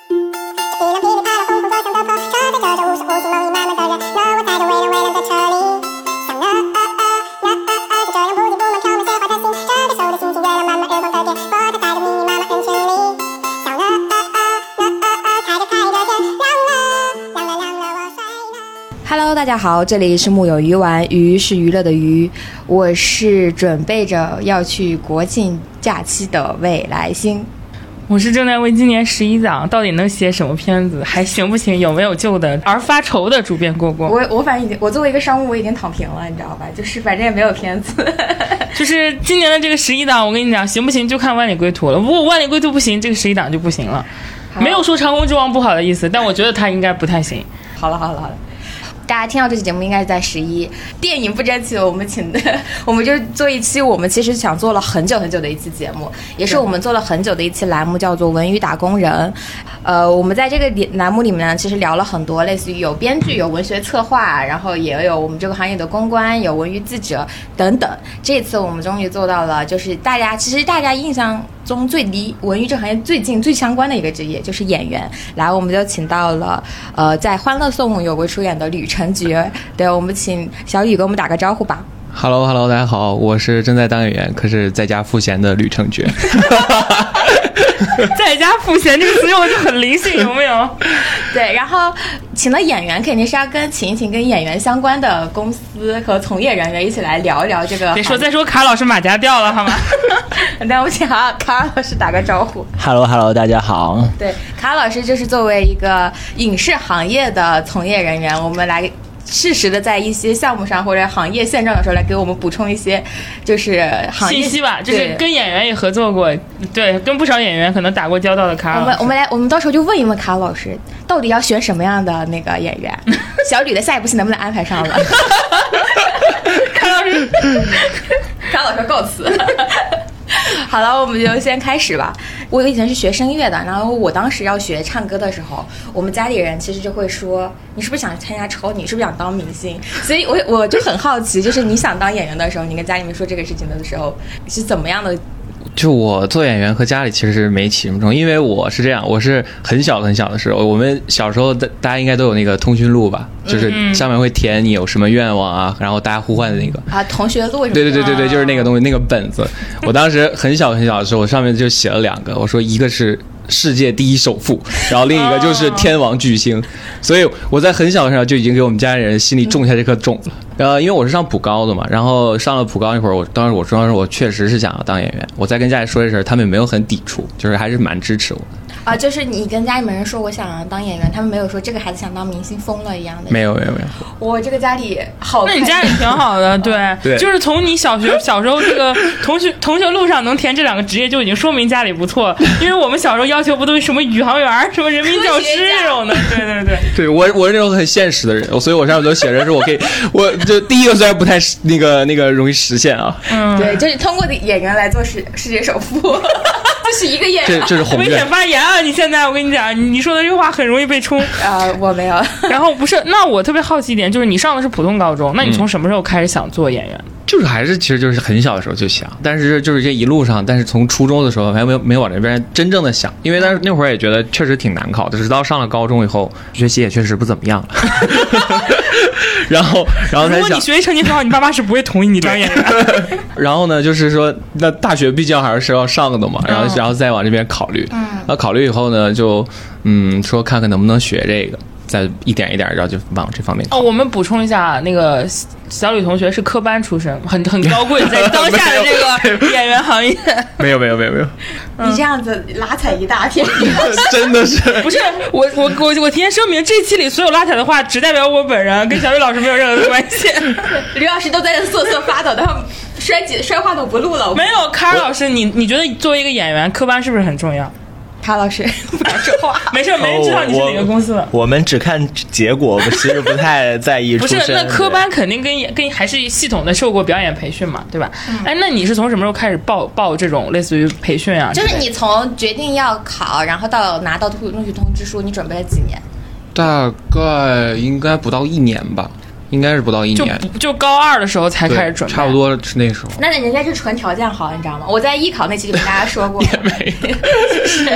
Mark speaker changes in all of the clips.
Speaker 1: 一辆噼里啪啦轰轰的响的跑，车载着这无数无数梦里慢慢的人。那我载着蔚蓝蔚蓝的车里，想啊啊啊，那啊啊，就这样不紧不慢飘满鲜花的心，这个手的心情月亮妈妈日光的点，我它载着迷你妈妈人群里，想啊啊啊，那啊啊，开着开着天亮了，亮了亮了我睡了。
Speaker 2: Hello，大家好，这里是木有鱼丸，鱼是娱乐的鱼，我是准备着要去国庆假期的未来星。
Speaker 3: 我是正在为今年十一档到底能写什么片子，还行不行，有没有救的而发愁的主编郭郭，
Speaker 4: 我我反正已经，我作为一个商务，我已经躺平了，你知道吧？就是反正也没有片子，
Speaker 3: 就是今年的这个十一档，我跟你讲，行不行就看《万里归途》了。如果《万里归途》不行，这个十一档就不行了。没有说《长空之王》不好的意思，但我觉得它应该不 太行。
Speaker 4: 好了好了好了，大家听到这期节目应该是在十一。电影不争气，我们请的， 我们就做一期我们其实想做了很久很久的一期节目，也是我们做了很久的一期栏目，叫做《文娱打工人》。呃，我们在这个里栏目里面呢，其实聊了很多类似于有编剧、有文学策划，然后也有我们这个行业的公关、有文娱记者等等。这次我们终于做到了，就是大家其实大家印象中最离文娱这行业最近最相关的一个职业就是演员。来，我们就请到了呃，在《欢乐颂》有过出演的吕承爵，对我们请小雨给我们打个招呼吧。
Speaker 5: h e l l o h e l l o 大家好，我是正在当演员，可是在家赋闲的吕承爵。
Speaker 3: 在家赋闲这个词用的就很灵性，有没有？
Speaker 4: 对，然后请了演员，肯定是要跟请一请跟演员相关的公司和从业人员一起来聊一聊这 个。
Speaker 3: 别说，再说卡老师马甲掉了好吗？
Speaker 4: 那我们请卡卡老师打个招呼。
Speaker 6: Hello Hello，大家好。
Speaker 4: 对，卡老师就是作为一个影视行业的从业人员，我们来适时的在一些项目上或者行业现状的时候，来给我们补充一些就是行业
Speaker 3: 信息吧，就是
Speaker 4: 对
Speaker 3: 跟演员也合作过，对，跟不少演员可能打过交道的卡
Speaker 4: 我
Speaker 3: 老
Speaker 4: 们
Speaker 3: 师。
Speaker 4: 我们来，我们到时候就问一问卡老师，到底要选什么样的那个演 员？小吕的下一部戏能不能安排上了？ 卡老师，卡老师告 辞。好了，我们就先开始吧。我以前是学声乐的，然后我当时要学唱歌的时候，我们家里人其实就会说：“你是不是想参加超女？你是不是想当明星？”所以我，我就很好奇，就是你想当演员的时候，你跟家里面说这个事情的时候是怎么样的？
Speaker 5: 就我做演员和家里其实没起什么冲突，因为我是这样，我是很小很小的时候，我们小时候大大家应该都有那个通讯录吧，就是上面会填你有什么愿望啊，然后大家互换的那个。
Speaker 4: 啊，同学录什么的？
Speaker 5: 对对对对对，就是那个东西，那个本子。我当时很小很小的时候，我上面就写了两个，我说一个是世界第一首富，然后另一个就是天王巨星。所以我在很小的时候就已经给我们家人心里种下这颗种子了。呃，因为我是上普高的嘛，然后上了普高那会儿，我当时我当时我确实是想要当演员。我在跟家里说这事儿，他们也没有很抵触，就是还是蛮支持我的。
Speaker 4: 啊，就是你跟家里面人说我想当演员，他们没有说这个孩子想当明星疯了一样的。
Speaker 5: 没有没有没有，
Speaker 4: 我这个家里好
Speaker 3: 那
Speaker 4: 看，
Speaker 3: 你家里挺好 的，对，
Speaker 5: 对
Speaker 3: 就是从你小学小时候这个同学同学录上能填这两个职业，就已经说明家里不错了。因为我们小时候要求不都是什么宇航员儿、什么人民教师
Speaker 4: 科学家
Speaker 3: 这种的，对对对。
Speaker 5: 对我我是那种很现实的人，所以我上面都写着是我可以，我就第一个虽然不太实那个那个容易实现啊，
Speaker 4: 对，就是通过演员来做世世界首富， 就是一个演
Speaker 5: 这
Speaker 4: 员。
Speaker 5: 这是 红
Speaker 3: 危
Speaker 5: 卷
Speaker 3: 险。发言啊！你现在我跟你讲，你你说的这个话很容易被冲。
Speaker 4: 啊、我没有，
Speaker 3: 然后不是，那我特别好奇一点，就是你上的是普通高中，
Speaker 5: 嗯
Speaker 3: 那你从什么时候开始想做演员？
Speaker 5: 就是还是其实就是很小的时候就想，但是就是这一路上，但是从初中的时候还没有没有往这边真正的想，因为那那会儿也觉得确实挺难考的，直到上了高中以后，学习也确实不怎么样了，然后然后才
Speaker 3: 如果
Speaker 5: 想
Speaker 3: 你，学习成绩很好，你爸妈是不会同意你当演员 的。
Speaker 5: 然后呢就是说那大学毕竟还是要上的嘛，然后、然后再往这边考虑，那考虑以后呢就嗯说看看能不能学这个，再一点一点，然后就往这方面
Speaker 3: 哦，我们补充一下，那个小吕同学是科班出身，很很高贵，在当下的 这个演员行业，
Speaker 5: 没有没有没有没有，
Speaker 4: 你这样子拉踩一大片。
Speaker 5: 真的是
Speaker 3: 不是我我我我提前声明，这期里所有拉踩的话只代表我本人，跟小吕老师没有任何关 系。
Speaker 4: 刘老师都在瑟瑟发抖，然后摔几摔话筒不录了。我
Speaker 3: 没有，卡尔老师，你你觉得作为一个演员，科班是不是很重要？
Speaker 4: 卡老师不敢说话。
Speaker 3: 没事，没人知道你是
Speaker 5: 哦
Speaker 3: 哪个公司的。
Speaker 6: 哦我我们只看结果，我们其实不太在意
Speaker 3: 不
Speaker 6: 出
Speaker 3: 是
Speaker 6: 身。，
Speaker 3: 那科班肯定跟跟还是系统的受过表演培训嘛，对吧？
Speaker 4: 嗯
Speaker 3: 哎，那你是从什么时候开始报报这种类似于培训啊之
Speaker 4: 就
Speaker 3: 类的？
Speaker 4: 是你从决定要考，然后到拿到录录取通知书，你准备了几年？
Speaker 5: 大概应该不到一年吧。应该是不到一
Speaker 3: 就
Speaker 5: 年，
Speaker 3: 不就高二的时候才
Speaker 5: 对
Speaker 3: 开始准备，啊
Speaker 5: 差不。多是那时候。
Speaker 4: 那人家是纯条件好，你知道吗？我在艺考那期就跟大家说过， 也没是，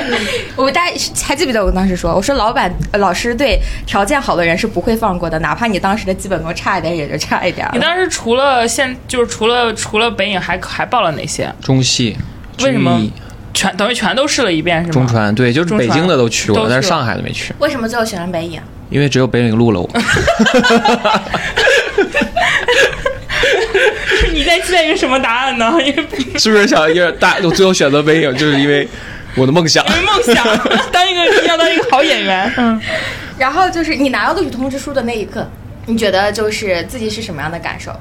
Speaker 4: 我们大家还记不记得我当时说，我说老板、呃老师对条件好的人是不会放过的，哪怕你当时的基本功差一点，也就差一点了。
Speaker 3: 你当时除了现就是除了除了北影还还报了哪些？
Speaker 5: 中戏、
Speaker 3: 为什么
Speaker 5: 军艺
Speaker 3: 全等于全都试了一遍是吗？
Speaker 5: 中传？对，就是
Speaker 3: 中
Speaker 5: 北
Speaker 3: 传
Speaker 5: 京的都去
Speaker 3: 都
Speaker 5: 过，
Speaker 3: 去
Speaker 5: 但是
Speaker 3: 了
Speaker 5: 上海的没去，
Speaker 4: 为什么最后选了北影？
Speaker 5: 因为只有北影录了我。
Speaker 3: 你在期待一个什么答案呢？因为
Speaker 5: 是不是想有点大？我最后选择北影，就是因为我的梦想。
Speaker 3: 因为梦 想，当一个要当一个好演员。嗯，
Speaker 4: 然后就是你拿到录取通知书的那一刻，你觉得就是自己是什么样的感受？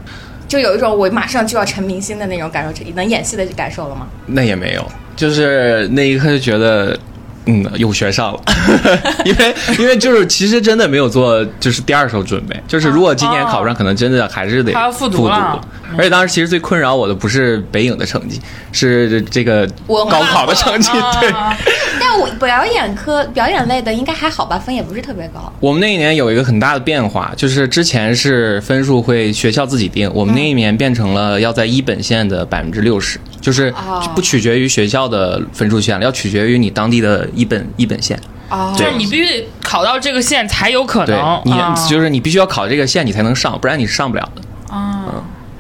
Speaker 4: 就有一种我马上就要成明星的那种感受，能演戏的感受了吗？
Speaker 5: 那也没有，就是那一刻就觉得。嗯，有学上了， 因为因为就是其实真的没有做就是第二手准备，就是如果今年考不上，可能真的还是得
Speaker 3: 还要复读了
Speaker 5: 而且当时其实最困扰我的不是北影的成绩，是这个
Speaker 4: 文化
Speaker 5: 高考的成绩。
Speaker 3: 啊
Speaker 5: 对，
Speaker 4: 但我表演科表演类的应该还好吧，分也不是特别高。
Speaker 5: 我们那一年有一个很大的变化，就是之前是分数会学校自己定，我们那一年变成了要在一本线的百分之六十，就是
Speaker 4: 哦
Speaker 5: 不取决于学校的分数线了，要取决于你当地的一本一本线。
Speaker 4: 哦
Speaker 3: 就是你必须得考到这个线才有可
Speaker 5: 对
Speaker 3: 能。
Speaker 5: 你
Speaker 3: 啊
Speaker 5: 就是你必须要考这个线，你才能上，不然你是上不了的。嗯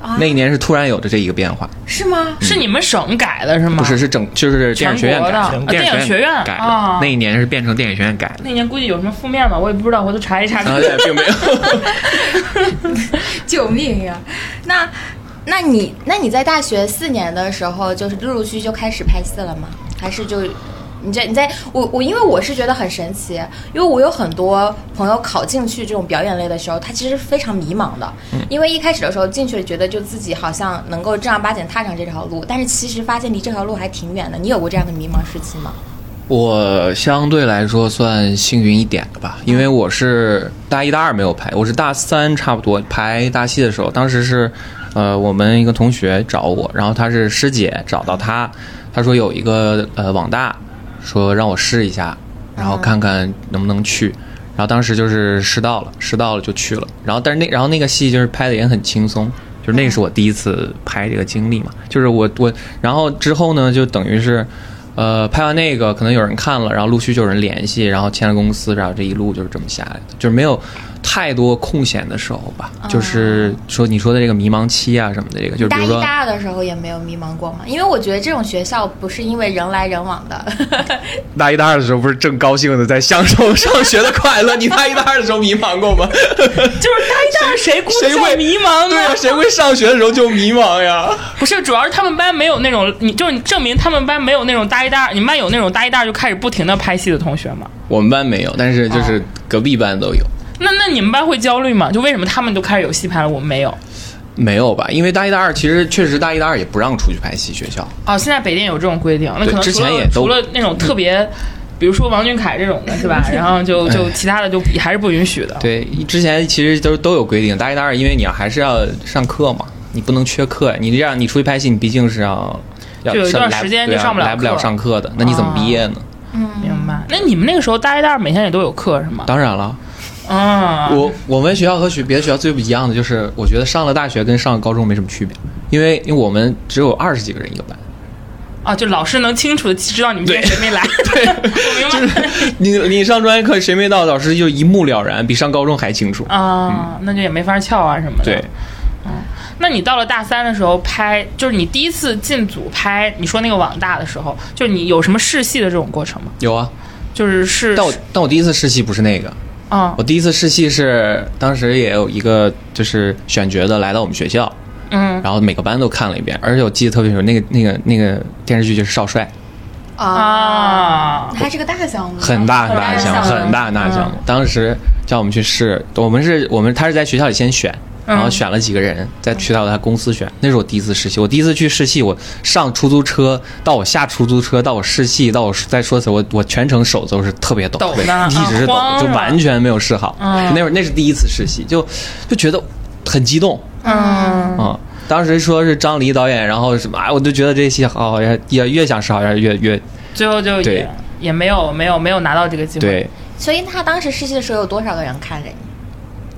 Speaker 4: 啊
Speaker 5: 那一年是突然有的这一个变化，
Speaker 4: 是吗？
Speaker 3: 是你们省改的是吗？
Speaker 5: 不是是整就是电影学院改
Speaker 3: 全国的
Speaker 5: 的，
Speaker 3: 啊
Speaker 5: 影
Speaker 3: 电影学院
Speaker 5: 改的
Speaker 3: 啊，
Speaker 5: 那一年是变成电影学院改 的。
Speaker 3: 那年估计有什么负面吧，我也不知道，回头查一查。
Speaker 5: 啊，对，并没有。
Speaker 4: 救命呀！那，那你那你在大学四年的时候，就是陆陆续续就开始拍戏了吗？还是就你在你在我我因为我是觉得很神奇，因为我有很多朋友考进去这种表演类的时候，他其实非常迷茫的，
Speaker 5: 嗯
Speaker 4: 因为一开始的时候进去了，觉得就自己好像能够正儿八经踏上这条路，但是其实发现离这条路还挺远的。你有过这样的迷茫时期吗？
Speaker 5: 我相对来说算幸运一点的吧，因为我是大一、大二没有排，我是大三差不多排大戏的时候，当时是，呃，我们一个同学找我，然后她是师姐找到她，她说有一个呃网大，说让我试一下，然后看看能不能去。然后当时就是试到了，试到了就去了。然后但是那然后那个戏就是拍的也很轻松，就是那是我第一次拍这个经历嘛，就是我我然后之后呢就等于是，呃，拍完那个可能有人看了，然后陆续就有人联系，然后签了公司，然后这一路就是这么下来的，就是没有太多空闲的时候吧，就是说你说的这个迷茫期啊什么的这个，就是比
Speaker 4: 大
Speaker 5: 如
Speaker 4: 一
Speaker 5: 说
Speaker 4: 大二的时候也没有迷茫过吗？因为我觉得这种学校不是因为人来人往的，
Speaker 5: 大一大二的时候不是正高兴的在享受上学的快乐，你大一大二的时候迷茫过吗？
Speaker 3: 就是大一、大二谁估计
Speaker 5: 谁会
Speaker 3: 迷茫
Speaker 5: 对啊呀、
Speaker 3: 呢？
Speaker 5: 谁会上学的时候就迷茫呀？
Speaker 3: 不是，主要是他们班没有那种，你就是证明他们班没有那种大一、大二，你们班有那种大一、大二就开始不停的拍戏的同学吗？
Speaker 5: 我们班没有，但是就是隔壁班都有。
Speaker 3: 那那你们班会焦虑吗？就为什么他们都开始有戏拍了，我们没有？
Speaker 5: 没有吧？因为大一、大二其实确实大一、大二也不让出去拍戏，学校
Speaker 3: 哦，现在北电有这种规定，那可能
Speaker 5: 对之
Speaker 3: 除了
Speaker 5: 前也都嗯
Speaker 3: 除了那种特别，比如说王俊凯这种的是 吧？然后就就其他的就还是不允许的。
Speaker 5: 哎对之前其实都都有规定，大一、大二因为你要还是要上课嘛，你不能缺课呀。你这样你出去拍戏，你毕竟是要要
Speaker 3: 就有一段
Speaker 5: 来
Speaker 3: 时间
Speaker 5: 对
Speaker 3: 就
Speaker 5: 啊
Speaker 3: 上不了
Speaker 5: 来不了
Speaker 3: 课
Speaker 5: 上课的，那你怎么毕业呢？
Speaker 3: 明白。那你们那个时候大一、大二每天也都有课是吗？
Speaker 5: 当然了，
Speaker 3: 嗯，
Speaker 5: 我我们学校和学别的学校最不一样的就是，我觉得上了大学跟上了高中没什么区别，因为因为我们只有二十几个人一个班，
Speaker 3: 啊，就老师能清楚的知道你们今天谁 没来。对， 我明白。
Speaker 5: 你你上专业课谁没到，老师就一目了然，比上高中还清楚。
Speaker 3: 啊，那就也没法翘啊什么的。
Speaker 5: 嗯对，，
Speaker 3: 那你到了大三的时候拍，就是你第一次进组拍，你说那个网大的时候，就是你有什么试戏的这种过程吗？
Speaker 5: 有啊，
Speaker 3: 就是是
Speaker 5: 但我但我第一次试戏不是那个，
Speaker 3: 啊
Speaker 5: 我第一次试戏是当时也有一个就是选角的来到我们学校，
Speaker 3: 嗯
Speaker 5: 然后每个班都看了一遍，而且我记得特别清楚，那个那个那个电视剧就是《少帅》，
Speaker 3: 啊，
Speaker 4: 它是个大项目，
Speaker 5: 很大很大的项目，
Speaker 4: 很大的项目
Speaker 5: 很大很大的项目。当时叫我们去试，我们是我们他是在学校里先选，然后选了几个人，再去到他公司选。那是我第一次试戏，我第一次去试戏，我上出租车到我下出租车到我试戏到我再说辞，我我全程手都是特别抖，
Speaker 3: 抖呢
Speaker 5: 一直是抖
Speaker 3: 啊，
Speaker 5: 就
Speaker 3: 慌
Speaker 5: 完全没有试好。
Speaker 3: 嗯
Speaker 5: 那会儿那是第一次试戏，就就觉得很激动，
Speaker 3: 嗯，
Speaker 5: 啊、当时说是张黎导演，然后什么，哎，我就觉得这戏好，好像也越想试好像越越
Speaker 3: 最后就也
Speaker 5: 对
Speaker 3: 也没有没有没有拿到这个机会。
Speaker 5: 对。
Speaker 4: 所以他当时试戏的时候有多少个人看着你？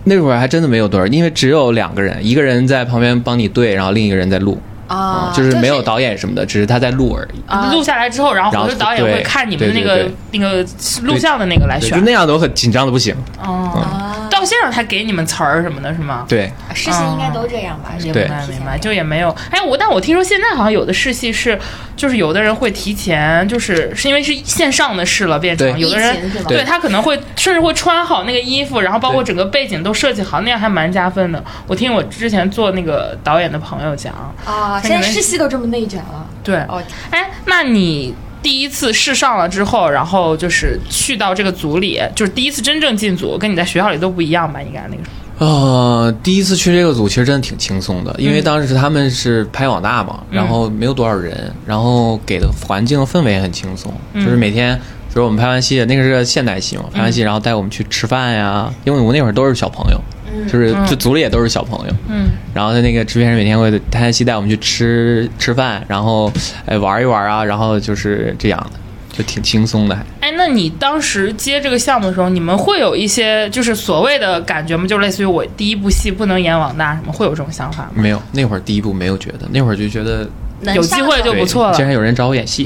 Speaker 5: 那会儿还真的没有多少人，因为只有两个人，一个人在旁边帮你对，然后另一个人在录，
Speaker 4: 啊，
Speaker 5: 就是没有导演什么的，只是他在录而已。
Speaker 4: 啊
Speaker 3: 录下来之后，然后
Speaker 5: 然
Speaker 3: 回
Speaker 5: 后
Speaker 3: 头导演
Speaker 5: 对
Speaker 3: 会看你们的那个
Speaker 5: 对
Speaker 3: 那个录像的那个来
Speaker 5: 对就
Speaker 3: 选
Speaker 5: 那。样都很紧张的不行。
Speaker 4: 啊
Speaker 3: 哦，到现场才给你们词儿什么的，是吗？
Speaker 5: 对，
Speaker 2: 事情应该都这样吧？也不
Speaker 5: 嗯对
Speaker 3: 明白
Speaker 2: 能提前
Speaker 3: 明白，就也没有。哎，我但我听说现在好像有的试戏是，就是有的人会提前，就是是因为是线上的试了，变成
Speaker 5: 对
Speaker 3: 有的
Speaker 2: 疫情是
Speaker 3: 人
Speaker 2: 吧
Speaker 3: 对
Speaker 5: 对
Speaker 3: 他可能会甚至会穿好那个衣服，然后包括
Speaker 5: 对
Speaker 3: 整个背景都设计好，那样还蛮加分的。我听我之前做那个导演的朋友讲，
Speaker 2: 啊，
Speaker 3: 那你
Speaker 2: 现在
Speaker 3: 们
Speaker 2: 世系都这么内卷了。
Speaker 3: 对，
Speaker 2: 哦，
Speaker 3: 哎，那你第一次试上了之后，然后就是去到这个组里，就是第一次真正进组，跟你在学校里都不一样吧？应该那个时候
Speaker 5: 呃，第一次去这个组其实真的挺轻松的，
Speaker 3: 嗯
Speaker 5: 因为当时他们是拍网大嘛，然后没有多少人，然后给的环境氛围很轻松，
Speaker 3: 嗯
Speaker 5: 就是每天。比如我们拍完戏，那个是个现代戏嘛，拍完戏然后带我们去吃饭呀，因为我们那会儿都是小朋友，
Speaker 3: 嗯
Speaker 5: 就是就组里也都是小朋友，嗯，然后他那个制片人每天会拍完戏带我们去吃吃饭，然后哎玩一玩啊，然后就是这样的，就挺轻松的还。
Speaker 3: 哎，那你当时接这个项目的时候，你们会有一些就是所谓的感觉吗？就类似于我第一部戏不能演网大什么，会有这种想法吗？
Speaker 5: 没有，那会儿第一部没有觉得，那会儿就觉得
Speaker 4: 能
Speaker 3: 有
Speaker 4: 上
Speaker 3: 机会就
Speaker 5: 对
Speaker 3: 不错了
Speaker 5: 竟然有人找我演戏，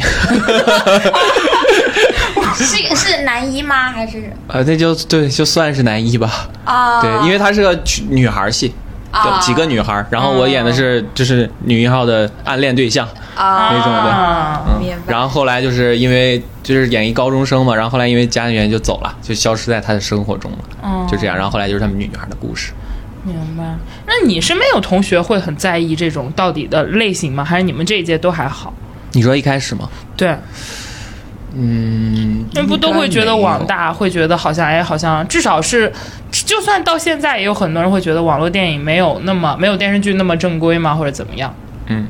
Speaker 2: 是是男一吗？还是
Speaker 5: 呃，那就对，就算是男一吧。
Speaker 2: 啊？
Speaker 5: 对，因为它是个曲女孩戏，
Speaker 2: 啊嗯
Speaker 5: 对，几个女孩儿，然后我演的是就是女一号的暗恋对象，
Speaker 2: 啊，
Speaker 5: 那种的
Speaker 3: 啊
Speaker 5: 嗯
Speaker 2: 明，白
Speaker 5: 然后后来就是因为就是演一高中生嘛，然后后来因为家里人就走了，就消失在她的生活中
Speaker 3: 哦
Speaker 5: 了，就这样，然后后来就是他们女孩的故事。
Speaker 3: 明白。那你身边有同学会很在意这种到底的类型吗？还是你们这一届都还好？
Speaker 5: 你说一开始吗？
Speaker 3: 对，
Speaker 5: 嗯，
Speaker 3: 那不都会觉得网
Speaker 5: 应该没有
Speaker 3: 大会觉得好像哎，好像至少是，就算到现在也有很多人会觉得网络电影没有那么没有电视剧那么正规吗，或者怎么样？
Speaker 5: 嗯。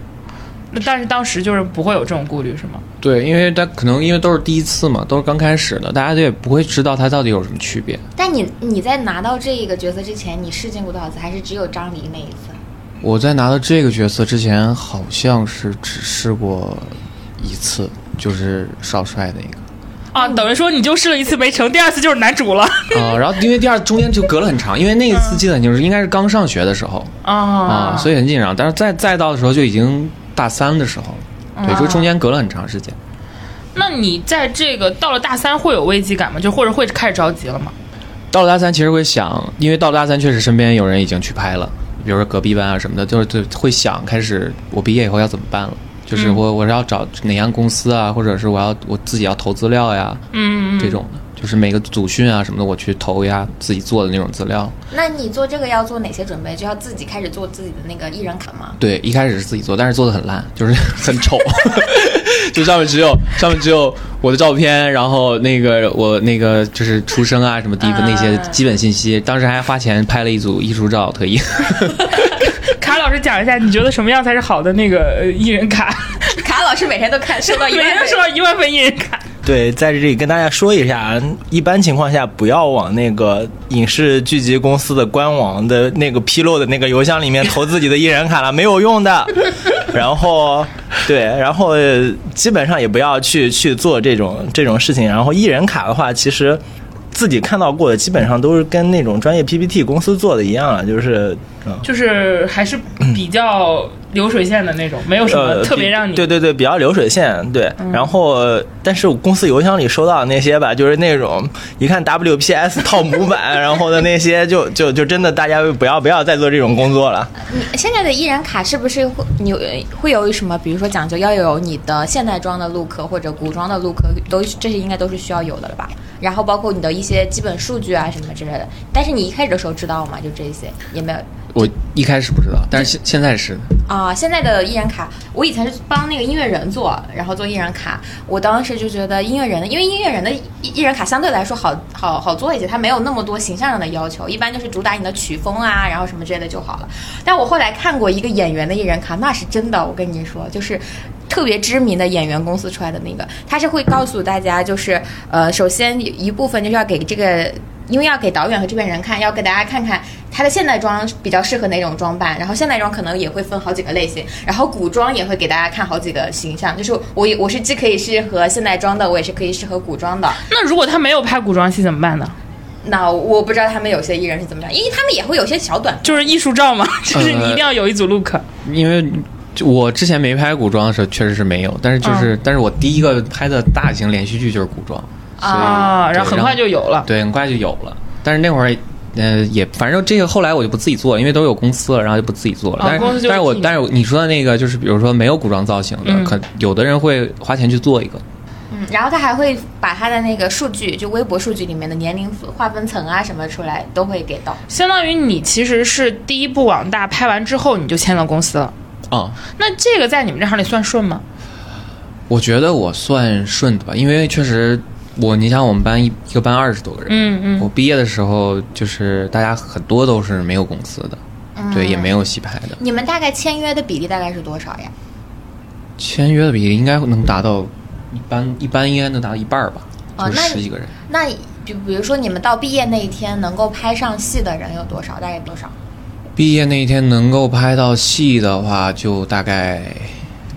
Speaker 3: 那但是当时就是不会有这种顾虑是吗？
Speaker 5: 对，因为他可能因为都是第一次嘛，都是刚开始的，大家也不会知道它到底有什么区别。
Speaker 4: 但你你在拿到这一个角色之前，你试镜过多少次？还是只有张黎那一次？
Speaker 5: 我在拿到这个角色之前，好像是只试过一次，就是少帅那个。
Speaker 3: 啊，等于说你就试了一次没成，第二次就是男主了
Speaker 5: 啊、然后因为第二中间就隔了很长，因为那一次记得很清楚，应该是刚上学的时候嗯啊、
Speaker 3: 啊
Speaker 5: 所以很紧张。但是再再到的时候就已经大三的时候了，对，就中间隔了很长时间。
Speaker 3: 那你在这个到了大三会有危机感吗？就或者会开始着急了吗？
Speaker 5: 到了大三，其实会想，因为到了大三，确实身边有人已经去拍了，比如说隔壁班啊什么的，就是就会想开始我毕业以后要怎么办了，就是我、我是要找哪样公司啊，或者是我要我自己要投资料呀，嗯这种的，就是每个组训啊什么的，我去投呀自己做的那种资料。
Speaker 4: 那你做这个要做哪些准备？就要自己开始做自己的那个艺人卡吗？
Speaker 5: 对，一开始是自己做，但是做的很烂，就是 很丑，就上面只有上面只有我的照片，然后那个我那个就是出生啊什么地方那些基本信息，当时还花钱拍了一组艺术照特意。
Speaker 3: 卡老师讲一下，你觉得什么样才是好的那个呃艺人 卡？
Speaker 4: 卡老师每天都看收到一
Speaker 3: 每
Speaker 4: 万
Speaker 3: 人
Speaker 4: 份
Speaker 3: 都收到一万份艺人卡，
Speaker 6: 对，在这里跟大家说一下，一般情况下不要往那个影视剧集公司的官网的那个披露的那个邮箱里面投自己的艺人卡了，没有 用的。然后，对，然后呃基本上也不要去去做这种这种事情。然后艺人卡的话，其实自己看到过的基本上都是跟那种专业 PPT 公司做的一样了，就是嗯。
Speaker 3: 就是还是比较流水线的那种，没有什么
Speaker 6: 呃，
Speaker 3: 特别
Speaker 6: 比
Speaker 3: 让你
Speaker 6: 对对对，比较流水线对。然后，但是我公司邮箱里收到的那些吧，就是那种一看 WPS 套模板， 然后的那些就就就真的大家不要不要再做这种工作了。
Speaker 4: 你现在的艺人卡是不是会你会有什么？比如说讲究要有你的现代装的 look 或者古装的 look，都这些应该都是需要有的了吧？然后包括你的一些基本数据啊什么之类的。但是你一开始的时候知道吗？就这些也没有
Speaker 5: 我一开始不知道，但是现现在是的。
Speaker 4: 啊、现在的艺人卡，我以前是帮那个音乐人做，然后做艺人卡。我当时就觉得音乐人的，因为音乐人的艺艺人卡相对来说好好好做一些，它没有那么多形象上的要求，一般就是主打你的曲风啊，然后什么之类的就好了。但我后来看过一个演员的艺人卡，那是真的，我跟你说，就是特别知名的演员公司出来的那个，他是会告诉大家，就是呃，首先一部分就是要给这个。因为要给导演和制片人看，要给大家看看他的现代装比较适合哪种装扮，然后现代装可能也会分好几个类型，然后古装也会给大家看好几个形象，就是我 我是既可以适合现代装的，我也是可以适合古装的。
Speaker 6: 呃
Speaker 3: 那如果他没有拍古装戏怎么办呢？
Speaker 4: 那我不知道他们有些艺人是怎么样，因为他们也会有些小短
Speaker 3: 就是艺术照嘛，就是你一定要有一组 look。
Speaker 6: 嗯
Speaker 5: 因为我之前没拍古装的时候，确实是没有，但是
Speaker 3: 嗯
Speaker 5: 就是，但是我第一个拍的大型连续剧就是古装，
Speaker 3: 啊，然后很快就有了。
Speaker 5: 对，很快就有了。但是那会儿，呃，也反正这个后来我就不自己做，因为都有公司了，然后就不自己做了。
Speaker 3: 哦
Speaker 5: 但
Speaker 3: 公司
Speaker 5: 是，
Speaker 3: 就
Speaker 5: 但是我
Speaker 3: 替你
Speaker 5: 但是你说的那个，就是比如说没有古装造型的，
Speaker 3: 嗯
Speaker 5: 可有的人会花钱去做一个。
Speaker 4: 嗯，然后他还会把他的那个数据，就微博数据里面的年龄划分层啊什么出来都会给到。
Speaker 3: 相当于你其实是第一部网大拍完之后，你就签了公司了。
Speaker 5: 啊、
Speaker 3: 那这个在你们这行里算顺吗？
Speaker 5: 我觉得我算顺的吧，因为确实我，你想我们班一一个班二十多个人，
Speaker 3: 嗯嗯
Speaker 5: 我毕业的时候就是大家很多都是没有公司的，
Speaker 3: 嗯
Speaker 5: 对，也没有戏拍的，
Speaker 4: 你们大概签约的比例大概是多少呀？
Speaker 5: 签约的比例应该能达到一般一般应该能达到一半儿吧，
Speaker 4: 哦
Speaker 5: 就是
Speaker 4: 那
Speaker 5: 十几个人。
Speaker 4: 那比比如说你们到毕业那一天能够拍上戏的人有多少？大概多少？
Speaker 5: 毕业那一天能够拍到戏的话，就大概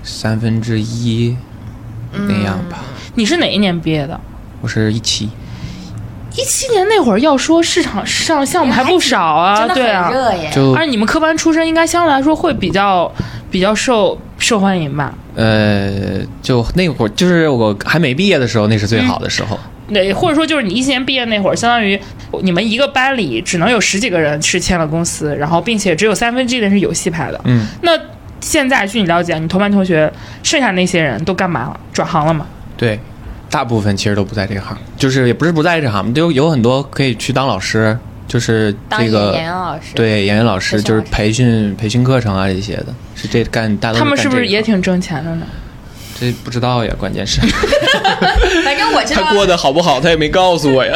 Speaker 5: 三分之一那样吧。
Speaker 3: 你是哪一年毕业的？
Speaker 5: 我是一期，
Speaker 3: 一七年那会儿，要说市场上项目还不少啊，
Speaker 4: 真的
Speaker 3: 对
Speaker 4: 很
Speaker 3: 啊。
Speaker 4: 热耶。
Speaker 5: 就
Speaker 3: 而你们科班出身，应该相对来说会比较比较受受欢迎吧？
Speaker 5: 呃，就那会儿，就是我还没毕业的时候，那是最好的时候。
Speaker 3: 对，或者说就是你一七年毕业那会儿，相当于你们一个班里只能有十几个人是签了公司，然后并且只有三分之一的人是有戏拍的。
Speaker 5: 嗯，
Speaker 3: 那现在据你了解，啊你同班同学剩下那些人都干嘛了？转行了吗？
Speaker 5: 对，大部分其实都不在这行，就是也不是不在这行，就有很多可以去当老师，就是
Speaker 4: 当
Speaker 5: 这
Speaker 4: 演
Speaker 5: 个
Speaker 4: 员老师
Speaker 5: 对演员老
Speaker 4: 培
Speaker 5: 师
Speaker 4: 训
Speaker 5: 就是
Speaker 4: 老师
Speaker 5: 培训培训课程啊这些的，是这干大多
Speaker 3: 他
Speaker 5: 呃干
Speaker 3: 们是不
Speaker 5: 这
Speaker 3: 是
Speaker 5: 个
Speaker 3: 也
Speaker 5: 行
Speaker 3: 挺挣钱的呢？
Speaker 5: 这不知道呀？关键是
Speaker 4: 反正我知道
Speaker 5: 他过得好不好，他也没告诉 我呀。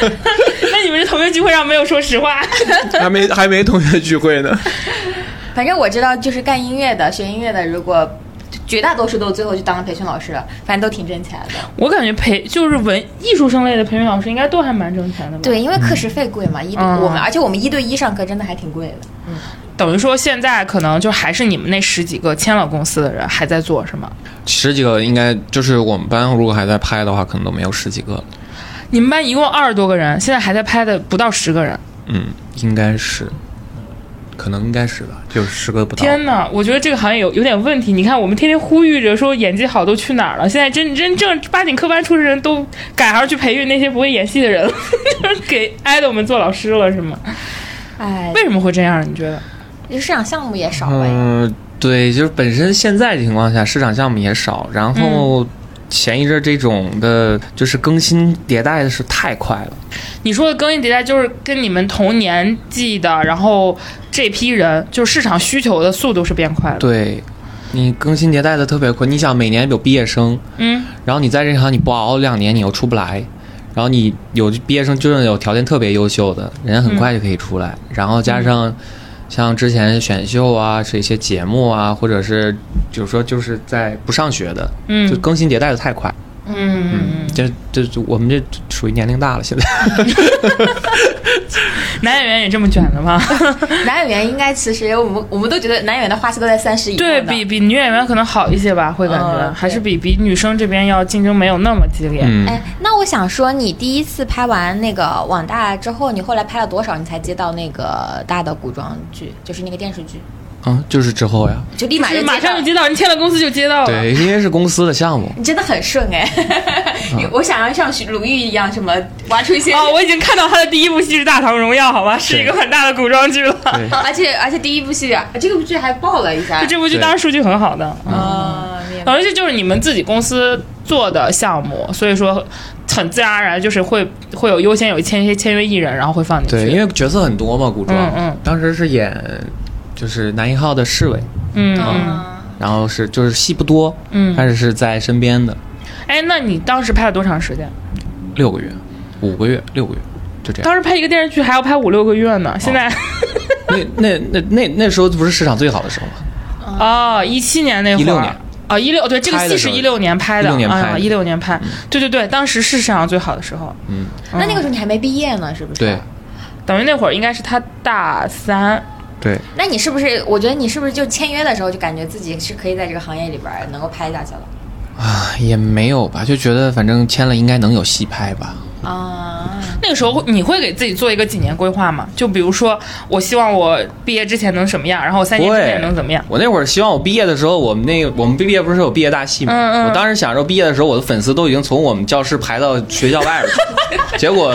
Speaker 3: 那你们这同学聚会上没有说实话？
Speaker 5: 还没还没同学聚会呢。
Speaker 4: 反正我知道，就是干音乐的、学音乐的，如果绝大多数都最后去当了培训老师了，反正都挺挣钱的。
Speaker 3: 我感觉培就是文艺术生类的培训老师应该都还蛮挣钱的吧？，
Speaker 4: 对，因为课时费贵嘛，一对、
Speaker 3: 嗯
Speaker 4: 我们，而且我们一对一上课真的还挺贵的。
Speaker 3: 等于说现在可能就还是你们那十几个签了公司的人还在做是吗？
Speaker 5: 十几个应该就是我们班，如果还在拍的话，可能都没有十几个了。
Speaker 3: 你们班一共二十多个人，现在还在拍的不到十个人。
Speaker 5: 嗯，应该是，可能应该是吧，就是十个不到。
Speaker 3: 天哪，我觉得这个行业有有点问题。你看，我们天天呼吁着说演技好都去哪儿了，现在真真正八经科班出身人都改行去培育那些不会演戏的人了， 就是给 idol 们做老师了是吗？
Speaker 4: 哎，
Speaker 3: 为什么会这样？你觉得？
Speaker 4: 市场项目也少了呀。
Speaker 5: 嗯、对，就是本身现在的情况下，市场项目也少，然后前一阵儿这种的，就是更新迭代的是太快了。
Speaker 3: 你说的更新迭代就是跟你们同年纪的，然后这批人就是市场需求的速度是变快的。
Speaker 5: 对，你更新迭代的特别快，你想每年有毕业生，
Speaker 3: 嗯，
Speaker 5: 然后你在这行你不熬两年，你又出不来。然后你有毕业生，就是有条件特别优秀的人，很快就可以出来。然后加
Speaker 3: 嗯
Speaker 5: 上像之前选秀啊，是一些节目啊，或者是就是说就是在不上学的，
Speaker 3: 嗯
Speaker 5: 就更新迭代的太快，嗯，这这这我们这属于年龄大了，现在
Speaker 3: 男演员也这么卷的吗？
Speaker 4: 男演员应该其实我们我们都觉得男演员的花期都在三十以后
Speaker 3: 对
Speaker 4: 呢
Speaker 3: 比比女演员可能好一些吧，会感觉、
Speaker 4: 嗯
Speaker 3: 还是
Speaker 4: 对
Speaker 3: 比比女生这边要竞争没有那么激烈。
Speaker 5: 嗯，
Speaker 4: 哎，那我想说，你第一次拍完那个网大之后，你后来拍了多少？你才接到那个大的古装剧，就是那个电视剧，
Speaker 5: 啊，就是之后呀，
Speaker 4: 就立马
Speaker 3: 就
Speaker 4: 就是接
Speaker 3: 马上
Speaker 4: 到
Speaker 3: 就接到，你签了公司就接到了。
Speaker 5: 对，因为是公司的项目，
Speaker 4: 你真的很顺哎、你 我想要像徐鲁豫一样，什么挖出一些。
Speaker 3: 哦，我已经看到他的第一部戏是《大唐荣耀》，好吧，是一个很大的古装剧了。
Speaker 5: 对，
Speaker 4: 而且而且第一部戏啊，这个剧还爆了一下
Speaker 3: 就这部剧当时数据很好的，嗯，
Speaker 4: 啊！明白
Speaker 3: 等于这就是你们自己公司做的项目，所以说很自然而然就是会会有优先有签一些签约艺人，然后会放进去。
Speaker 5: 对，因为角色很多嘛，古装，
Speaker 3: 嗯嗯
Speaker 5: 当时是演就是男一号的侍卫，
Speaker 3: 嗯嗯，
Speaker 4: 嗯
Speaker 5: 然后是就是戏不多，
Speaker 3: 嗯
Speaker 5: 但是是在身边的
Speaker 3: 哎，那你当时拍了多长时间？
Speaker 5: 六个月、五个月、六个月，就这样。
Speaker 3: 当时拍一个电视剧还要拍五六个月呢，现在
Speaker 5: 哦那那那那那时候不是市场最好的时候 吗？
Speaker 3: 哦，一七年那会儿，
Speaker 5: 16年
Speaker 3: 哦，一六对，这个
Speaker 5: 拍的
Speaker 3: 戏
Speaker 5: 时
Speaker 3: 是
Speaker 5: 候
Speaker 3: 一六年拍的，嗯
Speaker 5: 16年拍的
Speaker 3: 一六年拍，对对对，当时是市场最好的时候，
Speaker 5: 嗯，
Speaker 4: 那那个时候你还没毕业呢，是不是？
Speaker 5: 对。
Speaker 3: 等于那会儿应该是他大三，
Speaker 5: 对，
Speaker 4: 那你是不是？我觉得你是不是就签约的时候就感觉自己是可以在这个行业里边儿能够拍下去了？
Speaker 5: 也没有吧，就觉得反正签了应该能有戏拍吧。
Speaker 4: 啊，
Speaker 3: 那个时候你会给自己做一个几年规划吗？就比如说，我希望我毕业之前能什么样，然后我三
Speaker 5: 不
Speaker 3: 年之
Speaker 5: 会
Speaker 3: 内能怎么样？
Speaker 5: 我那会儿希望我毕业的时候，我们那个我们毕业不是有毕业大戏吗？
Speaker 3: 嗯嗯
Speaker 5: 我当时想着毕业的时候，我的粉丝都已经从我们教室排到学校 外边去，结果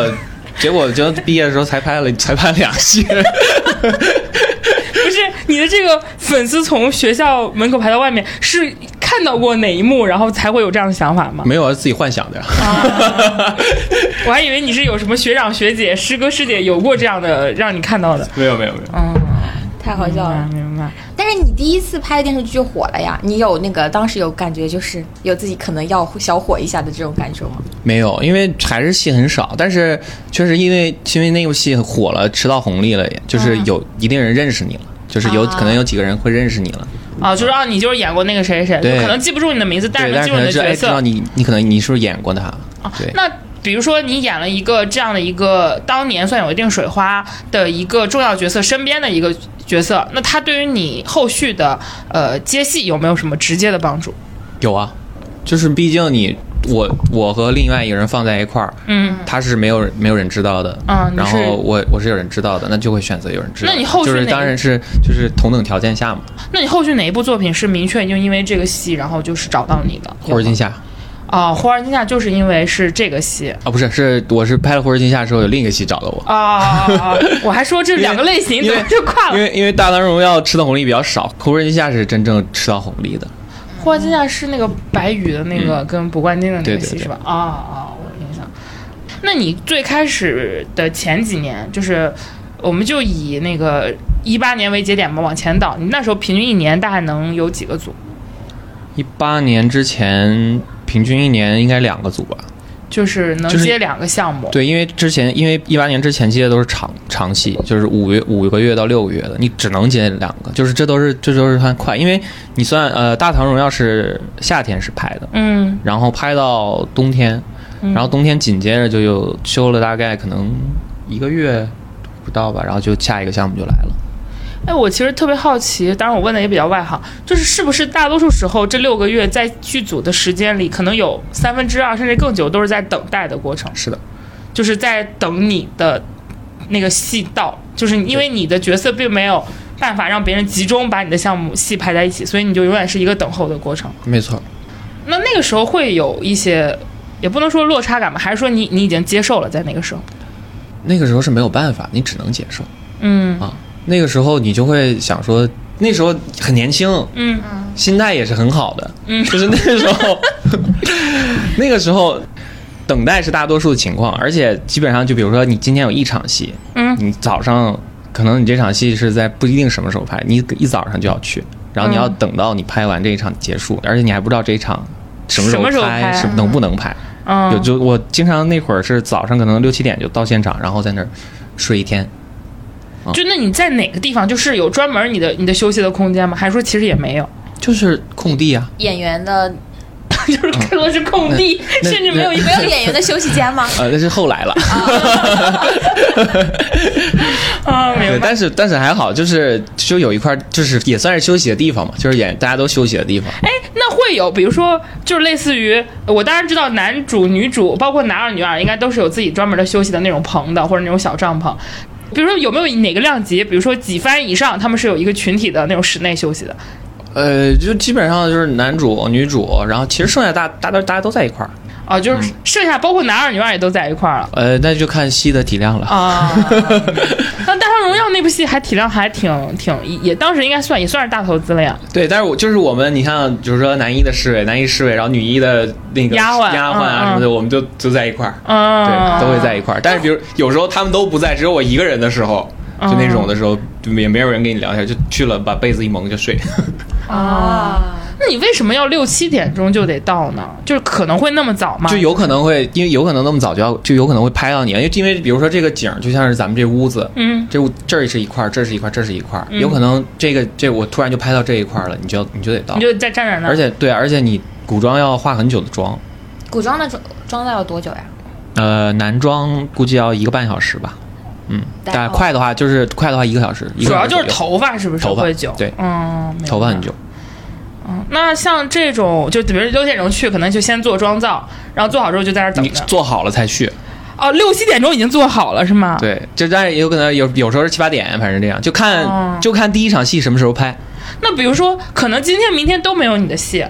Speaker 5: 结果就毕业的时候才拍了才拍俩戏。
Speaker 3: 不是你的这个粉丝从学校门口排到外面，是看到过哪一幕，然后才会有这样的想法吗？
Speaker 5: 没有，我是自己幻想的。
Speaker 3: 啊 我还以为你是有什么学长学姐、师哥师姐有过这样的让你看到的。
Speaker 5: 没有没有没有，
Speaker 3: 嗯，
Speaker 4: 太好笑
Speaker 3: 明白
Speaker 4: 了。
Speaker 3: 明白。
Speaker 4: 但是你第一次拍电视剧火了呀，你有那个当时有感觉就是有自己可能要小火一下的这种感受吗？
Speaker 5: 没有，因为还是戏很少，但是确实因为因为那部戏火了，吃到红利了，就是有一定人认识你了，就是有、
Speaker 4: 啊
Speaker 5: 可能有几个人会认识你了。
Speaker 3: 啊，就是啊，你就是演过那个谁谁，谁，
Speaker 5: 对
Speaker 3: 就可能记不住你的名字，但
Speaker 5: 对，
Speaker 3: 是
Speaker 5: 但
Speaker 3: 能记
Speaker 5: 是可
Speaker 3: 住你的
Speaker 5: 能是哎
Speaker 3: 角
Speaker 5: 知道
Speaker 3: 色。
Speaker 5: 你，你可能你是不是演过他？对，
Speaker 3: 那比如说你演了一个这样的一个当年算有一定水花的一个重要角色身边的一个角色，那他对于你后续的呃接戏有没有什么直接的帮助？
Speaker 5: 有啊，就是毕竟你我我和另外一个人放在一块儿，
Speaker 3: 嗯，
Speaker 5: 他是没有人没有人知道的，
Speaker 3: 嗯你
Speaker 5: 然
Speaker 3: 是
Speaker 5: 后我我是有人知道的，那就会选择有人知道的。
Speaker 3: 那你后续
Speaker 5: 就是
Speaker 3: 哪
Speaker 5: 当然是就是同等条件下嘛，
Speaker 3: 那你后续哪一部作品是明确就因为这个戏，然后就是找到你的？
Speaker 5: 《霍尔金夏》
Speaker 3: 啊，《忽而惊吓》就是因为是这个戏
Speaker 5: 啊，不是，是我是拍了《霍尔金夏》之后，有另一个戏找了我。
Speaker 3: 啊，我还说这两个类型
Speaker 5: 因
Speaker 3: 怎
Speaker 5: 为
Speaker 3: 么就跨
Speaker 5: 因
Speaker 3: 了？
Speaker 5: 为因为《大唐荣耀》吃到红利比较少，《霍尔金夏》是真正吃到红利的。
Speaker 3: 《忽而惊吓》是那个白宇的那个跟卜冠金的那
Speaker 5: 嗯对
Speaker 3: 个
Speaker 5: 对
Speaker 3: 戏
Speaker 5: 对
Speaker 3: 是吧？啊啊，我有印象。那你最开始的前几年，就是我们就以那个一八年为节点嘛，往前倒，你那时候平均一年大概能有几个组？
Speaker 5: 一八年之前，平均一年应该两个组吧。
Speaker 3: 就是能
Speaker 5: 就是
Speaker 3: 接两个项目，
Speaker 5: 对，因为之前因为一八年之前接的都是长长戏，就是五月五个月到六个月的，你只能接两个，就是这都是这都是算快，因为你算呃《大唐荣耀》是夏天是拍的，
Speaker 3: 嗯，
Speaker 5: 然后拍到冬天，然后冬天紧接着就又休了大概可能一个月不到吧，然后就下一个项目就来了。
Speaker 3: 哎，我其实特别好奇，当然我问的也比较外行，就是是不是大多数时候这六个月在剧组的时间里，可能有三分之二甚至更久都是在等待的过程，
Speaker 5: 是的，
Speaker 3: 就是在等你的那个戏到，就是因为你的角色并没有办法让别人集中把你的项目戏排在一起，所以你就永远是一个等候的过程。
Speaker 5: 没错。
Speaker 3: 那那个时候会有一些，也不能说落差感吧，还是说你你已经接受了在那个时候，
Speaker 5: 那个时候是没有办法，你只能接受
Speaker 3: 嗯
Speaker 5: 啊。那个时候你就会想说，那时候很年轻，
Speaker 3: 嗯
Speaker 5: 心态也是很好的，嗯，就是那个时候， 那个时候等待是大多数的情况，而且基本上就比如说你今天有一场戏，
Speaker 3: 嗯
Speaker 5: 你早上可能你这场戏是在不一定什么时候拍，你一早上就要去，然后
Speaker 3: 嗯
Speaker 5: 你要等到你拍完这一场结束，而且你还不知道这一场什么时候
Speaker 3: 什么时候
Speaker 5: 拍，
Speaker 3: 拍啊
Speaker 5: 是能不能拍。
Speaker 3: 嗯，
Speaker 5: 有就我经常那会儿是早上可能六七点就到现场，然后在那儿睡一天。
Speaker 3: 就那你在哪个地方？就是有专门你的你的休息的空间吗？还是说其实也没有，
Speaker 5: 就是空地啊，
Speaker 4: 演员的
Speaker 3: 就是更多是空地，
Speaker 5: 嗯那
Speaker 3: 甚至没有一
Speaker 4: 你
Speaker 3: 个
Speaker 4: 没有演员的休息间 吗？
Speaker 5: 呃，那是后来了。
Speaker 3: 啊，
Speaker 5: 对，
Speaker 3: 明白。
Speaker 5: 但是但是还好，就是就有一块儿就是也算是休息的地方嘛，就是演大家都休息的地方。
Speaker 3: 哎，那会有，比如说，就是类似于，我当然知道男主、女主，包括男二、女二，应该都是有自己专门的休息的那种棚的，或者那种小帐篷。比如说，有没有哪个量级，比如说几番以上，他们是有一个群体的那种室内休息的？
Speaker 5: 呃，就基本上就是男主、女主，然后其实剩下大大家大家都在一块儿。
Speaker 3: 啊，
Speaker 5: 嗯
Speaker 3: 就是剩下包括男二、女二也都在一块儿了。
Speaker 5: 呃，那就看戏的体量了。
Speaker 3: 啊，那《大唐荣耀》那部戏还体量还挺挺也当时应该算也算是大投资了呀。
Speaker 5: 对，但是我就是我们，你像比如说男一的侍卫，男一侍卫，然后女一的那个
Speaker 3: 丫鬟
Speaker 5: 丫鬟啊
Speaker 3: 嗯
Speaker 5: 什么的，我们就就在一块儿。
Speaker 3: 嗯，
Speaker 5: 对，都会在一块儿。但是比如有时候他们都不在，只有我一个人的时候，
Speaker 3: 哦
Speaker 5: 就那种的时候，就也没有人跟你聊天，就去了把被子一蒙 就睡。
Speaker 4: 啊，
Speaker 3: 那你为什么要六七点钟就得到呢？就是可能会那么早吗？
Speaker 5: 就有可能会，因为有可能那么早就要，就有可能会拍到你，因为因为比如说这个景儿就像是咱们这屋子，
Speaker 3: 嗯，
Speaker 5: 这屋这儿是一块儿，这儿是一块儿，这儿是一块儿，有可能这个这我突然就拍到这一块儿了，你就你就得到
Speaker 3: 你，就在站在那儿，
Speaker 5: 而且对，而且你古装要化很久的妆，
Speaker 4: 古装的妆妆造要多久呀？
Speaker 5: 呃，男装估计要一个半小时吧，嗯，
Speaker 4: 但
Speaker 5: 但
Speaker 4: 哦
Speaker 5: 快的话就是快的话一个小时，一个
Speaker 3: 主要
Speaker 5: 小时
Speaker 3: 就是
Speaker 5: 左右
Speaker 3: 头发是不是
Speaker 5: 头发
Speaker 3: 会久？
Speaker 5: 对
Speaker 3: 嗯，明白
Speaker 5: 头发很久。，
Speaker 3: 嗯，那像这种就比如六点钟去，可能就先做妆造，然后做好之后就在那儿等
Speaker 5: 你
Speaker 3: 着。
Speaker 5: 做好了才去，
Speaker 3: 哦，六七点钟已经做好了是吗？，
Speaker 5: 对，就但是也有可能有有时候是七八点，反正这样，就看、
Speaker 3: 哦
Speaker 5: 就看第一场戏什么时候拍。
Speaker 3: 那比如说，可能今天、明天都没有你的戏，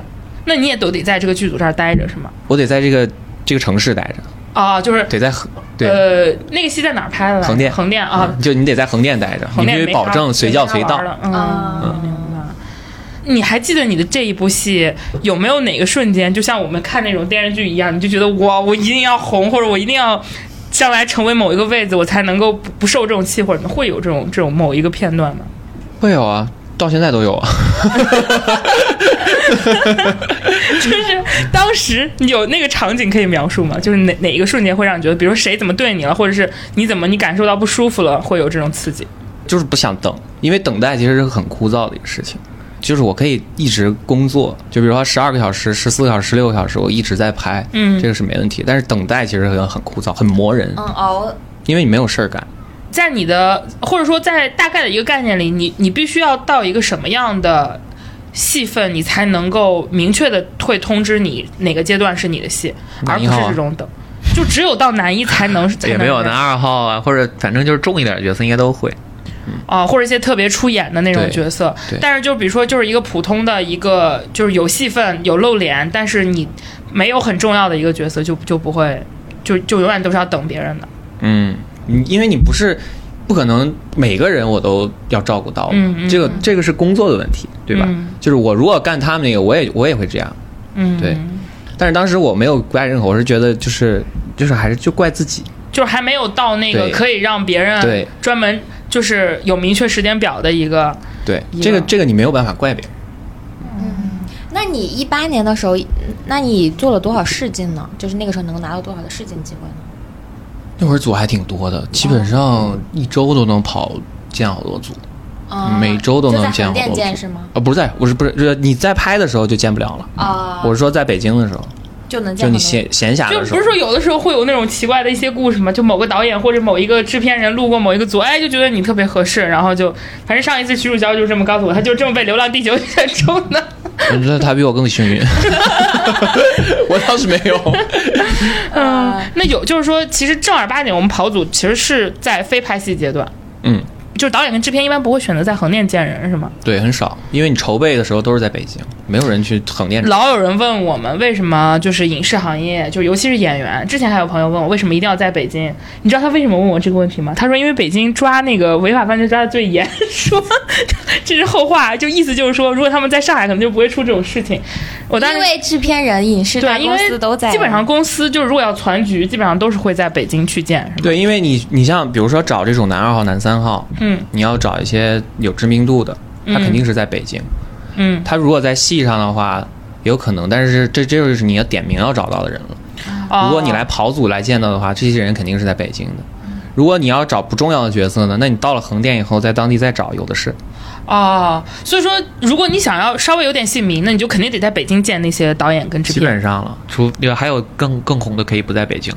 Speaker 3: 那你也都得在这个剧组这儿待着是吗？
Speaker 5: 我得在这个这个城市待着，
Speaker 3: 啊，就是
Speaker 5: 得在横对、
Speaker 3: 呃，那个戏在哪儿拍的来着？
Speaker 5: 横店嗯
Speaker 3: 横店啊，
Speaker 5: 就你得在横店待着，
Speaker 3: 横
Speaker 5: 你必
Speaker 3: 店
Speaker 5: 须
Speaker 3: 没
Speaker 5: 保
Speaker 3: 法
Speaker 5: 证随叫随到
Speaker 3: 没法。玩了嗯，明白。你还记得你的这一部戏有没有哪个瞬间，就像我们看那种电视剧一样，你就觉得哇，我一定要红，或者我一定要将来成为某一个位子，我才能够不不受这种气，或者会有这种这种某一个片段吗？
Speaker 5: 会有啊，到现在都有啊。
Speaker 3: 就是当时你有那个场景可以描述吗？就是哪哪一个瞬间会让你觉得，比如谁怎么对你了，或者是你怎么你感受到不舒服了，会有这种刺激？
Speaker 5: 就是不想等，因为等待其实是很枯燥的一个事情。就是我可以一直工作，就比如说十二个小时、十四个小时、十六个小时，我一直在拍，
Speaker 3: 嗯哦
Speaker 5: 这个是没问题。但是等待其实很很枯燥，很磨人，
Speaker 4: 嗯，熬
Speaker 5: 因为你没有事儿干。
Speaker 3: 在你的或者说在大概的一个概念里，你你必须要到一个什么样的戏份，你才能够明确的会通知你哪个阶段是你的戏，而
Speaker 5: 男
Speaker 3: 不
Speaker 5: 一
Speaker 3: 是
Speaker 5: 号啊
Speaker 3: 这种等。就只有到男一才能才能
Speaker 7: 也没有男
Speaker 3: 啊、
Speaker 7: 二号啊，或者反正就是重一点的角色应该都会。
Speaker 3: 啊或者一些特别出演的那种
Speaker 5: 对
Speaker 3: 角色
Speaker 5: 对。
Speaker 3: 但是就比如说，就是一个普通的一个，就是有戏份、有露脸，但是你没有很重要的一个角色就，就不会，就就永远都是要等别人的。
Speaker 5: 嗯，你因为你不是不可能每个人我都要照顾到，
Speaker 3: 嗯嗯
Speaker 5: 这个这个是工作的问题，对吧？
Speaker 3: 嗯
Speaker 5: 就是我如果干他们那个，我也我也会这样，
Speaker 3: 嗯，
Speaker 5: 对。但是当时我没有怪任何，我是觉得就是就是还是就怪自己，
Speaker 3: 就是还没有到那个
Speaker 5: 对
Speaker 3: 可以让别人
Speaker 5: 对
Speaker 3: 专门就是有明确时间表的一个，
Speaker 5: 对
Speaker 3: 一样
Speaker 5: 这个这个你没有办法怪别人。
Speaker 4: 那你一八年的时候，嗯那你做了多少试镜呢？就是那个时候能够拿到多少的试镜机会呢？
Speaker 5: 那会儿组还挺多的，基本上一周都能跑见好多组，
Speaker 4: 啊
Speaker 5: 嗯每周都能见
Speaker 4: 就在横
Speaker 5: 好多
Speaker 4: 店
Speaker 5: 组。
Speaker 4: 见是吗？
Speaker 5: 啊，不是在，不是不是，就是你在拍的时候就见不了了。
Speaker 4: 啊，
Speaker 5: 我是说在北京的时候，
Speaker 4: 就能见
Speaker 5: 就
Speaker 4: 很多
Speaker 5: 你闲闲暇
Speaker 3: 就
Speaker 5: 的时
Speaker 3: 不
Speaker 5: 候
Speaker 3: 是，说有的时候会有那种奇怪的一些故事嘛，就某个导演或者某一个制片人路过某一个组，哎，就觉得你特别合适，然后就反正上一次徐汝娇就这么告诉我，她就这么被《流浪地球》 选中的。
Speaker 5: 我觉得他比我更 幸运。 我倒是没有，
Speaker 3: 嗯，那有就是说，其实正儿八经我们跑组其实是在非拍戏阶段，
Speaker 5: 嗯，
Speaker 3: 就是导演跟制片一般不会选择在横店见人，是吗？
Speaker 5: 对，很少，因为你筹备的时候都是在北京，没有人去横店。
Speaker 3: 老有人问我们为什么就是影视行业，就尤其是演员。之前还有朋友问我为什么一定要在北京，你知道他为什么问我这个问题吗？他说因为北京抓那个违法犯罪抓的最严，说这是后话，就意思就是说，如果他们在上海，可能就不会出这种事情。我当时
Speaker 4: 因为制片人、影视大
Speaker 3: 对，因
Speaker 4: 公司
Speaker 3: 为
Speaker 4: 都在，
Speaker 3: 基本上公司就是如果要攒局，基本上都是会在北京去见，是吧？
Speaker 5: 对，因为你你像比如说找这种男二号、男三号，
Speaker 3: 嗯
Speaker 5: 你要找一些有知名度的，他肯定是在北京。
Speaker 3: 嗯，
Speaker 5: 他如果在戏上的话，有可能，但是这这就是你要点名要找到的人了。
Speaker 3: 嗯
Speaker 5: 如
Speaker 3: 哦
Speaker 5: 果你来跑组来见到的话，这些人肯定是在北京的。如果你要找不重要的角色呢，那你到了横店以后，在当地再找，有的是。
Speaker 3: 哦，所以说如果你想要稍微有点戏迷，那你就肯定得在北京见那些导演跟制
Speaker 5: 基
Speaker 3: 片人。
Speaker 5: 本上了，
Speaker 7: 除有还有更更红的可以不在北京，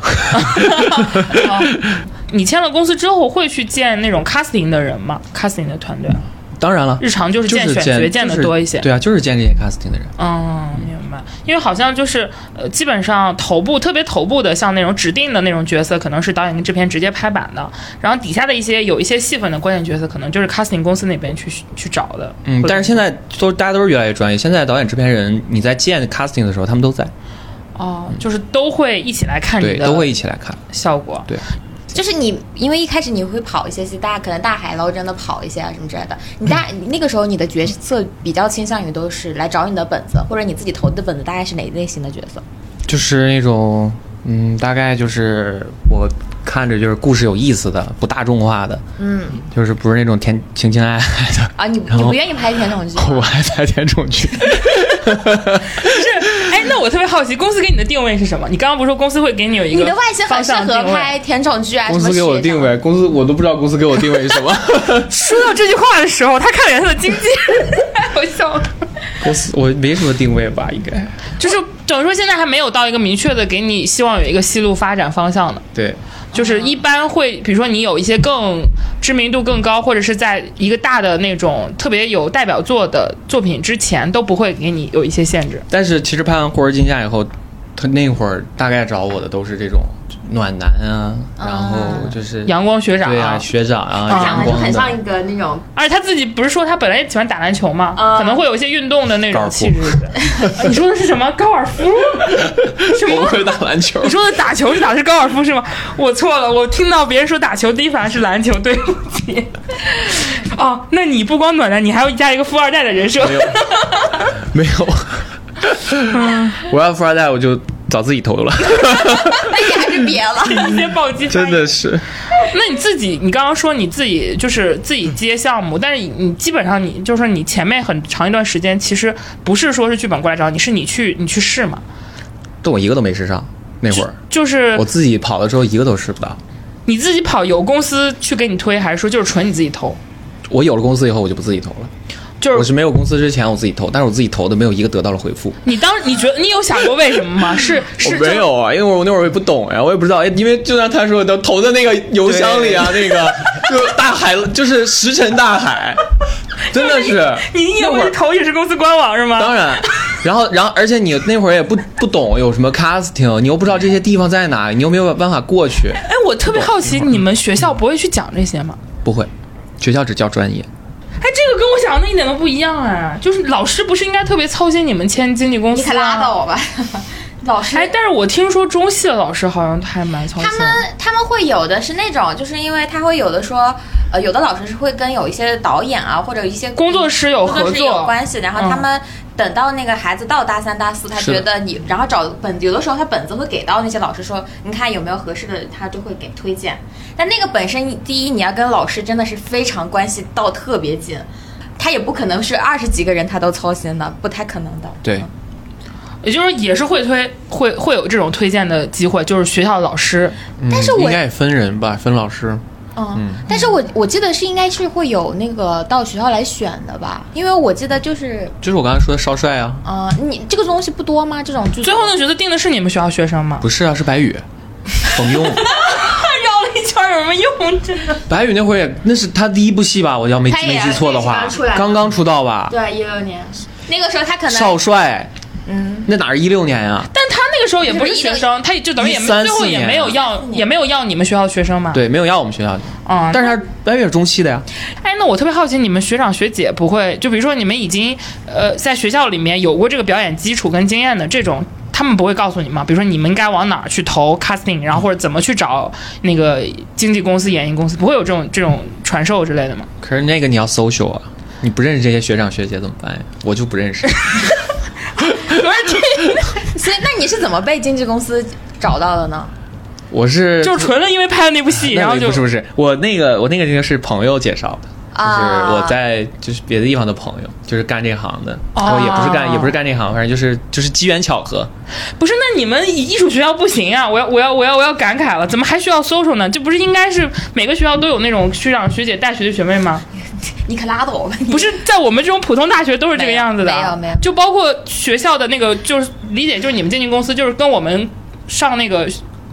Speaker 3: 你签了公司之后会去见那种 casting 的人吗？casting 的团队，
Speaker 5: 当然了，
Speaker 3: 日常就是
Speaker 5: 就
Speaker 3: 见
Speaker 5: 是
Speaker 3: 选角见的
Speaker 5: 就是
Speaker 3: 多一些。
Speaker 5: 对啊，就是见这些 casting 的人。
Speaker 3: 嗯，明白。因为好像就是呃，基本上头部特别头部的，像那种指定的那种角色，可能是导演跟制片直接拍板的。然后底下的一些有一些戏份的关键角色，可能就是 casting 公司那边去去找的。
Speaker 5: 嗯
Speaker 3: 或，者
Speaker 5: 但是现在都大家都是越来越专业。现在导演、制片人，你在见 casting 的时候，他们都在，
Speaker 3: 哦，就是都会一起来看你
Speaker 5: 对，
Speaker 3: 的
Speaker 5: 都会一起来看。
Speaker 3: 效果。
Speaker 5: 对，
Speaker 4: 就是你，因为一开始你会跑一些戏，大家可能大海捞针的跑一些啊什么之类的。你大、
Speaker 5: 嗯
Speaker 4: 你那个时候你的角色比较倾向于都是来找你的本子，或者你自己投的本子大概是哪类型的角色？
Speaker 5: 就是那种，嗯，大概就是我看着就是故事有意思的，不大众化的，嗯，就是不是那种甜情情爱爱的。
Speaker 4: 啊，你
Speaker 5: 然
Speaker 4: 你
Speaker 5: 后
Speaker 4: 不愿意拍甜宠剧？啊
Speaker 5: 我还在甜宠剧，
Speaker 3: 是，哎，那我特别好奇，公司给你的定位是什么？你刚刚不是说公司会给你有一个
Speaker 4: 你的外形很
Speaker 3: 方
Speaker 4: 适
Speaker 3: 向
Speaker 4: 合
Speaker 3: 定位
Speaker 4: 拍甜宠剧啊，
Speaker 5: 公
Speaker 4: 什
Speaker 5: 司
Speaker 4: 么
Speaker 5: 给我
Speaker 4: 学
Speaker 5: 定
Speaker 4: 长
Speaker 5: 位，公司我都不知道公司给我定位是什么。
Speaker 3: 说到这句话的时候，他看了眼他的经 纪人，太好笑了。
Speaker 5: 公司我没什么定位吧，应
Speaker 4: 嗯
Speaker 5: 该
Speaker 3: 就是等于说现在还没有到一个明确的给你希望有一个思路发展方向的，
Speaker 5: 对。
Speaker 3: 就是一般会，比如说你有一些更知名度更高，或者是在一个大的那种特别有代表作的作品之前，都不会给你有一些限制。
Speaker 5: 但是其实拍完《霍尔金夏》以后，他那会儿大概找我的都是这种暖男啊，然后就是
Speaker 3: 阳光学长
Speaker 5: 对啊，学长啊，阳
Speaker 4: 哦长得就
Speaker 5: 光
Speaker 4: 很
Speaker 5: 的
Speaker 4: 像一个那 种
Speaker 3: 而且他自己不是说他本来也喜欢打篮球嘛，
Speaker 4: 啊
Speaker 3: 可能会有一些运动的那
Speaker 5: 高尔
Speaker 3: 种气
Speaker 5: 夫
Speaker 3: 质。你说的 是什么高尔 夫？什
Speaker 5: 我
Speaker 3: 么
Speaker 5: 不？会打篮球
Speaker 3: 你。说的打球是打的是高尔夫是吗？我错了，我听到别人说打球，第一反应是篮球，对不起。哦，那你不光暖男，你还要加一个富二代的人设。
Speaker 5: 没有，没有。
Speaker 4: 嗯
Speaker 5: 我要富二代，我就早自己投了，
Speaker 4: 哎
Speaker 3: 直接暴击发言
Speaker 5: 嗯真的。是。
Speaker 3: 那你自己，你刚刚说你自己就是自己接项目，但是你基本上你就是你前面很长一段时间，其实不是说是剧本过来找你，是你去你去试嘛，
Speaker 5: 但我一个都没吃上，那会儿
Speaker 3: 就是
Speaker 5: 我自己跑了之后一个都吃不到。
Speaker 3: 你自己跑有公司去给你推，还是说就是纯你自己投？
Speaker 5: 我有了公司以后，我就不自己投了。
Speaker 3: 就是
Speaker 5: 我是没有公司之前我自己投，但是我自己投的没有一个得到了回复。
Speaker 3: 你当你觉得你有想过为什么吗？是
Speaker 5: 我
Speaker 3: 是
Speaker 5: 没有啊，因为我那会儿也不懂呀、我也不知道，哎因为就像他说的，投在那个邮箱里啊，那 个就大海，就是石沉大海，真的是。
Speaker 3: 你你
Speaker 5: 那
Speaker 3: 有
Speaker 5: 会儿
Speaker 3: 投也是公司官网是吗？
Speaker 5: 当然，然后，然后，而且你那会儿也不不懂有什么 casting，你又不知道这些地方在哪，你又没有办法过去。
Speaker 3: 哎，我特别好奇，你们学校不会去讲这些吗？
Speaker 5: 不会，学校只教专业。
Speaker 3: 哎，这个跟我想的一点都不一样哎，就是老师不是应该特别操心你们签经纪公司、
Speaker 4: 你
Speaker 3: 啊？
Speaker 4: 可拉倒吧， 老师。
Speaker 3: 哎，但是我听说中戏的老师好像还蛮操
Speaker 4: 他
Speaker 3: 心的。
Speaker 4: 们他们会有的是那种，就是因为他会有的说，呃，有的老师是会跟有一些导演啊，或者一些
Speaker 3: 工作室有
Speaker 4: 工作嗯
Speaker 3: 合
Speaker 4: 室有
Speaker 3: 作，
Speaker 4: 关系，然后他们等到那个孩子到大三大四，他
Speaker 5: 是
Speaker 4: 觉
Speaker 5: 的
Speaker 4: 得你，然后找本子，有的时候他本子会给到那些老师说，你看有没有合适的，他就会给推荐。但那个本身第一你要跟老师真的是非常关系到特别近，他也不可能是二十几个人他都操心的，不太可能的。
Speaker 5: 对，
Speaker 3: 也就是也是会推会会有这种推荐的机会，就是学校的老师。
Speaker 4: 但是我
Speaker 8: 应该也分人吧，分老师。
Speaker 4: 嗯，但是我我记得是应该是会有那个到学校来选的吧，因为我记得就是，
Speaker 5: 就是我刚才说的少帅啊，
Speaker 4: 呃，你这个东西不多吗？这种剧
Speaker 3: 最后那个角色定的是你们学校学生吗？
Speaker 5: 不是啊，是白宇，冯庸。
Speaker 3: 绕了一圈有什么用？真的，
Speaker 5: 白宇那会儿也，那是他第一部戏吧？我要没
Speaker 4: 他也
Speaker 5: 没记错的话
Speaker 4: 刚出来，
Speaker 5: 刚刚出道吧？
Speaker 4: 对一六年那个时候他可
Speaker 5: 少
Speaker 4: 能
Speaker 5: 帅，嗯，那哪是一六年啊？
Speaker 3: 但他那个时候也不是学生，他也就等于也没
Speaker 5: 13
Speaker 3: 最后也
Speaker 5: 14
Speaker 3: 没有
Speaker 5: 年啊
Speaker 3: 要也没有要你们学校的学生嘛。，
Speaker 5: 对，没有要我们学校，
Speaker 3: 嗯，
Speaker 5: 但是他白宇也是中戏的呀。
Speaker 3: 哎，那我特别好奇，你们学长学姐不会就比如说你们已经呃在学校里面有过这个表演基础跟经验的这种，他们不会告诉你吗？比如说你们应该往哪儿去投 casting，然后或者怎么去找那个经纪公司、演艺公司，不会有这种这种传授之类 的吗？
Speaker 5: 可是那个你要 social 啊，你不认识这些学长学姐怎么办呀？我就不 认识，
Speaker 4: 所以那你是怎么被经纪公司找到的呢？
Speaker 5: 我是
Speaker 3: 就是纯了因为拍的那部戏，
Speaker 5: 那
Speaker 3: 然后
Speaker 5: 我也
Speaker 3: 就
Speaker 5: 不是不是我那个我那个就是朋友介绍的。就是
Speaker 4: 啊
Speaker 5: 我在就是别的地方的朋友，就是干这行的，
Speaker 3: 哦
Speaker 5: 然后也不是干也不是干这行，反正就是就是机缘巧合。
Speaker 3: 不是，那你们艺术学校不行啊！我要我要我要我要感慨了，怎么还需要 social 呢？这不是应该是每个学校都有那种学长学姐带学弟学妹吗？
Speaker 4: 你可拉倒吧！你
Speaker 3: 不是在我们这种普通大学都是这个样子的，啊
Speaker 4: 没有没有没有
Speaker 3: 就包括学校的那个，就是理解就是你们经纪公司就是跟我们上那个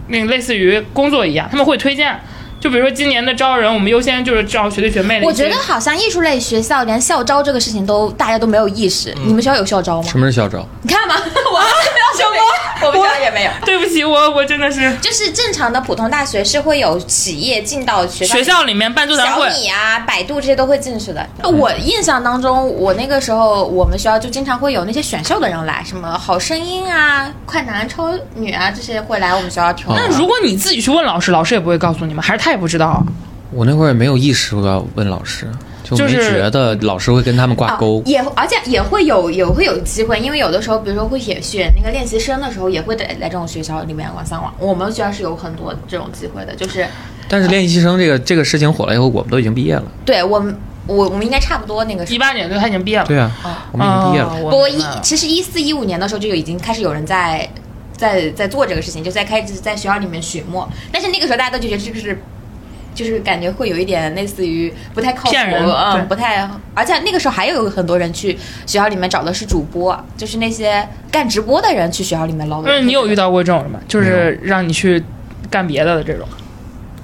Speaker 3: 那个类似于工作一样，他们会推荐，就比如说今年的招人，我们优先就是招学弟学妹的一
Speaker 4: 我
Speaker 3: 些。
Speaker 4: 觉得好像艺术类学校连校招这个事情都大家都没有意识。你们学校有校招吗？
Speaker 5: 什么是校招？
Speaker 4: 你看嘛， 啊我们学校没有，我们学校也没有。
Speaker 3: 对不起，我我真的是
Speaker 4: 就是正常的普通大学是会有企业进到学校
Speaker 3: 学
Speaker 4: 里
Speaker 3: 校里面办座谈
Speaker 4: 小
Speaker 3: 会，
Speaker 4: 米啊、百度这些都会进去的。我印象当中，我那个时候我们学校就经常会有那些选秀的人来，什么好声音啊、快男、超女啊这些会来我们学校跳。
Speaker 3: 哦那如果你自己去问老师，老师也不会告诉你吗？还是他也不知道啊？
Speaker 5: 我那会儿也没有意识到问老师，就
Speaker 3: 就
Speaker 5: 没
Speaker 3: 是
Speaker 5: 觉得老师会跟他们挂钩
Speaker 4: 啊、。也而且也会有也会有机会，因为有的时候，比如说会选选那个练习生的时候，也会在来这种学校里面往上网。我们学校是有很多这种机会的，就是
Speaker 5: 但是练习生这个这个事情火了以后，我们都已经毕业了。
Speaker 4: 对我们我我们应该差不多那个时
Speaker 3: 一
Speaker 4: 候。
Speaker 3: 八年对他已经毕业了，
Speaker 5: 对啊，我们已经毕业了。
Speaker 3: 哦
Speaker 4: 不过一
Speaker 3: 我明白了
Speaker 4: 其实一四一五年的时候就有已经开始有人在在在做这个事情，就在开始在学校里面水墨，但是那个时候大家都觉得这个是。就是感觉会有一点类似于不太靠谱，
Speaker 3: 骗人对
Speaker 4: 嗯，不太，而且那个时候还有很多人去学校里面找的是主播，就是那些干直播的人去学校里面捞的。
Speaker 3: 嗯，你有遇到过这种的吗？就是让你去干别的的这种，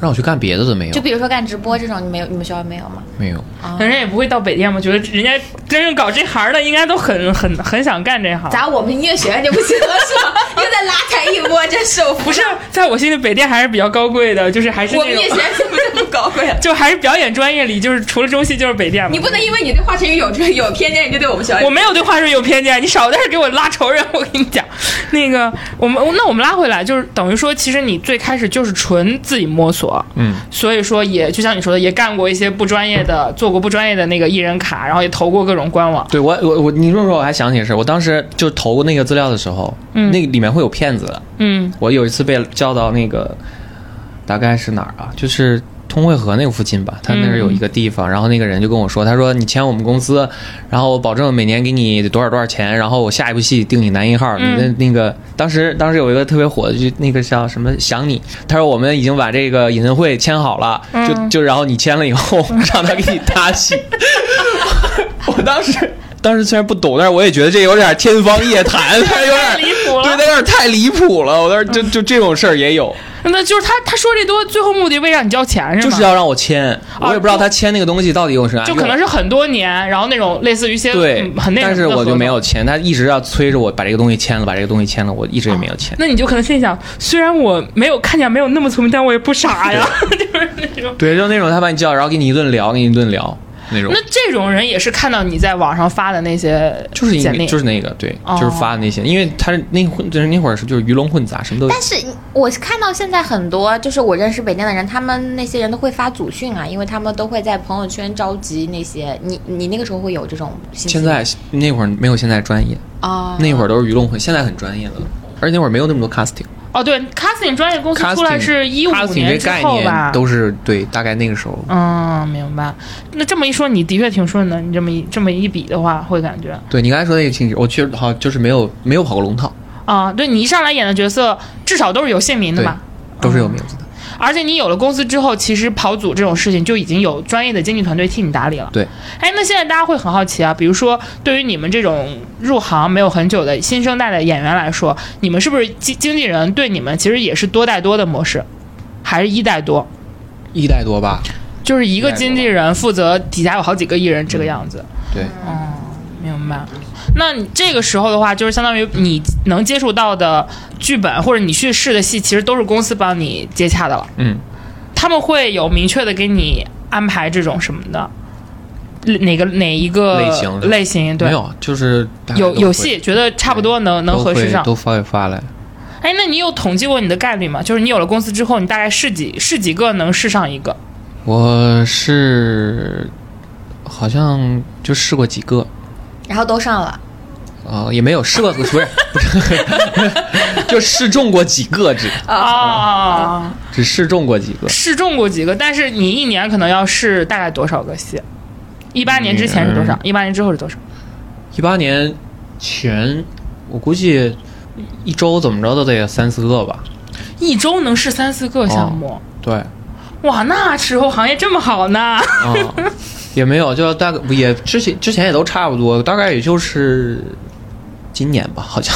Speaker 9: 让我去干别的都没有
Speaker 4: 就，比如说干直播这种，你没有，你们学校没有吗？
Speaker 9: 没有。
Speaker 3: 人家也不会到北电嘛，觉得人家真正搞这行的，应该都很很很想干这行。
Speaker 4: 咱我们音乐学院就不行了，是吧？又在拉抬一波，真受不
Speaker 3: 不是，在我心里，北电还是比较高贵的，就是还是
Speaker 4: 我
Speaker 3: 那
Speaker 4: 们音乐
Speaker 3: 种
Speaker 4: 学，院怎么这么高贵啊？
Speaker 3: 就还是表演专业里，就是除了中戏就是北电嘛。
Speaker 4: 你不能因为你对华晨宇有这有偏见，你就对我们学校
Speaker 3: 我没有对话术有偏见，你少在这儿给我拉仇人。我跟你讲，那个我们那我们拉回来，就是等于说，其实你最开始就是纯自己摸索，嗯，所以说也就像你说的，也干过一些不专业的，做过不专业的那个艺人卡，然后也投过各种官网。
Speaker 5: 对我我我，你这么说我还想起个事儿，我当时就投过那个资料的时候，嗯那个里面会有骗子的。
Speaker 3: 嗯
Speaker 5: 我有一次被叫到那个，大概是哪儿啊？就是通惠河那个附近吧，他那儿有一个地
Speaker 3: 嗯
Speaker 5: 方，然后那个人就跟我说，他说你签我们公司，然后我保证每年给你多少多少钱，然后我下一部戏定你男一号，
Speaker 3: 嗯
Speaker 5: 你的那个当时当时有一个特别火的，就那个叫什么想你，他说我们已经把这个隐身会签好了，
Speaker 3: 嗯
Speaker 5: 就就然后你签了 以后，让他给你搭戏。 我当时当时虽然不懂，但是我也觉得这有点天方夜谭，
Speaker 3: 嗯
Speaker 5: 但 是有点
Speaker 3: 太离谱了
Speaker 5: 对，但有点太离谱了。我当时就就这种事儿也有，
Speaker 3: 那就是他他说这多，最后目的为让你交钱是
Speaker 5: 就
Speaker 3: 吗？啊
Speaker 5: 是要让我签，我也不知道他签那个东西到底有啥用，
Speaker 3: 就可能是很多年，然后那种类似于一些
Speaker 5: 对
Speaker 3: 嗯、很，那种
Speaker 5: 但
Speaker 3: 的
Speaker 5: 是我
Speaker 3: 合
Speaker 5: 就
Speaker 3: 同
Speaker 5: 没有签，他一直要催着我把这个东西签了，把这个东西签了，我一直也没有签。
Speaker 3: 那你就可能心里想，虽然我没有看起来没有那么聪明，但我也不傻呀， 就是那种。
Speaker 5: 对，就那种他把你叫，然后给你一顿聊，给你一顿聊那种
Speaker 3: 那，这种人也是看到你在网上发的那些
Speaker 5: 就是
Speaker 3: 简历，
Speaker 5: 那，就是那个，对，
Speaker 3: 哦
Speaker 5: 就是发的那些，因为他是那会就是那会儿是就是鱼龙混杂，什么都有
Speaker 4: 但。是我看到现在很多就是我认识北电的人，他们那些人都会发组训啊，因为他们都会在朋友圈召集那些你你那个时候会有这种信息
Speaker 5: 现在那会儿没有现在专业，
Speaker 4: 啊，
Speaker 5: 那会儿都是鱼龙混，现在很专业了，而且那会儿没有那么多 casting。
Speaker 3: 哦，对，casting 专业公司哦出来是一五
Speaker 5: casting
Speaker 3: 年
Speaker 5: 这
Speaker 3: 之
Speaker 5: 概
Speaker 3: 后吧
Speaker 5: 念？都是对，大概那个时候。
Speaker 3: 嗯，明白。那这么一说，你的确挺顺的。你这么一这么一比的话，会感觉
Speaker 5: 对你刚才说那个情景，我确实好像就是没有没有跑过龙套，
Speaker 3: 啊，对你一上来演的角色，至少都是有姓名的
Speaker 5: 对
Speaker 3: 嘛。，
Speaker 5: 都是有名字的。
Speaker 3: 而且你有了公司之后，其实跑组这种事情就已经有专业的经纪团队替你打理了。
Speaker 5: 对，
Speaker 3: 哎，那现在大家会很好奇啊，比如说对于你们这种入行没有很久的新生代的演员来说，你们是不是经经纪人对你们其实也是多带多的模式，还是一带多？
Speaker 5: 一代多吧，
Speaker 3: 就是一个
Speaker 5: 一带多
Speaker 3: 经纪人负责底下有好几个艺人这个样子。
Speaker 5: 对，
Speaker 3: 明白。那你这个时候的话，就是相当于你能接触到的剧本或者你去试的戏，其实都是公司帮你接洽的了。
Speaker 5: 嗯，
Speaker 3: 他们会有明确的给你安排这种什么的，哪个哪一个
Speaker 5: 类型是吧
Speaker 3: 类型对
Speaker 5: 没有，就是大概
Speaker 3: 有
Speaker 5: 都
Speaker 3: 有
Speaker 5: 会
Speaker 3: 戏，觉得差不多能能
Speaker 5: 都
Speaker 3: 合适
Speaker 5: 会
Speaker 3: 上。
Speaker 5: 都发发来。
Speaker 3: 哎，那你有统计过你的概率吗？就是你有了公司之后，你大概试几试几个能试上一个？
Speaker 5: 我是好像就试过几个，
Speaker 4: 然后都上 了，
Speaker 5: 呃，也没有试过，不是不是， 就试中过几个只
Speaker 3: 啊，
Speaker 5: 只试中过几个，
Speaker 3: 试中过几个，但是你一年可能要试大概多少个戏？一八年之前是多少？一八年之后是多少？
Speaker 5: 一八年前我估计一周怎么着都得三四个吧。
Speaker 3: 一周能试三四个项目，
Speaker 5: 对，啊、
Speaker 3: 哇，那时候行业这么好 呢？
Speaker 5: 也没有，就大概也之前之前也都差不多，大概也就是今年吧，好 像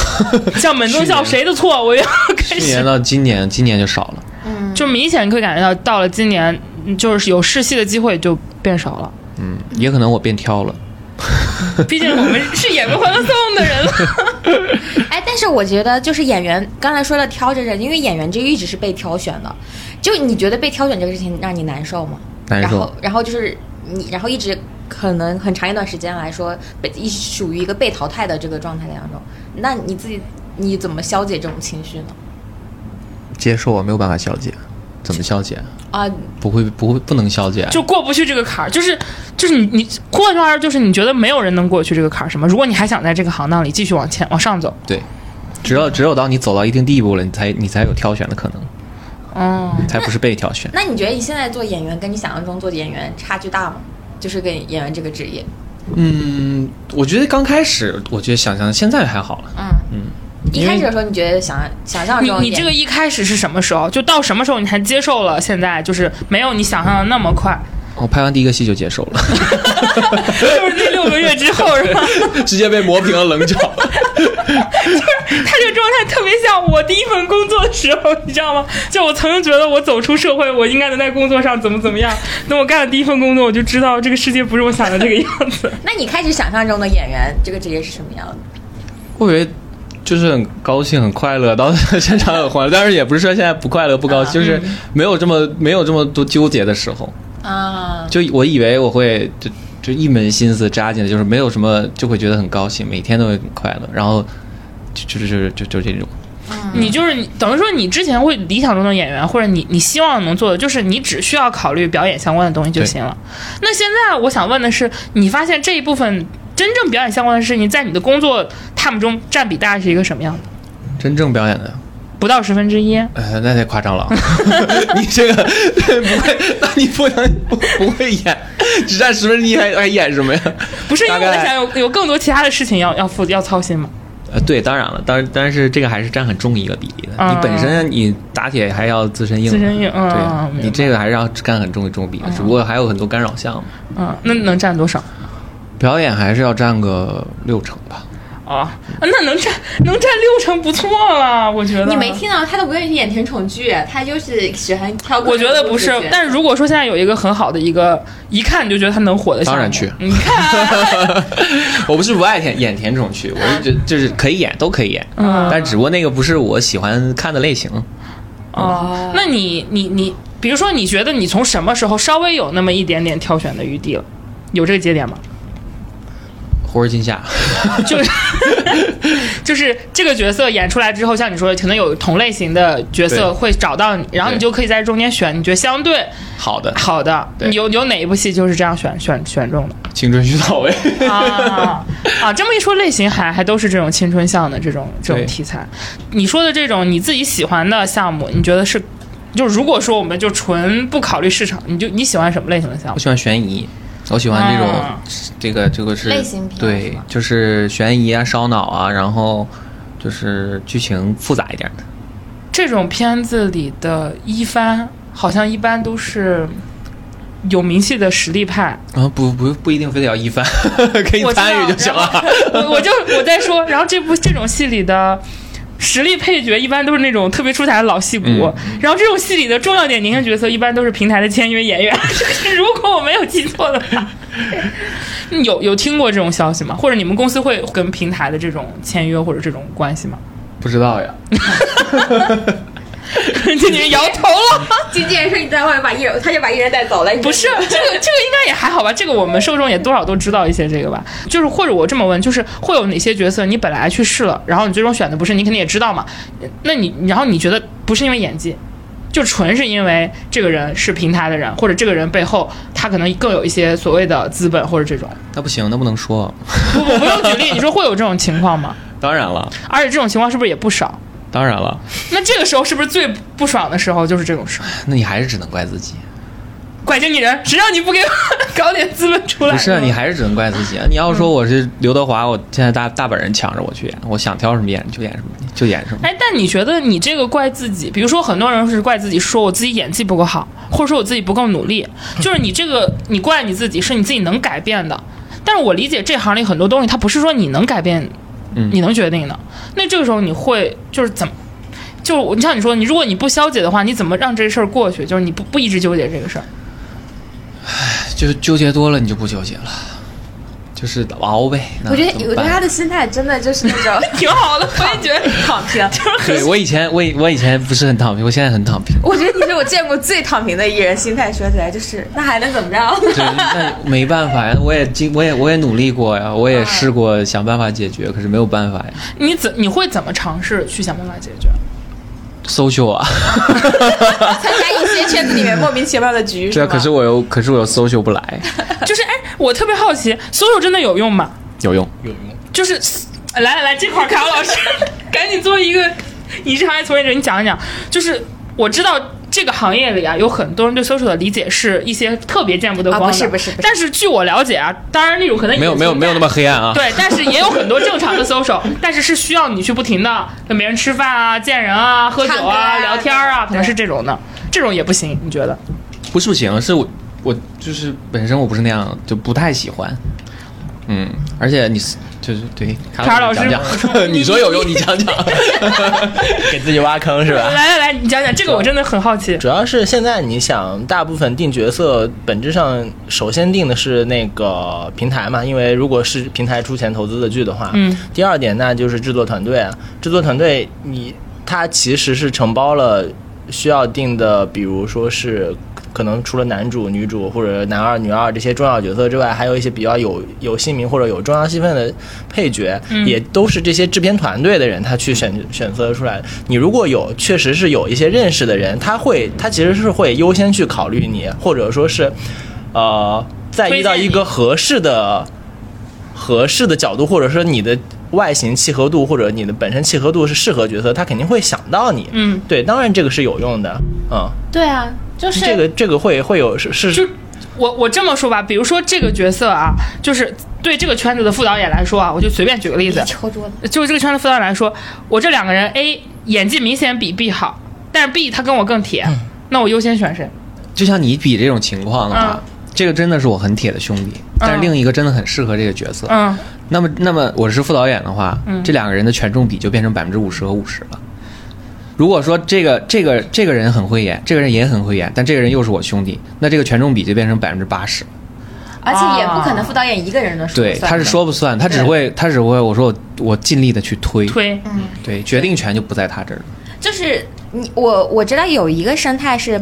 Speaker 3: 像门中笑谁的错？我要开
Speaker 5: 去年
Speaker 3: 始，
Speaker 5: 到今年，今年就少了。
Speaker 3: 就明显可以感觉到，到了今年，嗯就是有试戏的机会就变少 了。
Speaker 5: 嗯，也可能我变挑了。
Speaker 3: 毕竟我们是演过《欢乐颂》的人了。
Speaker 4: 哎，但是我觉得就是演员刚才说的挑着人，因为演员这一直是被挑选的，就你觉得被挑选这个事情让你难受吗？
Speaker 5: 难
Speaker 4: 然后
Speaker 5: 受，
Speaker 4: 然后就是你，然后一直可能很长一段时间来说，被一直属于一个被淘汰的这个状态当中，那你自己你怎么消解这种情绪呢？
Speaker 5: 接受我没有办法消解，怎么消解？
Speaker 4: 啊，
Speaker 5: 不会，不会，不能消 解。啊
Speaker 3: 就过不去这个坎儿，就是就是你你换句话说，就是你觉得没有人能过去这个坎儿，是吗？如果你还想在这个行当里继续往前往上走，
Speaker 5: 对，只有只有当你走到一定地步了，你才你才有挑选的可能，
Speaker 3: 嗯，
Speaker 5: 才不是被挑选。
Speaker 4: 那你觉得你现在做演员跟你想象中做演员差距大吗？就是跟演员这个职业，
Speaker 5: 嗯，我觉得刚开始，我觉得想象现在还好了。
Speaker 4: 一开始的时候你觉得想想象
Speaker 3: 你
Speaker 4: 中
Speaker 3: 你这个一 开始是什么时候？就到什么时候你才接受了？现在就是没有你想象的那么快。
Speaker 5: 我哦拍完第一个戏就接受了，
Speaker 3: 就是那六个月之后，是吧？
Speaker 5: 直接被磨平了棱角。
Speaker 3: 他这个状态特别像我第一份工作的时候，你知道吗？就我曾经觉得我走出社会，我应该能在工作上怎么怎么样。等我干了第一份工作，我就知道这个世界不是我想的这个样子。
Speaker 4: 嗯
Speaker 10: 那你开始想象中的演员这个职业是什么样的？
Speaker 5: 我以为就是很高兴、很快乐，到现场很欢乐，但是也不是说现在不快乐、不高兴，
Speaker 3: 嗯
Speaker 5: 就是没有这么没有这么多纠结的时候。
Speaker 10: 啊，
Speaker 5: 就我以为我会就就一门心思扎进来，就是没有什么就会觉得很高兴，每天都会很快乐，然后就就就就就这种。
Speaker 3: 你就是你等于说你之前会理想中的演员，或者你你希望能做的，就是你只需要考虑表演相关的东西就行了。那现在我想问的是，你发现这一部分真正表演相关的事情，在你的工作他们中占比大概是一个什么样的？
Speaker 5: 真正表演的，
Speaker 3: 不到十分之一。
Speaker 5: 呃，那太 夸张了。你这个不会，那你不能不不会演，只占十分之一还还演什么呀？
Speaker 3: 不是因为我
Speaker 5: 大
Speaker 3: 在
Speaker 5: 概
Speaker 3: 想有有更多其他的事情要要负要操心嘛？
Speaker 5: 呃，对，当然了，当但是这个还是占很重一个比例的。
Speaker 3: 嗯
Speaker 5: 你本身你打铁还要自身硬嘛，
Speaker 3: 自身硬嗯嗯
Speaker 5: 对，你这个还是要占很重一重比的。
Speaker 3: 哦
Speaker 5: 只不过还有很多干扰项嘛，
Speaker 3: 嗯，那能占多少？
Speaker 5: 表演还是要占个六成吧。
Speaker 3: 哦，那能占能占六成不错了，我觉得。
Speaker 10: 你没？听到他都不愿意演甜宠剧，他就是喜欢挑。
Speaker 3: 我觉得不是，但是如果说现在有一个很好的一个，一看你就觉得他能火的项目，
Speaker 5: 当然去
Speaker 3: 你看，
Speaker 5: 我不是不爱甜演甜宠剧，我是觉得就是可以演都可以演，
Speaker 3: 嗯
Speaker 5: 但只不过那个不是我喜欢看的类型。
Speaker 3: 哦，那你你你，比如说你觉得你从什么时候稍微有那么一点点挑选的余地了？有这个节点吗？
Speaker 5: 活儿今夏，
Speaker 3: 就是就是这个角色演出来之后，像你说的，可能有同类型的角色
Speaker 5: 对
Speaker 3: 会找到你，然后你
Speaker 5: 对
Speaker 3: 就可以在中间选你觉得相对
Speaker 5: 好的，
Speaker 3: 好的。
Speaker 5: 对
Speaker 3: 有有哪一部戏就是这样选选选中的
Speaker 5: 青春徐到位。
Speaker 3: 啊啊！这么一说，类型还还都是这种青春向的这种这种
Speaker 5: 对
Speaker 3: 题材。你说的这种你自己喜欢的项目，你觉得是？就如果说我们就纯不考虑市场，你就你喜欢什么类型的项
Speaker 5: 我
Speaker 3: 目？
Speaker 5: 喜欢悬疑，我喜欢这种、
Speaker 3: 啊
Speaker 5: 这个这个是
Speaker 4: 类型片是
Speaker 5: 对
Speaker 4: 吧，
Speaker 5: 就是悬疑啊、烧脑啊，然后就是剧情复杂一点的。
Speaker 3: 这种片子里的一番好像一般都是有名气的实力派，
Speaker 5: 啊，不不不一定非得要一番， 可以
Speaker 3: 我知道
Speaker 5: 参与就行了。
Speaker 3: 我我就我在说，然后这部这种戏里的。实力配角一般都是那种特别出彩的老戏骨，
Speaker 5: 嗯
Speaker 3: 然后这种戏里的重要点明星角色一般都是平台的签约演员。 如果我没有记错的话，有有听过这种消息吗？或者你们公司会跟平台的这种签约或者这种关系吗？
Speaker 5: 不知道呀，
Speaker 3: 这你们摇头了。
Speaker 10: 经纪人说你在外面把艺人，他就把艺人带走了。你
Speaker 3: 不是这个，这个应该也还好吧？这个我们受众也多少都知道一些这个吧。就是或者我这么问，就是会有哪些角色你本来去试了，然后你最终选的不是，你肯定也知道嘛。那你然后你觉得不是因为演技，就纯是因为这个人是平台的人，或者这个人背后他可能更有一些所谓的资本或者这种。
Speaker 5: 那不行，那不能说。
Speaker 3: 不不不用举例，你说会有这种情况吗？
Speaker 5: 当然了，
Speaker 3: 而且这种情况是不是也不少？
Speaker 5: 当然了，
Speaker 3: 那这个时候是不是最不爽的时候就是这种时候？
Speaker 5: 那你还是只能怪自己。
Speaker 3: 怪经纪人，谁让你不给我搞点资本出来？
Speaker 5: 不是啊，你还是只能怪自己啊！你要说我是刘德华，我现在大大把人抢着我去演，我想挑什么演就演什么，就演什么。
Speaker 3: 哎，但你觉得你这个怪自己？比如说，很多人是怪自己，说我自己演技不够好，或者说我自己不够努力。就是你这个，你怪你自己，是你自己能改变的。但是我理解这行里很多东西，它不是说你能改变，
Speaker 5: 嗯
Speaker 3: 你能决定的。那这个时候你会就是怎么？就是我，你像你说，你如果你不消解的话，你怎么让这事儿过去？就是你不不一直纠结这个事儿。
Speaker 5: 就纠结多了，你就不纠结了，就是熬呗。那
Speaker 10: 我觉得
Speaker 5: 怎么
Speaker 10: 我觉得
Speaker 5: 办
Speaker 10: 他的心态真的就是那 种
Speaker 3: 挺 好的，我也觉得。
Speaker 10: 躺平。。
Speaker 5: 对我以前我以我以前不是很躺平，我现在很躺平
Speaker 10: 我觉得你是我见过最躺平的艺人，心态说起来就是那还能怎么着？
Speaker 5: 对，那没办法呀，我也经我也我也努力过呀，我也试过想办法解决，可是没有办法呀。
Speaker 3: 你怎你会怎么尝试去想办法解决？
Speaker 5: social 啊，
Speaker 10: 参加一些圈子里面莫名其妙的局。
Speaker 5: 对啊，
Speaker 10: 吧
Speaker 5: 可 是我又可是我又 social 不来，
Speaker 3: 就是哎，我特别好奇，所有真的有用吗？
Speaker 5: 有用。
Speaker 3: 就是来来来，这块儿卡老师， 赶紧做一个你是行业从业者，你讲一讲。就是我知道这个行业里啊，有很多人对 social 的理解是一些特别见不得光的，
Speaker 10: 啊不是不是不是
Speaker 3: 但是据我了解啊，当然那种可能也
Speaker 5: 没有没有没有那么黑暗 啊。
Speaker 3: 对，但是也有很多正常的 social，但是是需要你去不停的跟别人吃饭啊、见人啊、喝酒
Speaker 10: 唱歌
Speaker 3: 啊、
Speaker 10: 啊
Speaker 3: 聊天啊，可能
Speaker 10: 对
Speaker 3: 是这种的，这种也不行，你觉得？
Speaker 5: 不是不行，是我我就是本身我不是那样，就不太喜欢。嗯，而且你就是对
Speaker 3: 卡尔老师
Speaker 5: 你讲 讲，你说有用，你讲讲。
Speaker 6: 给自己挖坑是
Speaker 5: 啊
Speaker 6: 吧？
Speaker 3: 来来来，你讲讲这个，我真的很好奇。
Speaker 6: 主要是现在你想，大部分定角色，本质上首先定的是那个平台嘛，因为如果是平台出钱投资的剧的话，
Speaker 3: 嗯，
Speaker 6: 第二点那就是制作团队啊，制作团队你它其实是承包了需要定的，比如说是可能除了男主、女主或者男二、女二这些重要角色之外，还有一些比较有有姓名或者有重要戏份的配角，也都是这些制片团队的人他去选选择出来的。你如果有确实是有一些认识的人，他会他其实是会优先去考虑你，或者说是呃，在
Speaker 3: 推
Speaker 6: 遇
Speaker 3: 荐
Speaker 6: 到一
Speaker 3: 你
Speaker 6: 个合适的。合适的角度，或者说你的外形契合度，或者你的本身契合度是适合角色，他肯定会想到你。
Speaker 3: 嗯，
Speaker 6: 对，当然这个是有用的，嗯，
Speaker 4: 对啊，就是
Speaker 6: 这个这个会会有是是
Speaker 3: 就我我这么说吧，比如说这个角色啊，就是对这个圈子的副导演来说啊，我就随便举个例子，
Speaker 4: 敲桌子。
Speaker 3: 就这个圈子副导演来说，我这两个人 A 演技明显比 B 好，但是 B 他跟我更铁，那我优先选谁？
Speaker 5: 就像你比这种情况的话，这个真的是我很铁的兄弟，但是另一个真的很适合这个角色。
Speaker 3: 嗯，
Speaker 5: 那么，那么我是副导演的话，这两个人的权重比就变成百分之五十和五十了。如果说这个这个这个人很会演，这个人也很会演，但这个人又是我兄弟，那这个权重比就变成百分之八十。
Speaker 4: 而且也
Speaker 10: 啊
Speaker 4: 不可能副导演一个人能说
Speaker 5: 对
Speaker 4: 了，算
Speaker 5: 他是说不算，他只会他只会我说我我尽力的去推，
Speaker 3: 推，
Speaker 5: 对，决定权就不在他这儿了。
Speaker 4: 就是你我我知道有一个生态是。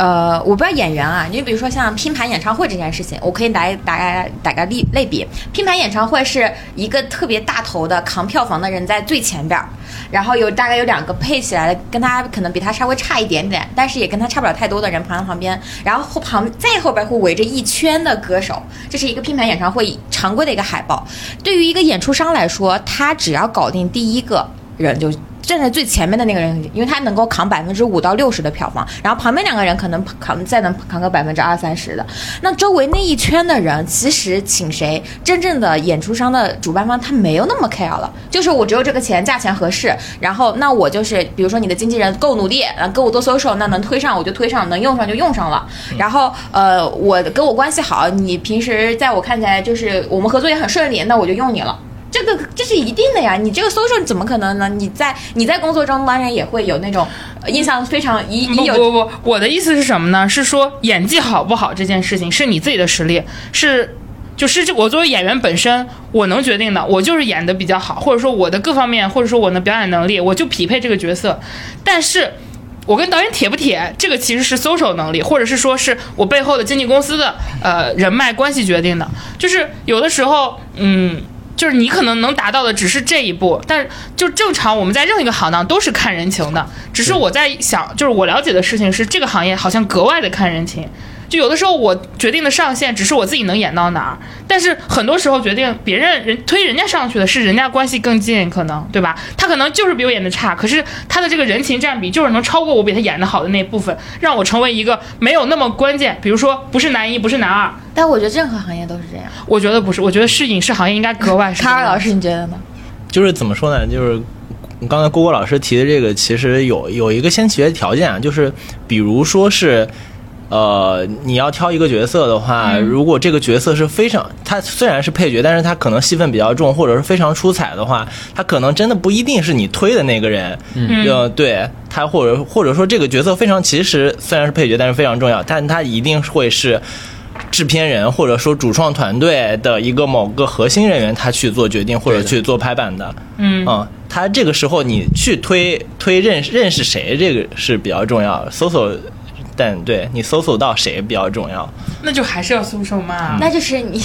Speaker 4: 呃，我不知道演员啊，你比如说像拼盘演唱会这件事情，我可以打打打个例类比，拼盘演唱会是一个特别大头的扛票房的人在最前边儿，然后有大概有两个配起来的，跟他可能比他稍微差一点点，但是也跟他差不了太多的人旁在旁边，然后后旁再后边会围着一圈的歌手，这是一个拼盘演唱会常规的一个海报。对于一个演出商来说，他只要搞定第一个人就站在最前面的那个人，因为他能够扛百分之五到六十的票房，然后旁边两个人可能扛再能扛个百分之二三十的，那周围那一圈的人，其实请谁，真正的演出商的主办方他没有那么 care 了，就是我只有这个钱，价钱合适，然后那我就是比如说你的经纪人够努力，呃跟我多搜搜，那能推上我就推上，能用上就用上了，然后呃我跟我关系好，你平时在我看起来就是我们合作也很顺利，那我就用你了。这个这是一定的呀，你这个 social 怎么可能呢？你在你在工作中当然也会有那种呃印象非常一
Speaker 3: 不
Speaker 4: 一有
Speaker 3: 嗯不不，我的意思是什么呢？是说演技好不好这件事情是你自己的实力，是就是这我作为演员本身我能决定的，我就是演的比较好，或者说我的各方面，或者说我的表演能力，我就匹配这个角色。但是我跟导演铁不铁，这个其实是 social 能力，或者是说是我背后的经纪公司的呃人脉关系决定的。就是有的时候，嗯。就是你可能能达到的只是这一步，但是就正常我们在任何一个行当都是看人情的，只是我在想，就是我了解的事情是这个行业好像格外的看人情，就有的时候我决定的上限只是我自己能演到哪儿，但是很多时候决定别人人推人家上去的是人家关系更近，可能对吧？他可能就是比我演的差，可是他的这个人情占比就是能超过我比他演的好的那部分，让我成为一个没有那么关键，比如说不是男一，不是男二，
Speaker 4: 但我觉得任何行业都是这样。
Speaker 3: 我觉得不是，我觉得是影视行业应该格外是这
Speaker 4: 卡
Speaker 3: 样。
Speaker 4: 尔老师，你觉得呢？
Speaker 6: 就是怎么说呢？就是刚才郭郭老师提的这个，其实有有一个先决条件啊，就是比如说是。呃，你要挑一个角色的话，如果这个角色是非常，他虽然是配角，但是他可能戏份比较重，或者是非常出彩的话，他可能真的不一定是你推的那个人。嗯，呃，对他或者或者说这个角色非常，其实虽然是配角，但是非常重要，但他一定会是制片人或者说主创团队的一个某个核心人员，他去做决定或者
Speaker 5: 对的
Speaker 6: 去做拍板的。嗯他这个时候你去推推认识认识谁，这个是比较重要的。搜索，但对你搜索到谁比较重要。
Speaker 3: 那就还是要 social 嘛。
Speaker 4: 那就是你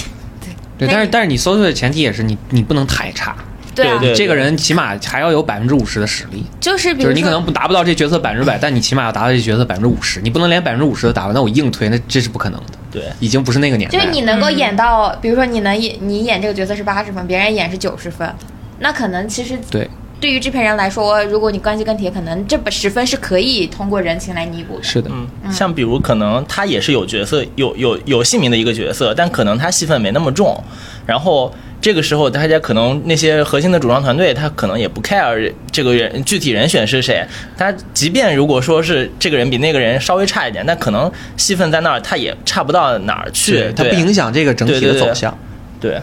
Speaker 5: 对，但是但是你搜索的前提也是你你不能太差，
Speaker 4: 对啊，
Speaker 6: 对对
Speaker 5: 这个人起码还要有百分之五十的实力，
Speaker 4: 就是比
Speaker 5: 就
Speaker 4: 如
Speaker 5: 是你可
Speaker 4: 说
Speaker 5: 能不达不到这角色百分之百，但你起码要达到这角色百分之五十，你不能连百分之五十都达不到，那我硬推那这是不可能的，
Speaker 6: 对，
Speaker 5: 已经不是那个年代
Speaker 4: 就是
Speaker 5: 了。
Speaker 4: 你能够演到，比如说你能演你演这个角色是八十分，别人演是九十分，那可能其实
Speaker 5: 对
Speaker 4: 对于制片人来说，如果你关系更铁，可能这十分是可以通过人情来弥补的。
Speaker 11: 是的，
Speaker 5: 嗯
Speaker 6: 像比如可能他也是有角色，有有有姓名的一个角色，但可能他戏份没那么重，然后。这个时候，大家可能那些核心的主创团队，他可能也不 care 这个人具体人选是谁。他即便如果说是这个人比那个人稍微差一点，但可能戏份在那儿，他也差不到哪儿去。
Speaker 5: 它
Speaker 6: 对
Speaker 5: 不影响这个整体
Speaker 6: 对对
Speaker 5: 的
Speaker 6: 对
Speaker 5: 走向。
Speaker 6: 对，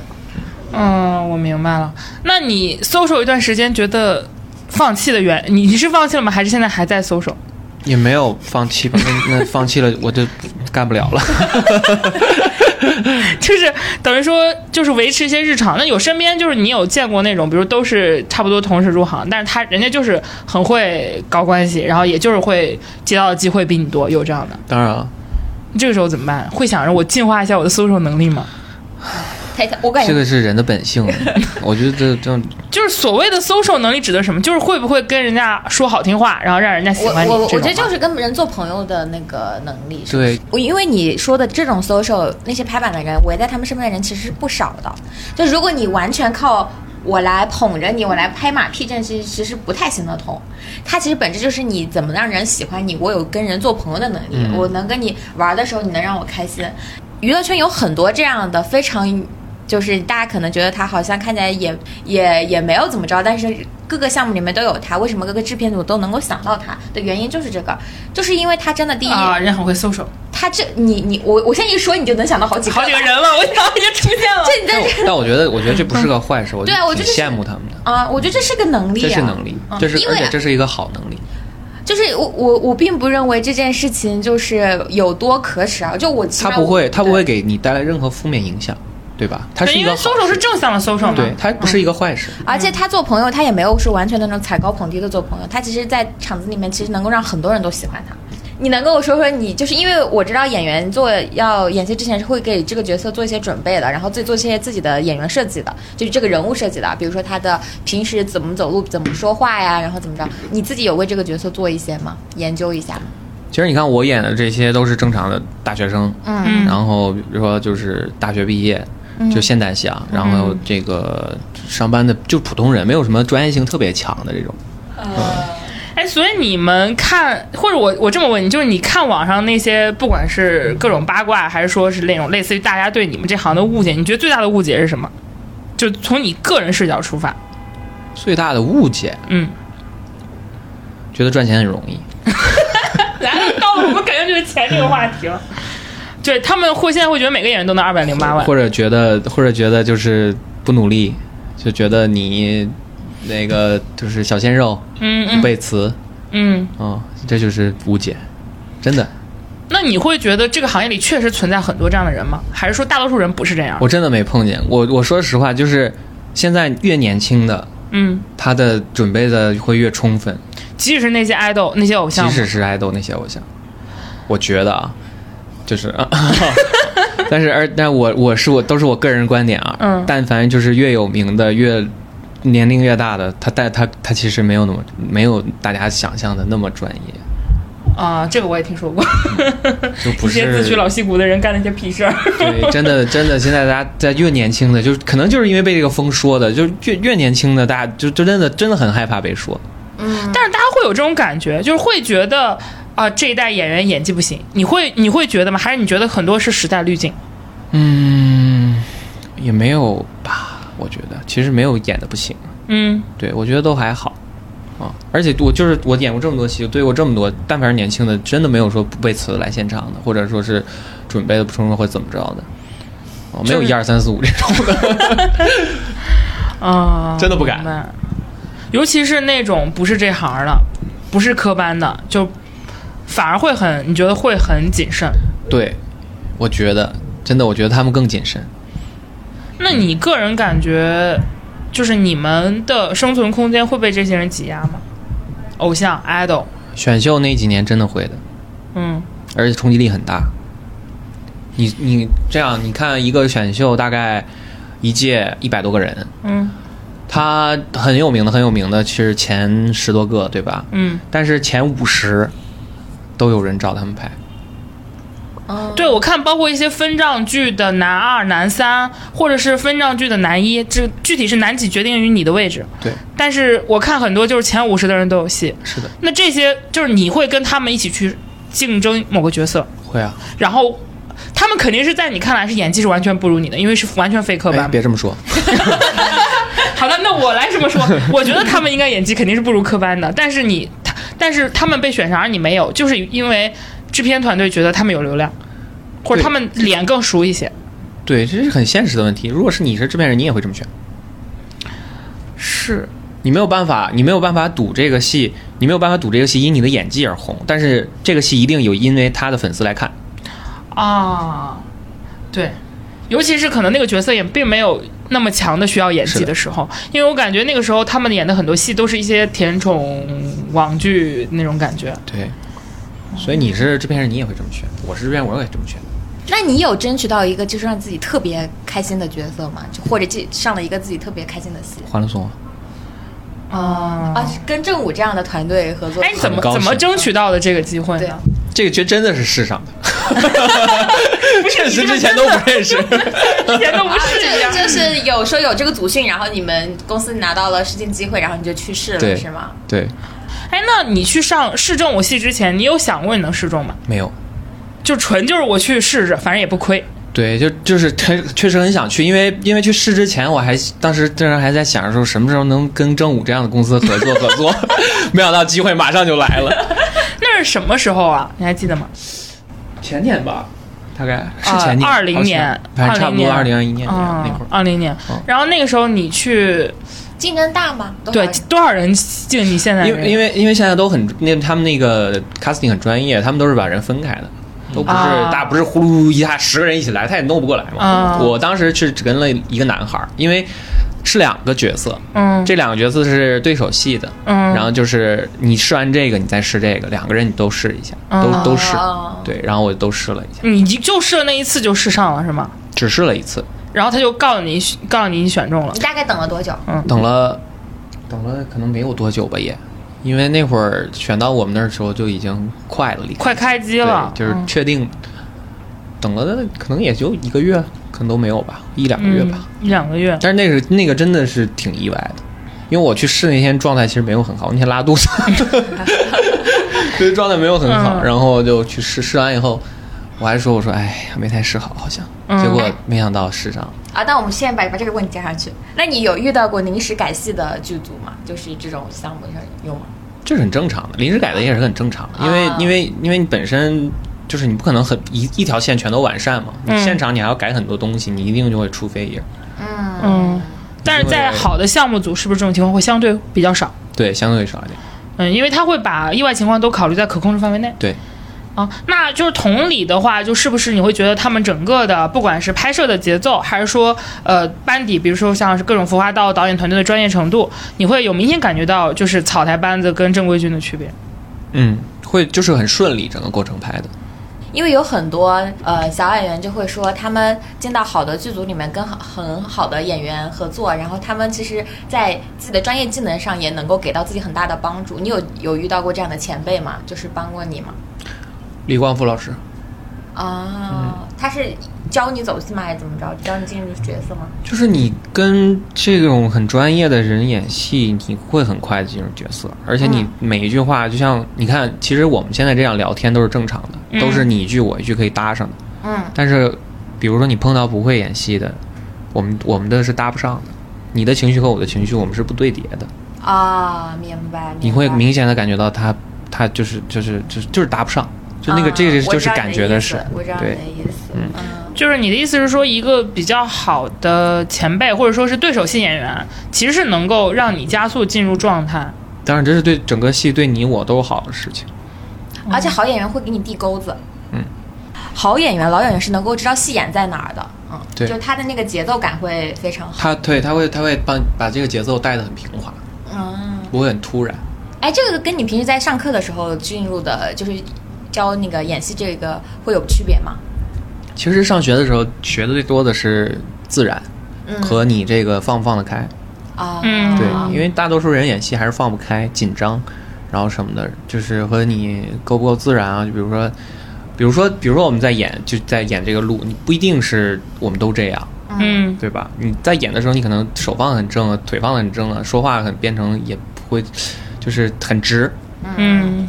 Speaker 3: 嗯，我明白了。那你搜索一段时间，觉得放弃的原你你是放弃了吗？还是现在还在搜索？
Speaker 5: 也没有放弃吧，那那放弃了我就干不了了。
Speaker 3: 就是等于说，就是维持一些日常。那有身边就是你有见过那种，比如都是差不多同时入行，但是他人家就是很会搞关系，然后也就是会接到的机会比你多，有这样的。
Speaker 5: 当然啊，
Speaker 3: 这个时候怎么办？会想着我进化一下我的搜索能力吗？
Speaker 4: 他他我感觉
Speaker 5: 这个是人的本性，啊 我觉得这这
Speaker 3: 就是所谓的搜索能力指的什么？就是会不会跟人家说好听话，然后让人家喜
Speaker 4: 我
Speaker 3: 欢你
Speaker 4: 我我
Speaker 3: 这
Speaker 4: 觉得
Speaker 3: 种
Speaker 4: 就
Speaker 3: 吗？
Speaker 4: 是跟人做朋友的那个能力。是吧
Speaker 5: 对
Speaker 4: 我因为你说的这种 social 那些拍板的人，围在他们身边的人其实是不少的。就如果你完全靠我来捧着你，我来拍马屁，这件事情其实不太行得通。它其实本质就是你怎么让人喜欢你，我有跟人做朋友的能力，
Speaker 3: 嗯
Speaker 4: 我能跟你玩的时候，你能让我开心。娱乐圈有很多这样的非常。就是大家可能觉得他好像看起来也也也没有怎么着，但是各个项目里面都有他。为什么各个制片组都能够想到他的原因就是这个，就是因为他真的第一，
Speaker 3: 啊，人很会搜索，
Speaker 4: 他这你你我我现在一说你就能想到好几个
Speaker 3: 好几个人了，我想已经出现了。
Speaker 4: 这你在
Speaker 5: 但我觉得我觉得这不是个坏事，我
Speaker 4: 对啊我觉
Speaker 5: 挺
Speaker 4: 得是
Speaker 5: 羡慕他们的，
Speaker 4: 啊，我觉得这是个能力、啊，
Speaker 5: 这是能力，这是
Speaker 4: 因为
Speaker 5: 而且这是一个好能力。
Speaker 4: 就是我我我并不认为这件事情就是有多可耻啊，就我起
Speaker 5: 他
Speaker 4: 码
Speaker 5: 不会，他不
Speaker 4: 对
Speaker 5: 会给你带来任何负面影响，对吧？他是一
Speaker 3: 因
Speaker 5: 个
Speaker 3: 为
Speaker 5: 好
Speaker 3: 搜索是
Speaker 5: 事
Speaker 3: 正向的搜索嘛。
Speaker 5: 对，他
Speaker 4: 嗯
Speaker 5: 不是一个坏事。
Speaker 4: 而
Speaker 12: 嗯
Speaker 4: 且他做朋友，他也没有说完全那种踩高捧低的做朋友，他其实，在场子里面其实能够让很多人都喜欢他。你能跟我说说你，就是因为我知道演员做要演戏之前是会给这个角色做一些准备的，然后自己做一些自己的演员设计的，就是这个人物设计的，比如说他的平时怎么走路、怎么说话呀，然后怎么着，你自己有为这个角色做一些吗？研究一下吗？
Speaker 5: 其实你看我演的这些都是正常的大学生，
Speaker 3: 嗯
Speaker 5: 然后比如说就是大学毕业，就现代戏啊，
Speaker 3: 嗯
Speaker 5: 然后这个上班的就普通人，没有什么专业性特别强的这种。
Speaker 3: 哎，所以你们看，或者我我这么问你，就是你看网上那些，不管是各种八卦，还是说是那种类似于大家对你们这行的误解，你觉得最大的误解是什么？就从你个人视角出发，
Speaker 5: 最大的误解，
Speaker 3: 嗯，
Speaker 5: 觉得赚钱很容易，
Speaker 3: 来了，到了我们感觉就是钱这个话 题了。就是他们会现在会觉得每个演员都能二百零八万，
Speaker 5: 或者觉得或者觉得就是不努力，就觉得你那个就是小鲜肉，
Speaker 3: 嗯嗯
Speaker 5: 背词，
Speaker 3: 嗯，
Speaker 5: 嗯，这就是误解，真的，
Speaker 3: 那你会觉得这个行业里确实存在很多这样的人吗？还是说大多数人不是这样？
Speaker 5: 我真的没碰见。我我说实话，就是现在越年轻的，
Speaker 3: 嗯，
Speaker 5: 他的准备的会越充分，
Speaker 3: 即使是那些爱豆、那些偶像
Speaker 5: 即
Speaker 3: 吗，
Speaker 5: 使是爱豆那些偶像，我觉得啊，就是， 但是而但我我是我都是我个人观点啊，
Speaker 3: 嗯
Speaker 5: 但凡就是越有名的越。年龄越大的他，但他他其实没有那么没有大家想象的那么专业，
Speaker 3: 啊、这个我也听说过，
Speaker 5: 就不
Speaker 3: 一些
Speaker 5: 是
Speaker 3: 自诩老戏骨的人干的一些屁事儿。
Speaker 5: 对，真的真的，现在大家在越年轻的，就是可能就是因为被这个风说的，就是越越年轻的，大家就就真的真的很害怕被说。
Speaker 3: 但是大家会有这种感觉，就是会觉得啊、这一代演员演技不行，你会你会觉得吗？还是你觉得很多是时代滤镜？
Speaker 5: 嗯，也没有吧，我觉得其实没有演的不行，
Speaker 3: 嗯，
Speaker 5: 对我觉得都还好啊。而且我就是我演过这么多戏，对过这么多，但凡是年轻的，真的没有说不背词来现场的，或者说是准备的不充分或怎么着的。哦，没有
Speaker 3: 就是
Speaker 5: 一二三四五这种的，
Speaker 3: 啊、
Speaker 5: 真的不敢
Speaker 3: 明白。尤其是那种不是这行的，不是科班的，就反而会很，你觉得会很谨慎。
Speaker 5: 对，我觉得真的，我觉得他们更谨慎。
Speaker 3: 那你个人感觉，就是你们的生存空间会被这些人挤压吗？偶像、idol，
Speaker 5: 选秀那几年真的会的，
Speaker 3: 嗯，
Speaker 5: 而且冲击力很大。你你这样，你看一个选秀大概一届一百多个人，
Speaker 3: 嗯，
Speaker 5: 他很有名的很有名的是前十多个，对吧？
Speaker 3: 嗯，
Speaker 5: 但是前五十都有人找他们拍，
Speaker 3: 对，我看包括一些分账剧的男二、男三，或者是分账剧的男一，这具体是男几决定于你的位置。
Speaker 13: 对，
Speaker 3: 但是我看很多就是前五十的人都有戏。
Speaker 13: 是的，
Speaker 3: 那这些就是你会跟他们一起去竞争某个角色，
Speaker 13: 会啊。
Speaker 3: 然后他们肯定是在你看来是演技是完全不如你的，因为是完全非科
Speaker 13: 哎
Speaker 3: 班。
Speaker 13: 别这么说，
Speaker 3: 好的，那我来这么说，我觉得他们应该演技肯定是不如科班的，但是你他，但是他们被选上，而你没有，就是因为制片团队觉得他们有流量，或者
Speaker 5: 对
Speaker 3: 他们脸更熟一些。
Speaker 5: 对，这是很现实的问题。如果是你是制片人，你也会这么选。
Speaker 3: 是，
Speaker 5: 你没有办法，你没有办法赌这个戏，你没有办法赌这个戏因你的演技而红，但是这个戏一定有因为他的粉丝来看。
Speaker 3: 啊，对，尤其是可能那个角色也并没有那么强的需要演技的时候，因为我感觉那个时候他们演的很多戏都是一些甜宠网剧那种感觉。
Speaker 5: 对，所以你是制片人，你也会这么选；我是制片人，我也这么选。
Speaker 12: 那你有争取到一个就是让自己特别开心的角色吗？就或者这上了一个自己特别开心的戏
Speaker 5: 欢乐颂啊，
Speaker 3: 啊，
Speaker 12: 啊？跟正午这样的团队合作，
Speaker 3: 哎，怎么
Speaker 5: 很高
Speaker 3: 怎么
Speaker 5: 兴
Speaker 3: 争取到的这个机会
Speaker 12: 对
Speaker 3: 呢？
Speaker 5: 这个剧真的是世上的， 确实之前都不认识。
Speaker 3: 以前都不
Speaker 4: 啊，
Speaker 3: 是一样
Speaker 4: 就。就是有说有这个组训，然后你们公司拿到了试镜机会，然后你就去试了，
Speaker 5: 对
Speaker 4: 是吗？
Speaker 5: 对，
Speaker 3: 哎，那你去上试中午戏之前，你有想过你能试中吗？
Speaker 5: 没有。
Speaker 3: 就纯就是我去试试，反正也不亏。
Speaker 5: 对，就就是他确实很想去，因为因为去试之前，我还当时当时还在想着说什么时候能跟正午这样的公司合作合作，没想到机会马上就来了。
Speaker 3: 那是什么时候啊？你还记得吗？
Speaker 5: 前年吧，大概是
Speaker 3: 啊
Speaker 5: 前年，
Speaker 3: 20
Speaker 5: 好像
Speaker 3: 年
Speaker 5: 反正差不多二
Speaker 3: 20
Speaker 5: 零
Speaker 3: 年啊
Speaker 5: 二一年那样那会儿。
Speaker 3: 二零年
Speaker 5: 嗯。
Speaker 3: 然后那个时候你去，
Speaker 4: 竞争大吗？多少
Speaker 3: 对
Speaker 4: 人
Speaker 3: 多少人进你现在
Speaker 5: 因为因为因为现在都很那他们那个 casting 很专业，他们都是把人分开的，都不是、
Speaker 3: 啊
Speaker 5: 大不是呼噜一下十个人一起来，他也弄不过来嘛。
Speaker 3: 啊
Speaker 5: 我当时是只跟了一个男孩儿，因为是两个角色，
Speaker 3: 嗯
Speaker 5: 这两个角色是对手戏的，
Speaker 3: 嗯
Speaker 5: 然后就是你试完这个，你再试这个，两个人你都试一下，都、
Speaker 3: 嗯
Speaker 5: 都试
Speaker 4: 哦，
Speaker 5: 对，然后我都试了一下，
Speaker 3: 你就试了那一次就试上了是吗？
Speaker 5: 只试了一次，
Speaker 3: 然后他就告诉你告诉你你选中了嗯
Speaker 4: 你大概等了多久？
Speaker 5: 等了等了可能没有多久吧也，因为那会儿选到我们那儿的时候就已经快了，离开
Speaker 3: 快开机了，嗯
Speaker 5: 对就是确定，等了可能也就一个月，可能都没有吧，一两个月吧。
Speaker 3: 嗯一两个月。
Speaker 5: 但是那个那个真的是挺意外的，因为我去试那天状态其实没有很好，那天拉 肚子，就是状态没有很好，
Speaker 3: 嗯
Speaker 5: 然后就去试试完以后，我还说我说哎呀没太试好，好像，
Speaker 3: 嗯
Speaker 5: 结果没想到试上了。
Speaker 4: 啊，那我们现在把把这个问题加上去。那你有遇到过临时改戏的剧组吗？就是这种项目上有吗？
Speaker 5: 这是很正常的，临时改的也是很正常的，因为、
Speaker 4: 啊
Speaker 5: 因为因为你本身就是你不可能很一一条线全都完善嘛，你
Speaker 3: 嗯
Speaker 5: 现场你还要改很多东西，你一定就会出飞页，
Speaker 3: 嗯，但是在好的项目组，是不是这种情况会相对比较少？
Speaker 5: 对，相对少一点，
Speaker 3: 嗯，因为他会把意外情况都考虑在可控制范围内。
Speaker 5: 对。
Speaker 3: 啊，那就是同理的话，就是不是你会觉得他们整个的，不管是拍摄的节奏，还是说呃班底，比如说像是各种服化道、导演团队的专业程度，你会有明显感觉到就是草台班子跟正规军的区别。
Speaker 5: 嗯，会就是很顺利整个过程拍的，
Speaker 4: 因为有很多呃小演员就会说，他们进到好的剧组里面跟很很好的演员合作，然后他们其实在自己的专业技能上也能够给到自己很大的帮助。你有有遇到过这样的前辈吗？就是帮过你吗？
Speaker 5: 李光复老师。
Speaker 4: 啊，他是教你走戏吗，还是怎么着？教你进入角色吗？
Speaker 5: 就是你跟这种很专业的人演戏，你会很快进入角色，而且你
Speaker 4: 嗯
Speaker 5: 每一句话，就像你看，其实我们现在这样聊天都是正常的，都是你一句我一句可以搭上的。
Speaker 4: 嗯，
Speaker 5: 但是比如说你碰到不会演戏的，我们我们的是搭不上的，你的情绪和我的情绪我们是不对叠的，
Speaker 4: 啊，明白。
Speaker 5: 你会
Speaker 4: 白
Speaker 5: 明显的感觉到他他就是就是就是就是搭不上，就那个、
Speaker 4: 啊
Speaker 5: 这个
Speaker 4: 我
Speaker 5: 就
Speaker 4: 知
Speaker 5: 是
Speaker 4: 道
Speaker 5: 感
Speaker 4: 你
Speaker 5: 觉
Speaker 4: 的意
Speaker 5: 是
Speaker 4: 思我知道你
Speaker 5: 对
Speaker 4: 的意思。嗯，
Speaker 3: 就是你的意思是说，一个比较好的前辈或者说是对手戏演员，其实是能够让你加速进入状态。
Speaker 5: 当然这是对整个戏对你我都好的事情。
Speaker 4: 而且好演员会给你递钩子。嗯，好演员、老演员是能够知道戏演在哪儿的。嗯，
Speaker 5: 对
Speaker 4: 就他的那个节奏感会非常好。
Speaker 5: 他对他会他会帮把这个节奏带得很平滑，
Speaker 4: 嗯，
Speaker 5: 不会很突然。
Speaker 4: 哎，这个跟你平时在上课的时候进入的，就是教那个演戏这个会有区别吗？
Speaker 5: 其实上学的时候学的最多的是自然，和你这个放不放得开。
Speaker 4: 嗯啊，
Speaker 3: 嗯
Speaker 5: 对，因为大多数人演戏还是放不开、紧张，然后什么的，就是和你够不够自然啊。就比如说比如说，比如说我们在演，就在演这个路，你不一定是我们都这样，
Speaker 3: 嗯，
Speaker 5: 对吧？你在演的时候，你可能手放得很正啊，腿放得很正啊，说话很变成也不会，就是很直。
Speaker 3: 嗯，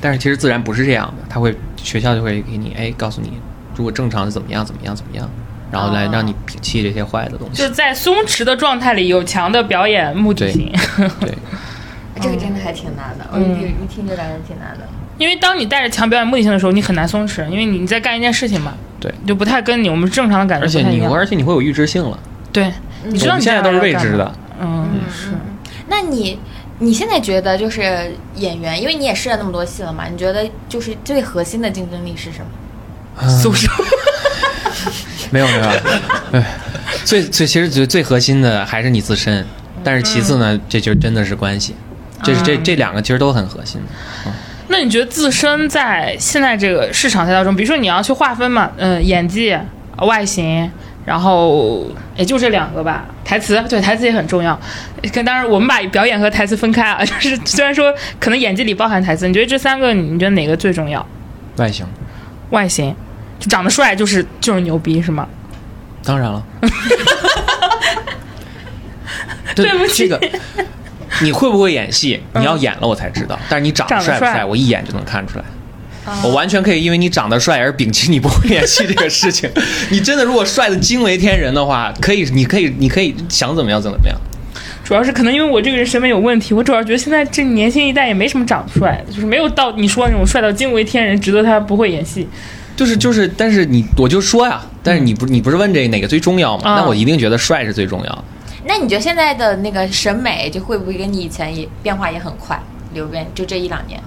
Speaker 5: 但是其实自然不是这样的，他会学校就会给你哎告诉你，如果正常是怎么样怎么样怎么样，然后来让你摒弃这些坏的东西
Speaker 3: 就。在松弛的状态里有强的表演目的性，
Speaker 5: 对，
Speaker 4: 这个真的还挺难的，
Speaker 3: 嗯
Speaker 4: 我一听一听就感觉挺难的。
Speaker 3: 因为当你带着强表演目的性的时候，你很难松弛，因为你你在干一件事情嘛，
Speaker 5: 对
Speaker 3: 你就不太跟你我们正常的感觉不
Speaker 5: 而
Speaker 3: 太
Speaker 5: 且
Speaker 3: 一样，
Speaker 5: 你而且你会有预知性了，
Speaker 3: 对，你知
Speaker 5: 我
Speaker 3: 道
Speaker 5: 们
Speaker 3: 你
Speaker 5: 现在都是未知
Speaker 3: 将来要
Speaker 5: 的
Speaker 3: 干嘛，，嗯，是，
Speaker 4: 那你你现在觉得就是演员，因为你也试了那么多戏了嘛，你觉得就是最核心的竞争力是什么？
Speaker 3: 松弛，
Speaker 5: 没有没有， 哎，最最其实最最核心的还是你自身，但是其次呢，这就真的是关系，这是
Speaker 3: 嗯
Speaker 5: 这这两个其实都很核心的。
Speaker 3: 那你觉得自身在现在这个市场赛道中，比如说你要去划分嘛，嗯、演技、外形，然后也就这两个吧。台词，对，台词也很重要。跟当然，我们把表演和台词分开啊， 就是虽然说可能演技里包含台词，你觉得这三个，你你觉得哪个最重要？
Speaker 5: 外形，
Speaker 3: 外形，就长得帅就是就是牛逼是吗？
Speaker 5: 当 然了，
Speaker 3: 对不起
Speaker 5: 这个。你会不会演戏？你要演了我才知道。但是你嗯长得
Speaker 3: 长得
Speaker 5: 帅不嗯
Speaker 3: 帅
Speaker 5: 帅，我一眼就能看出来。我完全可以因为你长得帅而摒弃你不会演戏这个事 情。你真的如果帅的惊为天人的话，可以，你可以，你可以想怎么样怎么样。
Speaker 3: 主要是可能因为我这个人审美有问题，我主要觉得现在这年轻一代也没什么长得帅的，就是没有到你说那种帅到惊为天人，值得他不会演戏。
Speaker 5: 就是就是，但是你我就说呀，但是你不你不是问这哪个最重要吗？
Speaker 3: 啊
Speaker 5: 那我一定觉得帅是最重要的。
Speaker 4: 那你觉得现在的那个审美，就会不会跟你以前也变化也很快，流变就这一两年？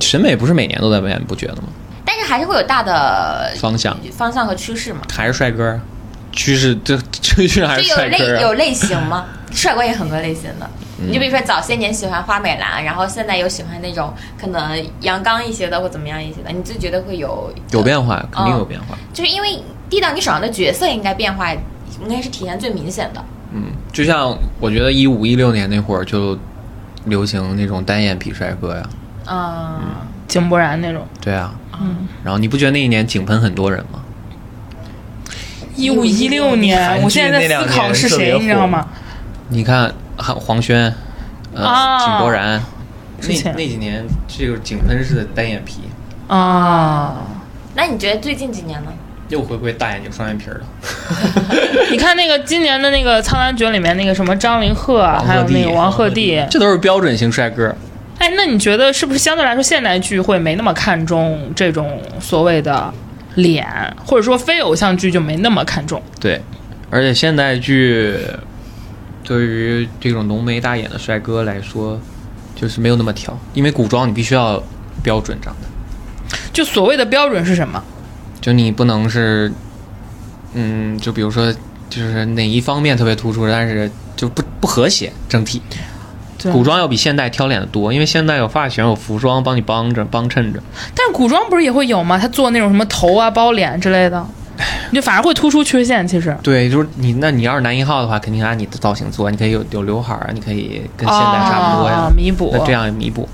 Speaker 5: 审美不是每年都在变，你不觉得吗？
Speaker 4: 但是还是会有大的
Speaker 5: 方向
Speaker 4: 方向和趋势嘛？
Speaker 5: 还是帅哥啊，趋势这趋势还
Speaker 4: 就是有
Speaker 5: 帅
Speaker 4: 类
Speaker 5: 哥
Speaker 4: 有
Speaker 5: 啊。嗯
Speaker 4: 类型吗？帅哥也很多类型的，你就比如说早些年喜欢花美男，然后现在有喜欢那种可能阳刚一些的或怎么样一些的，你就觉得会有
Speaker 5: 有变化，肯
Speaker 4: 哦
Speaker 5: 定有变化。
Speaker 4: 就是因为递到你手上的角色应该变化，应该是体现最明显的。
Speaker 5: 嗯，就像我觉得一五一六年那会儿就流行那种单眼皮帅哥呀，
Speaker 4: 嗯，
Speaker 3: 井柏然那种，
Speaker 5: 对啊，嗯。然后你不觉得那一年井喷很多人吗？
Speaker 3: 一五一六
Speaker 6: 韩
Speaker 3: 年，
Speaker 6: 剧
Speaker 3: 我现在在思考是谁，你知道吗？
Speaker 5: 你看韩黄轩，呃，
Speaker 3: 啊
Speaker 5: 井柏然，
Speaker 3: 之
Speaker 5: 那
Speaker 3: 前
Speaker 5: 那几年这个井喷式的单眼皮
Speaker 3: 啊！
Speaker 4: 那你觉得最近几年呢？
Speaker 5: 又回归大眼睛双眼皮儿了。
Speaker 3: 你看那个今年的那个《苍兰诀》里面那个什么张凌赫啊，
Speaker 5: 王鹤
Speaker 3: 还有
Speaker 5: 棣
Speaker 3: 那个王鹤棣，
Speaker 5: 这都是标准型帅哥。
Speaker 3: 哎，那你觉得是不是相对来说现代剧会没那么看重这种所谓的脸，或者说非偶像剧就没那么看重？
Speaker 5: 对，而且现代剧对于这种浓眉大眼的帅哥来说，就是没有那么挑，因为古装你必须要标准长的，
Speaker 3: 就所谓的标准是什么？
Speaker 5: 就你不能是，嗯，就比如说就是哪一方面特别突出，但是就不不和谐整体。
Speaker 3: 对
Speaker 5: 古，装要比现代挑脸的多，因为现代有发型、有服装帮你帮着帮衬着。
Speaker 3: 但是古装不是也会有吗？他做那种什么头啊、包脸之类 的，你就反而会突出缺陷。其实，
Speaker 5: 对，就是你，那你要是男一号的话，肯定按你的造型做，你可以有有刘海儿啊，你可以跟现代差不多呀，
Speaker 3: 啊弥补
Speaker 5: 那这样弥补。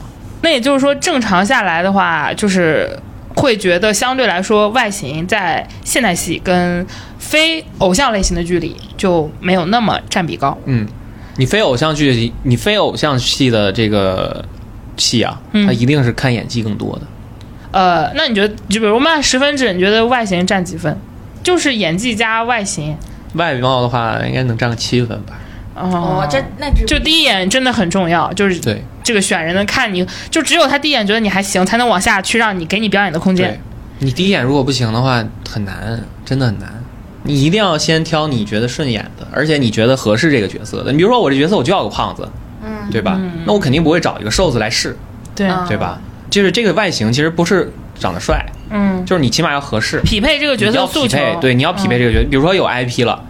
Speaker 3: 那也就是说，正常下来的话，就是会觉得相对来说，外形在现代戏跟非偶像类型的剧里就没有那么占比高。
Speaker 5: 嗯，你非偶像剧，你非偶像戏的这个戏啊，
Speaker 3: 嗯
Speaker 5: 它一定是看演技更多的。
Speaker 3: 呃，那你觉得，就比如我们按十分制，你觉得外形占几分？就是演技加外形。
Speaker 5: 外貌的话，应该能占个七分吧？
Speaker 3: 哦
Speaker 4: 哦，这那只
Speaker 3: 就第一眼真的很重要，就是
Speaker 5: 对
Speaker 3: 这个选人的看你，就只有他第一眼觉得你还行，才能往下去让你给你表演的空
Speaker 5: 对
Speaker 3: 间。，
Speaker 5: 你第一眼如果不行的话，很难，真的很难。你一定要先挑你觉得顺眼的，而且你觉得合适这个角色的。你比如说我这角色我就要个胖子，嗯，嗯对吧？那我肯定不会找一个瘦子来试，
Speaker 3: 对，
Speaker 5: 对吧？就是这个外形其实不是长得帅，
Speaker 3: 嗯，
Speaker 5: 就是你起码要合适，
Speaker 3: 匹配这个角
Speaker 5: 你
Speaker 3: 色
Speaker 5: 要
Speaker 3: 诉
Speaker 5: 匹
Speaker 3: 求嗯
Speaker 5: 配，，对，你要匹配这个角色。比如说有 IP 了，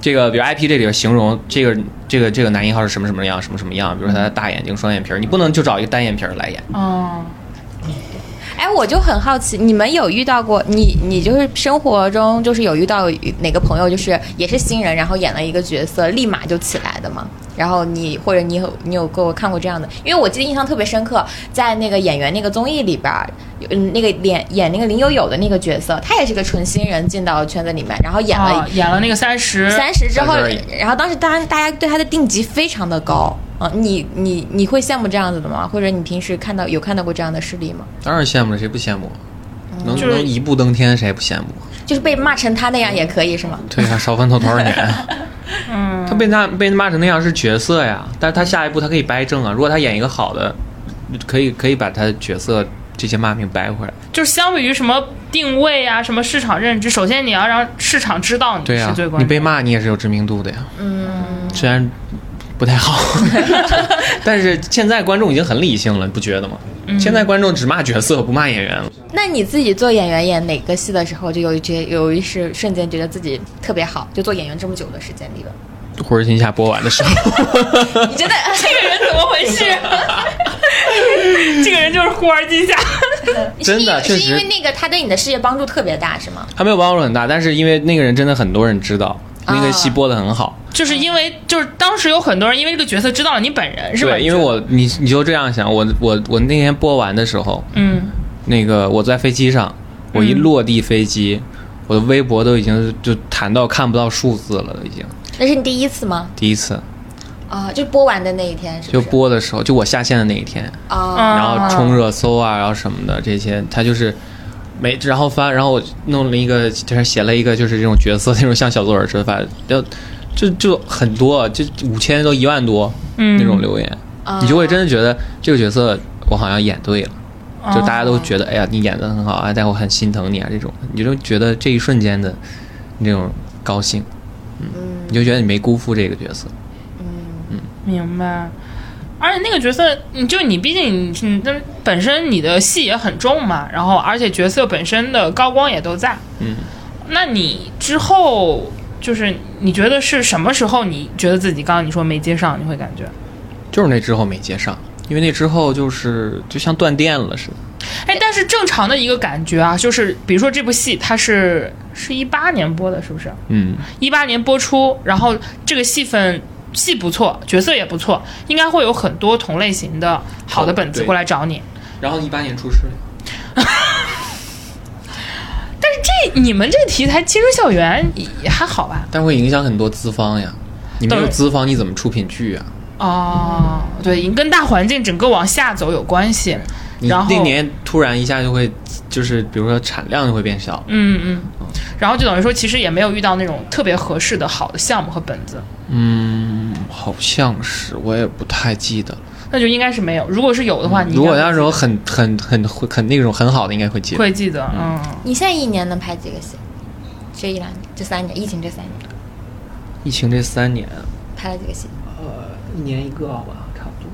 Speaker 5: 这个比如 IP 这里有形容这个这个这个男一号是什么什么样，什么什么样，比如说他的大眼睛、双眼皮儿，你不能就找一个单眼皮儿来演。
Speaker 3: 哦，
Speaker 14: 哎，我就很好奇，你们有遇到过你你就是生活中就是有遇到哪个朋友就是也是新人，然后演了一个角色，立马就起来的吗？
Speaker 4: 然后你或者你有你有给我看过这样的，因为我记得印象特别深刻，在那个演员那个综艺里边儿，有嗯，那个演演那个林有有的那个角色，她也是个纯新人进到圈子里面，然后演了、
Speaker 5: 哎
Speaker 3: 啊，演了那个三十，
Speaker 4: 三十之后
Speaker 5: 30而已，
Speaker 4: 然后当时大家大家对他的定级非常的高啊，你你你会羡慕这样子的吗？或者你平时看到有看到过这样的事例吗？
Speaker 5: 当然羡慕了，谁不羡慕？啊能
Speaker 3: 嗯就是
Speaker 5: 能一步登天，谁不羡慕？啊
Speaker 4: 就是被骂成他那样也可以是吗？
Speaker 5: 对呀、少奋斗多少年啊？
Speaker 3: 嗯，
Speaker 5: 他被那被骂成那样是角色呀，但是他下一步他可以掰正啊。如果他演一个好的，可以可以把他的角色这些骂名掰回来。
Speaker 3: 就是相比于什么定位啊，什么市场认知，首先你要让市场知道你
Speaker 5: 对呀、啊
Speaker 3: 是最关
Speaker 5: 你
Speaker 3: 键的。
Speaker 5: 被骂你也是有知名度的呀。嗯，虽然不太好， 但是现在观众已经很理性了，你不觉得吗？
Speaker 3: 嗯
Speaker 5: 现在观众只骂角色不骂演员了。
Speaker 4: 那你自己做演员演哪个戏的时候，就有一些有一是瞬间觉得自己特别好，就做演员这么久的时间里了，
Speaker 5: 《人心下》播完的时候，
Speaker 4: 你真的这个人 怎么回事？
Speaker 3: 这个人就是忽而今夏，
Speaker 5: 真的
Speaker 4: 是因
Speaker 5: 确
Speaker 4: 是
Speaker 5: 实
Speaker 4: 因为那个他对你的事业帮助特别大是吗？
Speaker 5: 他没有帮助很大，但是因为那个人真的很多人知道，那个戏播的很好。
Speaker 3: 就是因为就是当时有很多人因为这个角色知道了你本人是吧？
Speaker 5: 对，因为我你你就这样想，我我我那天播完的时候，
Speaker 3: 嗯，
Speaker 5: 那个我在飞机上，我一落地飞机，我的微博都已经就弹到看不到数字了，已经
Speaker 4: 那是你第一次吗？
Speaker 5: 第一次
Speaker 4: 啊、就播完的那一天是
Speaker 5: 就
Speaker 4: 不是？
Speaker 5: 播的时候，就我下线的那一天，
Speaker 4: 啊、
Speaker 3: 嗯
Speaker 5: 然后冲热搜啊，然后什么的这些，他就是。没，然后发，然后我弄了一个，就是写了一个，就是这种角色，那种像小作文似的，发，就就就很多，就五千多、一万多、那种留言，你就会真的觉得这个角色我好像演对了。就大家都觉得，哎呀，你演的很好啊，但我很心疼你啊，这种，你就觉得这一瞬间的那种高兴，嗯，你就觉得你没辜负这个角色，
Speaker 3: 明白。而且那个角色，你就你毕竟你你的本身你的戏也很重嘛，然后而且角色本身的高光也都在，
Speaker 5: 嗯，
Speaker 3: 那你之后就是你觉得是什么时候你觉得自己刚刚你说没接上，你会感觉？
Speaker 5: 就是那之后没接上，因为那之后就是就像断电了似的，
Speaker 3: 哎，但是正常的一个感觉啊，就是比如说这部戏它是是一八年播的，是不是？
Speaker 5: 嗯，
Speaker 3: 一八年播出，然后这个戏份戏不错，角色也不错，应该会有很多同类型的好的本子
Speaker 5: 哦对
Speaker 3: 过来找你。
Speaker 5: 然后一八年出事了，
Speaker 3: 这你们这题材青春校园也还好吧？
Speaker 5: 但会影响很多资方呀，你没有资方你怎么出品剧啊？
Speaker 3: 哦，对，跟大环境整个往下走有关系。
Speaker 5: 你
Speaker 3: 然后
Speaker 5: 那年突然一下就会，就是比如说产量就会变小，
Speaker 3: 嗯嗯，然后就等于说，其实也没有遇到那种特别合适的好的项目和本子，
Speaker 5: 嗯，好像是，我也不太记得了。
Speaker 3: 那就应该是没有。如果是有的啊话，你应该
Speaker 5: 如果那时候很很很很很那种很好的，应该会记得。
Speaker 3: 会记得，嗯，
Speaker 4: 你现在一年能拍几个戏？这一两年、这三年，疫情这三年
Speaker 5: 疫情这三年，
Speaker 4: 拍了几个戏？
Speaker 5: 一年一个吧，差不多。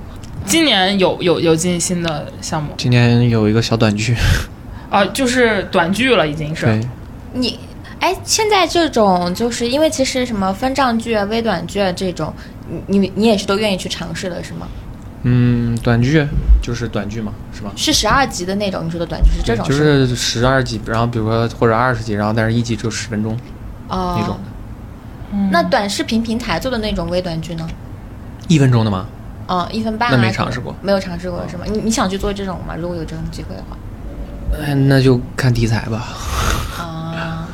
Speaker 3: 今年有有有进新的项目
Speaker 5: 今年有一个小短剧，
Speaker 3: 啊、就是短剧了，已经是。啊
Speaker 5: 对，
Speaker 4: 你哎，现在这种就是因为其实什么分账剧啊、微短剧啊这种，你你你也是都愿意去尝试的是吗？
Speaker 5: 嗯，短剧就是短剧嘛，是吧？
Speaker 4: 是十二集的那种，你说的短剧是这种
Speaker 5: 就
Speaker 4: 吗
Speaker 5: 是十二集，然后比如说或者二十集，然后但是一集只有十分钟
Speaker 4: 哦
Speaker 5: 那种的，
Speaker 4: 那短视频平台做的那种微短剧呢？
Speaker 5: 一分钟的吗？
Speaker 4: 哦，一分半、啊、
Speaker 5: 那没尝试过哦
Speaker 4: 没有尝试过是吗？你你想去做这种吗？如果有这种机会的话，
Speaker 5: 哎，那就看题材吧。
Speaker 4: 啊、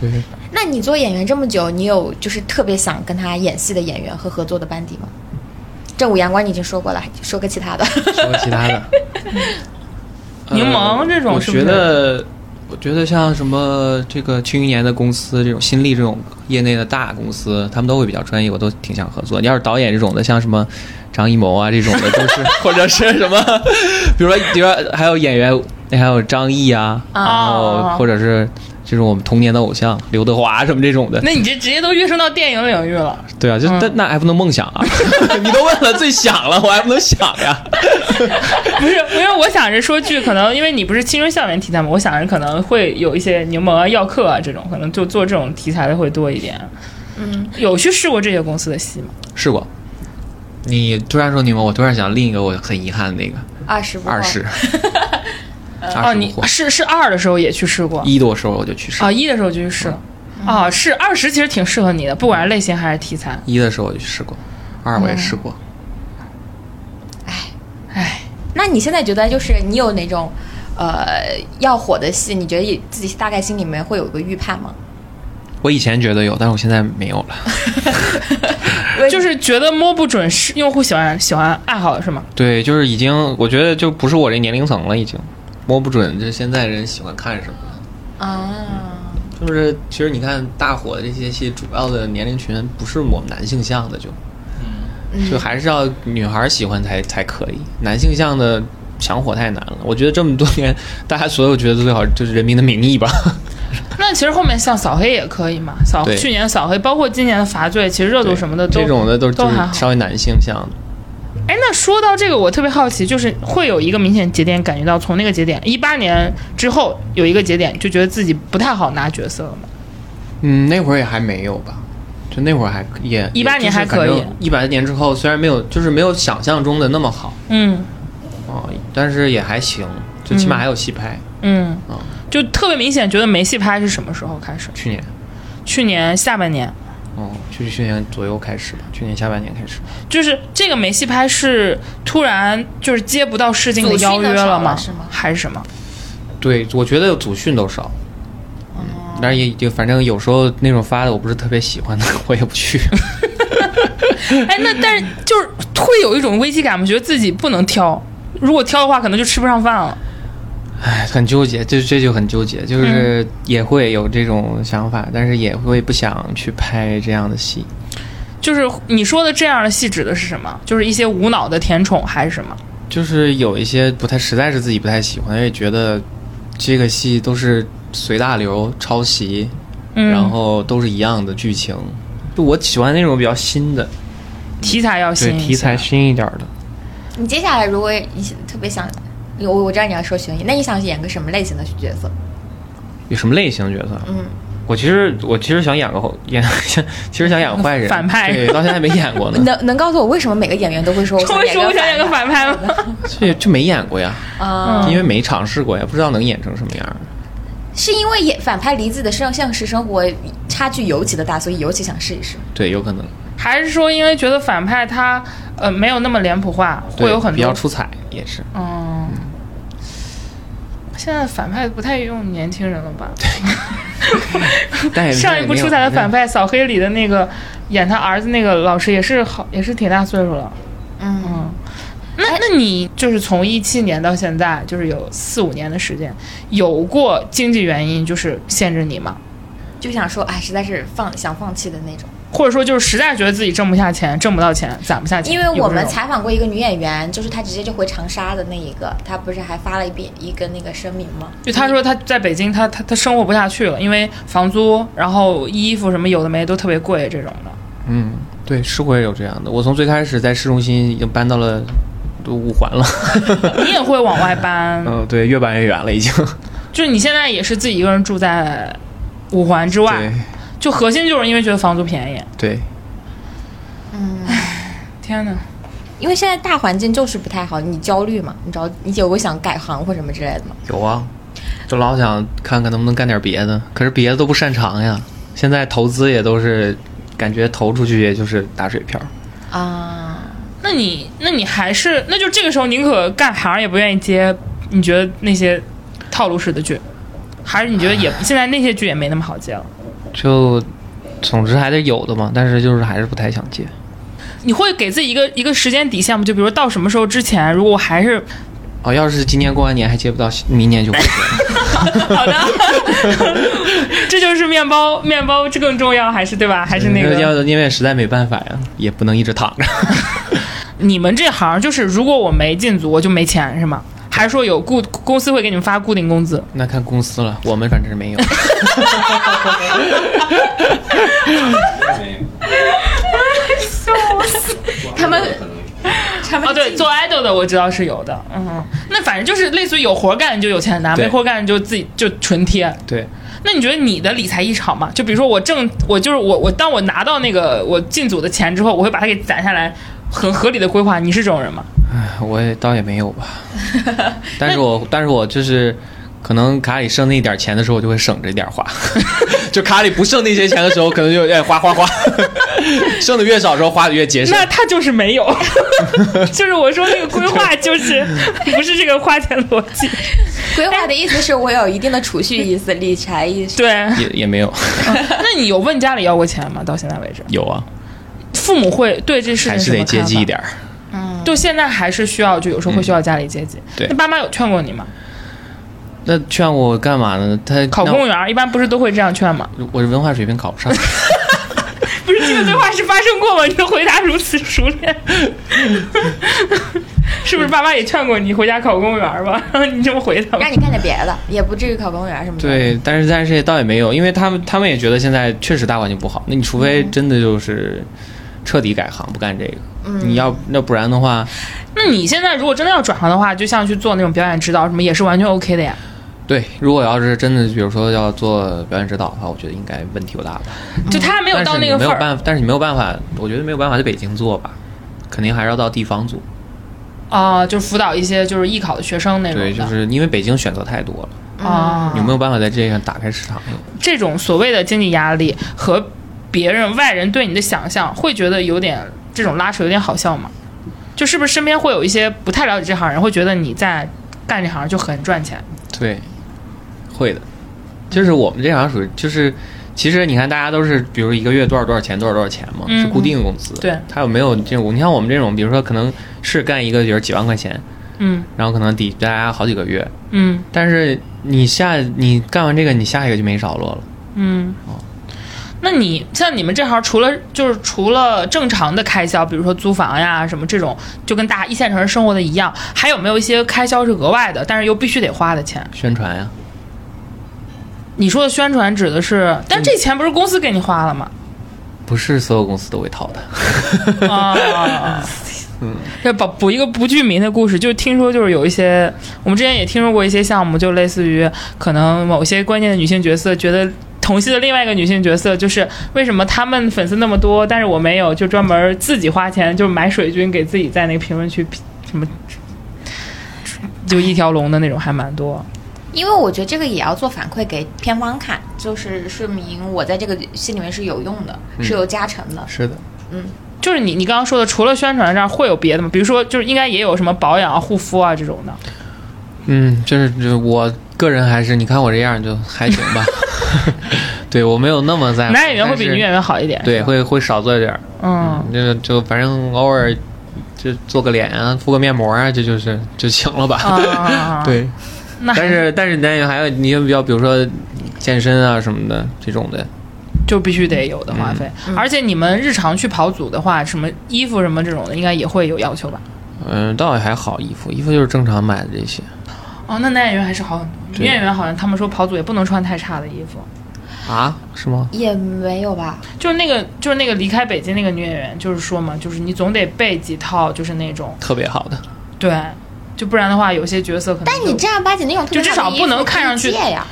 Speaker 5: 对，
Speaker 4: 那你做演员这么久，你有就是特别想跟他演戏的演员和合作的班底吗？正午阳光你已经说过了，说个其他的。
Speaker 5: 说个其他的，呃
Speaker 3: 柠檬这种
Speaker 5: 我
Speaker 3: 是不
Speaker 5: 觉
Speaker 3: 是
Speaker 5: 得，我觉得像什么这个庆余年的公司，这种新力这种业内的大公司，他们都会比较专业，我都挺想合作。你要是导演这种的，像什么张艺谋啊这种的，都 是或者是什么，比如说，比如说还有演员，还有张译啊，然后或者是这种我们童年的偶像刘德华什么这种的，
Speaker 3: 那嗯你这直接都跃升到电影领域了，
Speaker 5: 对啊，就、但那还不能梦想 啊？你都问了最想了，我还不能想呀、
Speaker 3: 不是？因为我想着说剧，可能因为你不是青春校园题材嘛，我想着可能会有一些柠檬啊、药客啊这种，可能就做这种题材的会多一点。嗯，有去试过这些公司的戏吗？
Speaker 5: 试过。你突然说你们，我突然想另一个我很遗憾的那个
Speaker 4: 二十部
Speaker 5: 二十，
Speaker 3: 哦，
Speaker 5: 二十
Speaker 3: 你
Speaker 5: 不火
Speaker 3: 是是二的时候也去试过
Speaker 5: 一的时候我就去试
Speaker 3: 啊，，一的时候就去哦试。啊，是二十其实挺适合你的，不管是类型还是题材。
Speaker 5: 一的时候我就去试过，二
Speaker 3: 嗯
Speaker 5: 我也试过，
Speaker 4: 那你现在觉得就是你有哪种，呃，要火的戏？你觉得自己大概心里面会有个预判吗？
Speaker 5: 我以前觉得有，但是我现在没有了。
Speaker 3: 就是觉得摸不准是用户喜欢喜欢爱好是吗？
Speaker 5: 对，就是已经，我觉得就不是我这年龄层了，已经摸不准，就是现在人喜欢看什么。
Speaker 4: 啊，
Speaker 5: 就是其实你看大火的这些戏，主要的年龄群不是我们男性向的，就，
Speaker 3: 嗯
Speaker 5: 就还是要女孩喜欢才才可以，男性向的想火太难了。我觉得这么多年，大家所有觉得最好就是《人民的名义》吧。
Speaker 3: 那其实后面像扫黑也可以嘛，扫
Speaker 5: 对
Speaker 3: 去年扫黑，包括今年的罚罪，其实热度什么的都
Speaker 5: 这种的都是
Speaker 3: 都
Speaker 5: 就是
Speaker 3: 还好。
Speaker 5: 稍微男性向的。
Speaker 3: 哎，那说到这个，我特别好奇，就是会有一个明显节点，感觉到从那个节点一八年之后有一个节点，就觉得自己不太好拿角色了嘛。
Speaker 5: 嗯，那会儿也还没有吧，就那会儿还也
Speaker 3: 18年还可以
Speaker 5: 一百年之后虽然没有，就是没有想象中的那么好
Speaker 3: 嗯
Speaker 5: 啊、但是也还行，就起码还有戏拍。
Speaker 3: 嗯
Speaker 5: 嗯，
Speaker 3: 就特别明显，觉得没戏拍是什么时候开始？
Speaker 5: 去年，
Speaker 3: 去年下半年，
Speaker 5: 哦，就是去年左右开始吧，去年下半年开始。
Speaker 3: 就是这个没戏拍是突然就是接不到试镜的邀约
Speaker 15: 组训
Speaker 3: 了吗？
Speaker 15: 的少了是吗
Speaker 3: 还是什么？
Speaker 5: 对，我觉得组训都少。嗯，
Speaker 3: 哦
Speaker 5: 但是也就反正有时候那种发的我不是特别喜欢的， 我也不 去。
Speaker 3: 哎，那但是就是会有一种危机感吗？觉得自己不能挑，如果挑的话，可能就吃不上饭了。
Speaker 5: 唉，哎很纠结，这这就很纠结，
Speaker 3: 嗯
Speaker 5: 就是也会有这种想法，但是也会不想去拍这样的戏。
Speaker 3: 就是你说的这样的戏指的是什么？就是一些无脑的甜宠还是什么？
Speaker 5: 就是有一些不太，实在是自己不太喜欢，也觉得这个戏都是随大流、抄袭，
Speaker 3: 嗯
Speaker 5: 然后都是一样的剧情。就我喜欢那种比较新的，
Speaker 3: 题材要
Speaker 5: 对
Speaker 3: 新，
Speaker 5: 题材新一点的。
Speaker 4: 你接下来如果你特别想，我我知道你要说悬疑，那你想演个什么类型的角色？
Speaker 5: 有什么类型角色？嗯，我其实我其实想演个后 演，其实想演个坏人，
Speaker 3: 反派
Speaker 5: 对，到现在没演 过呢，
Speaker 4: 能能告诉我为什么每个演员都嗯会说我
Speaker 3: 我
Speaker 4: 想
Speaker 3: 为什
Speaker 4: 演
Speaker 3: 么
Speaker 4: 个
Speaker 3: 想演个
Speaker 4: 反啊
Speaker 3: 反派吗？
Speaker 5: 所以就没演过呀，
Speaker 4: 派啊？
Speaker 3: 嗯
Speaker 5: 因为没尝试过呀，不知道能演成什么样。
Speaker 4: 是因为演反派离自己的生现实生活差距尤其的大，所以尤其想试一试。
Speaker 5: 对，有可能
Speaker 3: 还是说因为觉得反派他呃没有那么脸谱化，
Speaker 5: 对
Speaker 3: 会有很
Speaker 5: 比较
Speaker 3: 多
Speaker 5: 出彩，也是。
Speaker 3: 嗯。现在反派不太用年轻人了吧？
Speaker 5: 但 也
Speaker 3: 上一部出彩的反，派扫黑里的那个演他儿子那个老师也是好，也是挺大岁数了。嗯，那
Speaker 4: 哎
Speaker 3: 那你就是从一七年到现在，就是有四五年的时间，有过经济原因就是限制你吗？
Speaker 4: 就想说，哎，实在是放想放弃的那种。
Speaker 3: 或者说就是实在觉得自己挣不下钱，挣不到钱，攒不下钱？
Speaker 4: 因为我
Speaker 3: 有这
Speaker 4: 们
Speaker 3: 种
Speaker 4: 采访过一个女演员，就是她直接就回长沙的那一个，她不是还发了一遍一个那个声明吗？
Speaker 3: 就他说他在北京他，他他生活不下去了，因为房租，然后衣服什么有的没都特别贵这种的。
Speaker 5: 嗯，对，是会有这样的。我从最开始在市中心已经搬到了都五环了，
Speaker 3: 你也会往外搬，
Speaker 5: 嗯，对，越搬越远了，已经。
Speaker 3: 就是你现在也是自己一个人住在五环之外
Speaker 5: 对，
Speaker 3: 就核心就是因为觉得房租便宜。
Speaker 5: 对，
Speaker 3: 天哪！
Speaker 4: 因为现在大环境就是不太好，你焦虑嘛？你知道你有过想改行或什么之类的吗？
Speaker 5: 有啊，就老想看看能不能干点别的，可是别的都不擅长呀。现在投资也都是感觉投出去也就是打水漂。
Speaker 4: 啊，
Speaker 3: 那你那你还是那就这个时候宁可干行也不愿意接，你觉得那些套路式的剧，还是你觉得也现在那些剧也没那么好接了？
Speaker 5: 就总之还得有的嘛，但是就是还是不太想接。
Speaker 3: 你会给自己一个一个时间底线吗？就比如到什么时候之前，如果我还是
Speaker 5: 哦，要是今年过完年还接不到，明年就不接了。
Speaker 3: 好的， 这就是面包，面包这更重要还是对吧？ 还是那
Speaker 5: 要
Speaker 3: 个，
Speaker 5: 因为实在没办法呀，也不能一直躺着。
Speaker 3: 你们这行就是，如果我没进组，我就没钱是吗？还是说有固公司会给你们发固定工资？
Speaker 5: 那看公司了，我们反正没有。
Speaker 3: 哦，对，做 idol 的我知道是有的，嗯，那反正就是类似于有活干就有钱拿，
Speaker 5: 对
Speaker 3: 没活干就自己就纯贴。
Speaker 5: 对，
Speaker 3: 那你觉得你的理财异常吗？就比如说我挣，我就是我我当我拿到那个我进组的钱之后，我会把它给攒下来，很合理的规划。你是这种人吗？
Speaker 5: 唉 我也倒也没有 吧，但是我但是我就是。可能卡里剩那 点 钱的时候，我就会省着一点花；就卡里不剩那些钱的时候，可能就哎花花花。
Speaker 16: 剩的越少的时候花的越节省
Speaker 3: 那。他就是没有， 就是我说那个规划就是不是这个花钱逻辑，
Speaker 4: 规划的意思是我有一定的储蓄意识、理财意识。
Speaker 3: 对。
Speaker 16: 也也没有，
Speaker 3: 那你有问家里要过钱吗？到现在为止，
Speaker 16: 有啊，
Speaker 3: 父母会对这事情
Speaker 16: 还是
Speaker 3: 什么
Speaker 16: 得接济一
Speaker 3: 看
Speaker 16: 点儿。
Speaker 3: 法。就现在还是需要，就有时候会需要家里接济。
Speaker 16: 对
Speaker 3: 那爸妈有劝过你吗？
Speaker 5: 那劝我干嘛呢？他
Speaker 3: 考
Speaker 5: 那
Speaker 3: 公务员儿一般不是都会这样劝吗？
Speaker 5: 我是文化水平考 不上，
Speaker 3: 不是这个对话是发生过吗？你的回答如此熟 练，是不是爸妈也劝过你回家考公务员儿吧？ 然后你这么回他们
Speaker 4: 让，你干点别的，也不至于考公务员什么的。，
Speaker 5: 对，但是但是倒也没有，因为他们他们也觉得现在确实大环境不好，那你除非
Speaker 3: 嗯
Speaker 5: 真的就是彻底改行不干这个，
Speaker 3: 嗯
Speaker 5: 你要那不然的话，
Speaker 3: 那你现在如果真的要转行的话，就像去做那种表演指导什么，也是完全 OK 的呀。
Speaker 5: 对，如果要是真的比如说要做表演指导的话，我觉得应该问题不大吧。
Speaker 3: 就他还没有
Speaker 5: 但
Speaker 3: 到
Speaker 5: 是
Speaker 3: 那
Speaker 5: 你
Speaker 3: 个
Speaker 5: 没
Speaker 3: 份
Speaker 5: 有
Speaker 3: 儿
Speaker 5: 办法，但是你没有办法，我觉得没有办法在北京做吧，肯定还是要到地方做。
Speaker 3: 啊、就是辅导一些就是艺考的学生那种的。
Speaker 5: 对，就是因为北京选择太多了，
Speaker 3: 啊，
Speaker 5: 有没有办法在这上打开市场？
Speaker 3: 这种所谓的经济压力和别人外人对你的想象，会觉得有点这种拉扯，有点好笑吗？就是不是身边会有一些不太了解这行人，会觉得你在干这行就很赚钱？
Speaker 5: 对，会的，就是我们这行属于就是，其实你看大家都是，比如一个月多少多少钱，多少多少钱嘛，
Speaker 3: 嗯
Speaker 5: 是固定工资。
Speaker 3: 对
Speaker 5: 他有没有这种？你像我们这种，比如说可能是干一个月几万块钱，
Speaker 3: 嗯
Speaker 5: 然后可能抵大家好几个月，
Speaker 3: 嗯
Speaker 5: 但是你下你干完这个，你下一个就没着落了。
Speaker 3: 嗯。那你像你们这行，除了就是除了正常的开销，比如说租房呀什么这种，就跟大一线城市生活的一样，还有没有一些开销是额外的，但是又必须得花的钱？
Speaker 5: 宣传呀、
Speaker 3: 你说的宣传指的是，但这钱不是公司给你花了吗？
Speaker 5: 不是所有公司都会掏的。
Speaker 3: 啊， 要补补一个不具名的故事，就听说就是有一些，我们之前也听说过一些项目，就类似于可能某些关键的女性角色觉得。同系的另外一个女性角色，就是为什么他们粉丝那么多，但是我没有，就专门自己花钱，就买水军给自己在那个评论区什么，就一条龙的那种还蛮多。
Speaker 17: 因为我觉得这个也要做反馈给片方看，就是说明我在这个戏里面是有用的，
Speaker 4: 嗯
Speaker 17: 是有加成的。
Speaker 5: 是的，
Speaker 3: 就是你你刚刚说的，除了宣传这样，会有别的吗？比如说，就是应该也有什么保养啊、护肤啊这种的。
Speaker 5: 嗯，就是就是我个人还是你看我这样就还行 吧。对我没有那么在乎，
Speaker 3: 男演员会比
Speaker 5: 哎但是
Speaker 3: 女演员好一点，
Speaker 5: 对
Speaker 3: 是吧
Speaker 5: 会会少做点儿。
Speaker 3: 嗯，
Speaker 5: 就就反正偶尔就做个脸啊，敷个面膜啊，这就是就行了吧。
Speaker 3: 啊，
Speaker 5: 对，
Speaker 3: 那还
Speaker 5: 但是但是男演员还有你要比较，比如说健身啊什么的这种的，
Speaker 3: 就必须得有的花费，而且你们日常去跑组的话，什么衣服什么这种的，应该也会有要求吧？
Speaker 5: 嗯、倒也还好。衣服衣服就是正常买的这些，
Speaker 3: 哦，那男演员还是好很多，女
Speaker 5: 对
Speaker 3: 演员好像他们说跑组也不能穿太差的衣服，
Speaker 5: 啊，是吗？
Speaker 4: 也没有吧。
Speaker 3: 就是那个就是那个离开北京那个女演员，就是说嘛，就是你总得备几套，就是那种
Speaker 5: 特别好的，
Speaker 3: 对，就不然的话，有些角色可能
Speaker 17: 但
Speaker 3: 就
Speaker 17: 你正儿八经那种特别
Speaker 3: 就至
Speaker 17: 好的
Speaker 3: 少
Speaker 17: 衣
Speaker 3: 不
Speaker 17: 服
Speaker 3: 能
Speaker 17: 可以
Speaker 3: 看上去
Speaker 17: 借呀。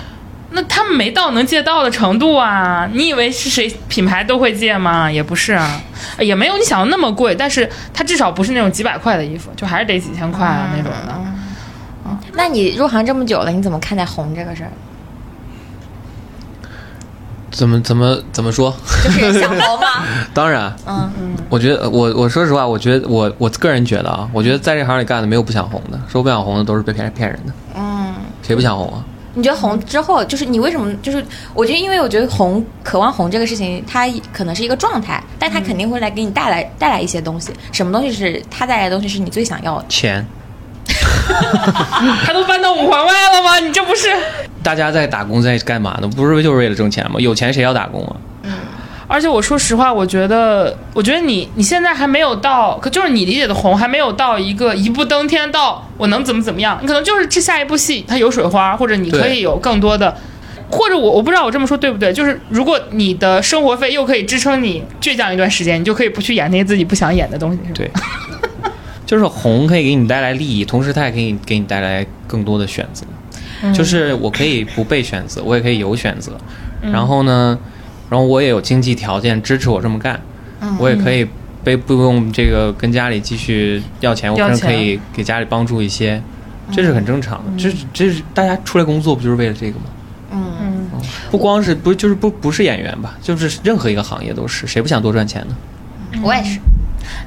Speaker 3: 那他们没到能借到的程度啊！你以为是谁品牌都会借吗？也不是啊，也没有你想的那么贵，但是它至少不是那种几百块的衣服，就还是得几千块啊、那种的。
Speaker 4: 那你入行这么久了，你怎么看待红这个事儿？
Speaker 5: 怎么怎么怎么说？
Speaker 17: 就是 想逃吗？
Speaker 5: 当然，
Speaker 17: 嗯
Speaker 5: 我觉得我我说实话，我觉得我我个人觉得啊，我觉得在这行里干的没有不想红的，说不想红的都是被骗骗人的。
Speaker 4: 嗯，
Speaker 5: 谁不想红啊？
Speaker 4: 你觉得红之后，就是你为什么？就是我觉得，因为我觉得红渴望红这个事情，它可能是一个状态，但它肯定会来给你带来带来一些东西。什么东西是它带来的东西是你最想要的？
Speaker 5: 钱，
Speaker 3: 他都搬到五环外了吗？你这不是？
Speaker 5: 大家在打工在干嘛呢？不是就是为了挣钱吗？有钱谁要打工啊？
Speaker 3: 而且我说实话，我觉得，我觉得你你现在还没有到，可就是你理解的红还没有到一个一步登天到我能怎么怎么样，你可能就是这下一部戏它有水花，或者你可
Speaker 5: 对
Speaker 3: 以有更多的。 或者我我不知道我这么说对不对，就是如果你的生活费又可以支撑你倔强一段时间，你就可以不去演那些自己不想演的东西，是吧？
Speaker 5: 对， 就是红可以给你带来利益，同时它也可以给你带来更多的选择。
Speaker 3: 嗯
Speaker 5: 就是我可以不被选择，我也可以有选择。
Speaker 3: 嗯
Speaker 5: 然后呢，然后我也有经济条件支持我这么干，
Speaker 3: 嗯
Speaker 5: 我也可以被不用这个跟家里继续要钱，我
Speaker 3: 要
Speaker 5: 甚至
Speaker 3: 钱嗯
Speaker 5: 可以给家里帮助一
Speaker 3: 嗯
Speaker 5: 些，这是很正常的。这这是大家出来工作不就是为了这个吗？不光是不是就是不不是演员吧，就是任何一个行业都是，谁不想多赚钱呢？嗯
Speaker 4: 我也是，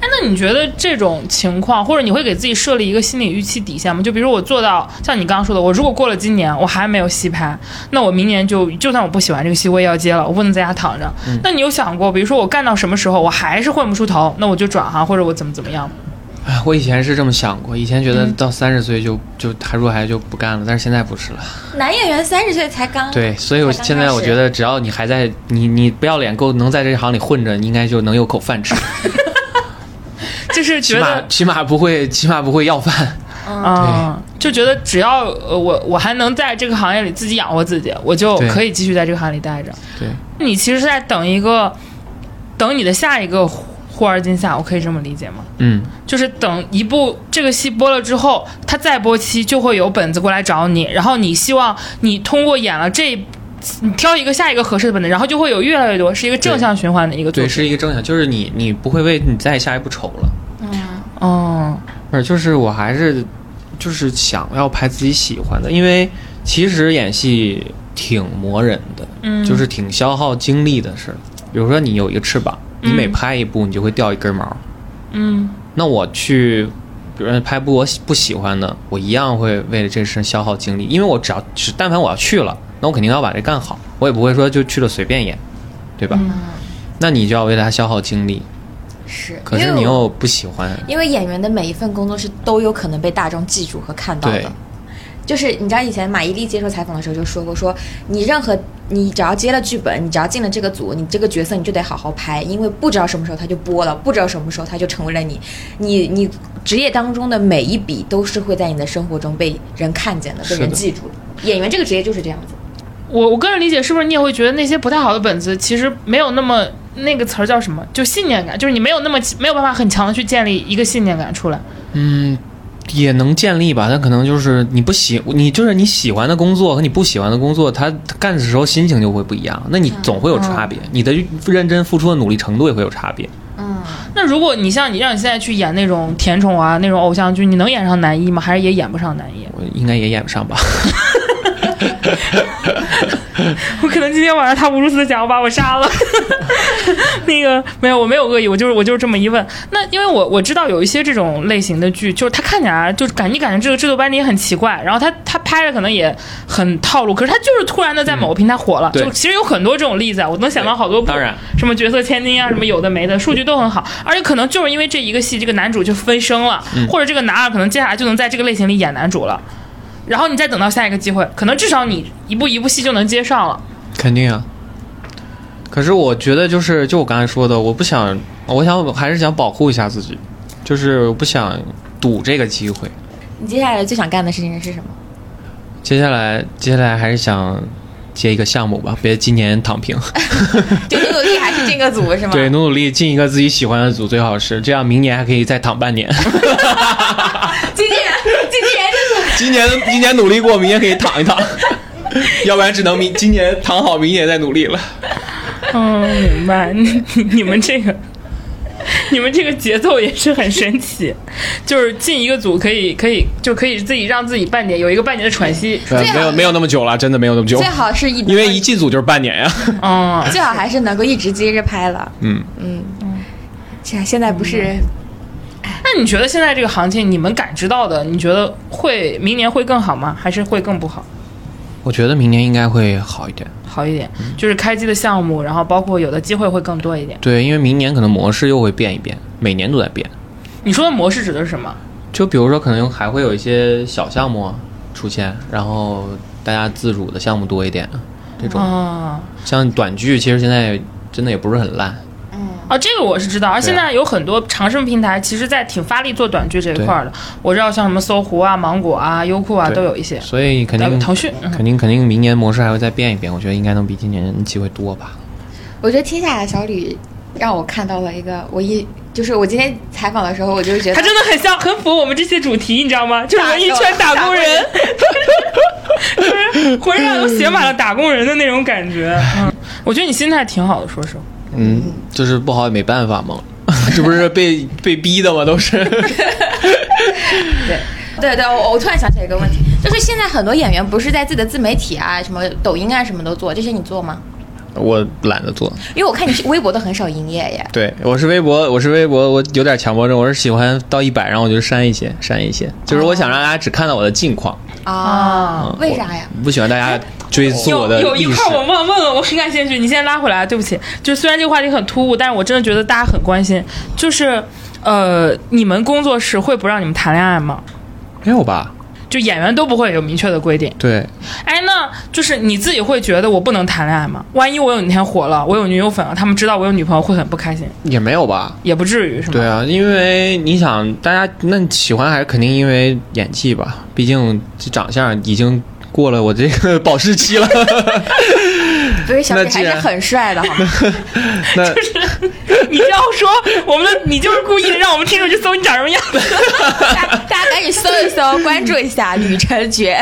Speaker 3: 哎，那你觉得这种情况，或者你会给自己设立一个心理预期底线吗？就比如我做到像你刚刚说的，我如果过了今年我还没有戏拍，那我明年就就算我不喜欢这个戏，我也要接了，我不能在家躺着。
Speaker 5: 嗯
Speaker 3: 那你有想过，比如说我干到什么时候我还是混不出头，那我就转行或者我怎么怎么样吗？
Speaker 5: 哎，我以前是这么想过，以前觉
Speaker 18: 嗯
Speaker 5: 得到三十岁就就还入海就不干了，但是现在不是了。
Speaker 18: 男演员三十岁才刚
Speaker 5: 对，所以我
Speaker 18: 啊才刚
Speaker 5: 现在
Speaker 18: 开
Speaker 5: 我
Speaker 18: 始
Speaker 5: 觉得，只要你还在，你你不要脸够，能在这行里混着，你应该就能有 口饭吃，
Speaker 3: 就是
Speaker 5: 起
Speaker 3: 觉
Speaker 5: 码
Speaker 3: 得，
Speaker 5: 起码不会起码不会要饭。
Speaker 3: 嗯，就觉得只要呃我我还能在这个行业里自己养活自己，我就
Speaker 5: 对
Speaker 3: 可以继续在这个行业里待着。
Speaker 5: 对，
Speaker 3: 你其实是在等一个，等你的下一个忽而今夏，我可以这么理解吗？
Speaker 5: 嗯，
Speaker 3: 就是等一部这个戏播了之后，它再播期就会有本子过来找你，然后你希望你通过演了这一，你挑一个下一个合适的本子，然后就会有越来越多，是一个正向循环的一个作
Speaker 5: 对，
Speaker 3: 品。
Speaker 5: 是一个正向，就是你你不会为你再下一步愁了。
Speaker 3: 哦，
Speaker 5: 不是，就是我还是就是想要拍自己喜欢的，因为其实演戏挺磨人的，
Speaker 3: 嗯
Speaker 5: 就是挺消耗精力的事儿。比如说你有一个翅膀，你每
Speaker 3: 嗯
Speaker 5: 拍一部你就会掉一根毛，
Speaker 3: 嗯
Speaker 5: 那我去。比如说拍部我喜不喜欢的，我一样会为了这事消耗精力，因为我只要只但凡我要去了，那我肯定要把这干好，我也不会说就去了随便演，对吧？那你就要为了它消耗精力，
Speaker 4: 是，
Speaker 5: 可
Speaker 4: 因
Speaker 5: 是
Speaker 4: 为
Speaker 5: 你
Speaker 4: 我
Speaker 5: 又不喜欢，
Speaker 4: 因为演员的每一份工作是都有可能被大众记住和看到
Speaker 5: 对
Speaker 4: 的。就是你知道以前马伊琍接受采访的时候就说过说，你任何你只要接了剧本，你只要进了这个组，你这个角色你就得好好拍，因为不知道什么时候他就播了，不知道什么时候他就成为了你，你你职业当中的每一笔都是会在你的生活中被人看见的，被
Speaker 5: 是
Speaker 4: 人
Speaker 5: 的
Speaker 4: 记住的。演员这个职业就是这样子，
Speaker 3: 我我个人理解，是不是你也会觉得那些不太好的本子其实没有那么那个词儿叫什么？就信念感，就是你没有那么没有办法很强的去建立一个信念感出来。
Speaker 5: 嗯，也能建立吧，但可能就是你不喜，你就是你喜欢的工作和你不喜欢的工作，他干的时候心情就会不一样，那你总会有差别，你的认真付出的努力程度也会有差别。
Speaker 3: 那如果你像你让你现在去演那种甜宠啊那种偶像剧，你能演上男一吗？还是也演不上男一？
Speaker 5: 我应该也演不上吧？
Speaker 3: 我可能今天晚上他无数次的想要把我杀了。 那个没有，我没有恶意，我就是我就是这么一问。那因为我我知道有一些这种类型的剧，就是它看起来就是感你感觉这个制作班底也很奇怪，然后他他拍的可能也很套路，可是他就是突然的在某个平台火了。
Speaker 5: 对
Speaker 3: 就其实有很多这种例子，啊，我能想到好多部。
Speaker 5: 当然
Speaker 3: 什么角色千金啊，什么有的没的，数据都很好，而且可能就是因为这一个戏，这个男主就飞升了，
Speaker 5: 嗯
Speaker 3: 或者这个男二可能接下来就能在这个类型里演男主了。然后你再等到下一个机会，可能至少你一步一步戏就能接上了。
Speaker 5: 肯定啊。可是我觉得就是就我刚才说的，我不想，我想还是想保护一下自己，就是我不想赌这个机会。
Speaker 4: 你接下来最想干的事情是什么？
Speaker 5: 接下来，接下来还是想接一个项目吧，别今年躺平。
Speaker 4: 就努努力还是这个组是吗？
Speaker 5: 对，努努力进一个自己喜欢的组最好是，这样明年还可以再躺半年。
Speaker 4: 经纪人，经纪人 就是
Speaker 5: 今年今年努力过，明年可以躺一躺， 要不然只能明今年躺好，明年再努力了。
Speaker 3: 嗯，明白。你你们这个，你们这个节奏也是很神奇，就是进一个组可以可以就可以自己让自己半年有一个半年的喘息。
Speaker 5: 呃
Speaker 4: 最，好
Speaker 5: 没有没有那么久了，真的没有那么久
Speaker 4: 最，好是一
Speaker 5: 因为一进组就是半年呀、
Speaker 3: 嗯，
Speaker 4: 最好还是能够一直接着拍了。
Speaker 5: 嗯
Speaker 4: 嗯这现在不是
Speaker 3: 那你觉得现在这个行情，你们感知到的，你觉得会明年会更好吗？还是会更不好？
Speaker 5: 我觉得明年应该会好一点。
Speaker 3: 好一点，就是开机的项目，然后包括有的机会会更多一点。
Speaker 5: 对，因为明年可能模式又会变一变，每年都在变。
Speaker 3: 你说的模式指的是什么？
Speaker 5: 就比如说，可能还会有一些小项目啊出现，然后大家自主的项目多一点，这种、
Speaker 3: 啊
Speaker 5: 像短剧，其实现在真的也不是很烂。
Speaker 3: 啊，这个我是知道，而现在有很多长盛平台其实在挺发力做短剧这一块儿的。我知道像什么搜狐啊、芒果啊、优酷啊
Speaker 5: 对
Speaker 3: 都有一些。
Speaker 5: 所以肯定
Speaker 3: 腾讯嗯
Speaker 5: 肯定肯定明年模式还会再变一变，我觉得应该能比今年机会多吧。
Speaker 4: 我觉得听下来，小吕让我看到了一个，我一就是我今天采访的时候，我就觉
Speaker 3: 它
Speaker 4: 得
Speaker 3: 真的很像，很符合我们这些主题，你知道吗？就是文艺圈
Speaker 4: 打
Speaker 3: 打
Speaker 4: 工
Speaker 3: 工人， 就是浑身上下都写满了打工人的那种感觉。嗯，我觉得你心态挺好的，说实话。
Speaker 5: 嗯，就是不好也没办法嘛， 这不是被被逼的吗？都是
Speaker 4: 对对，我我突然想起来一个问题，就是就是现在很多演员不是在自己的自媒体啊、什么抖音啊什么都做，这些你做吗？
Speaker 5: 我懒得做。
Speaker 4: 因为我看你是微博都很少营业耶。
Speaker 5: 对，我是微博，我是微博，我有点强迫症，我是喜欢到一百，然后我就删一些，删一些，就是我想让大家只看到我的近况。
Speaker 4: 啊
Speaker 5: 嗯
Speaker 4: 为啥呀？？
Speaker 5: 我不喜欢大家追溯我的
Speaker 3: 有有一
Speaker 5: 历史
Speaker 3: 块。我忘问了，我很感兴趣，你先拉回来，对不起。就虽然这个话题很突兀，但是我真的觉得大家很关心，就是呃，你们工作室会不让你们谈恋爱吗？
Speaker 5: 没有吧？
Speaker 3: 就演员都不会有明确的规定。
Speaker 5: 对，
Speaker 3: 哎，那就是你自己会觉得我不能谈恋爱吗？万一我有一天火了，我有女友粉了，他们知道我有女朋友会很不开心，
Speaker 19: 也没有吧？
Speaker 3: 也不至于是吗？
Speaker 19: 对啊，因为你想，大家那喜欢还是肯定因为演技吧，毕竟这长相已经过了我这 个保释期了。
Speaker 4: 哦
Speaker 20: 不是小
Speaker 5: 那
Speaker 20: 李
Speaker 5: 既
Speaker 20: 还是
Speaker 5: 然
Speaker 20: 很帅的，好吗？
Speaker 5: 那
Speaker 3: 你这样说，我们的你就是故意的，让我们听众去搜你长什么样子，
Speaker 20: 大家大家赶紧搜一搜，关注一下吕晨珏。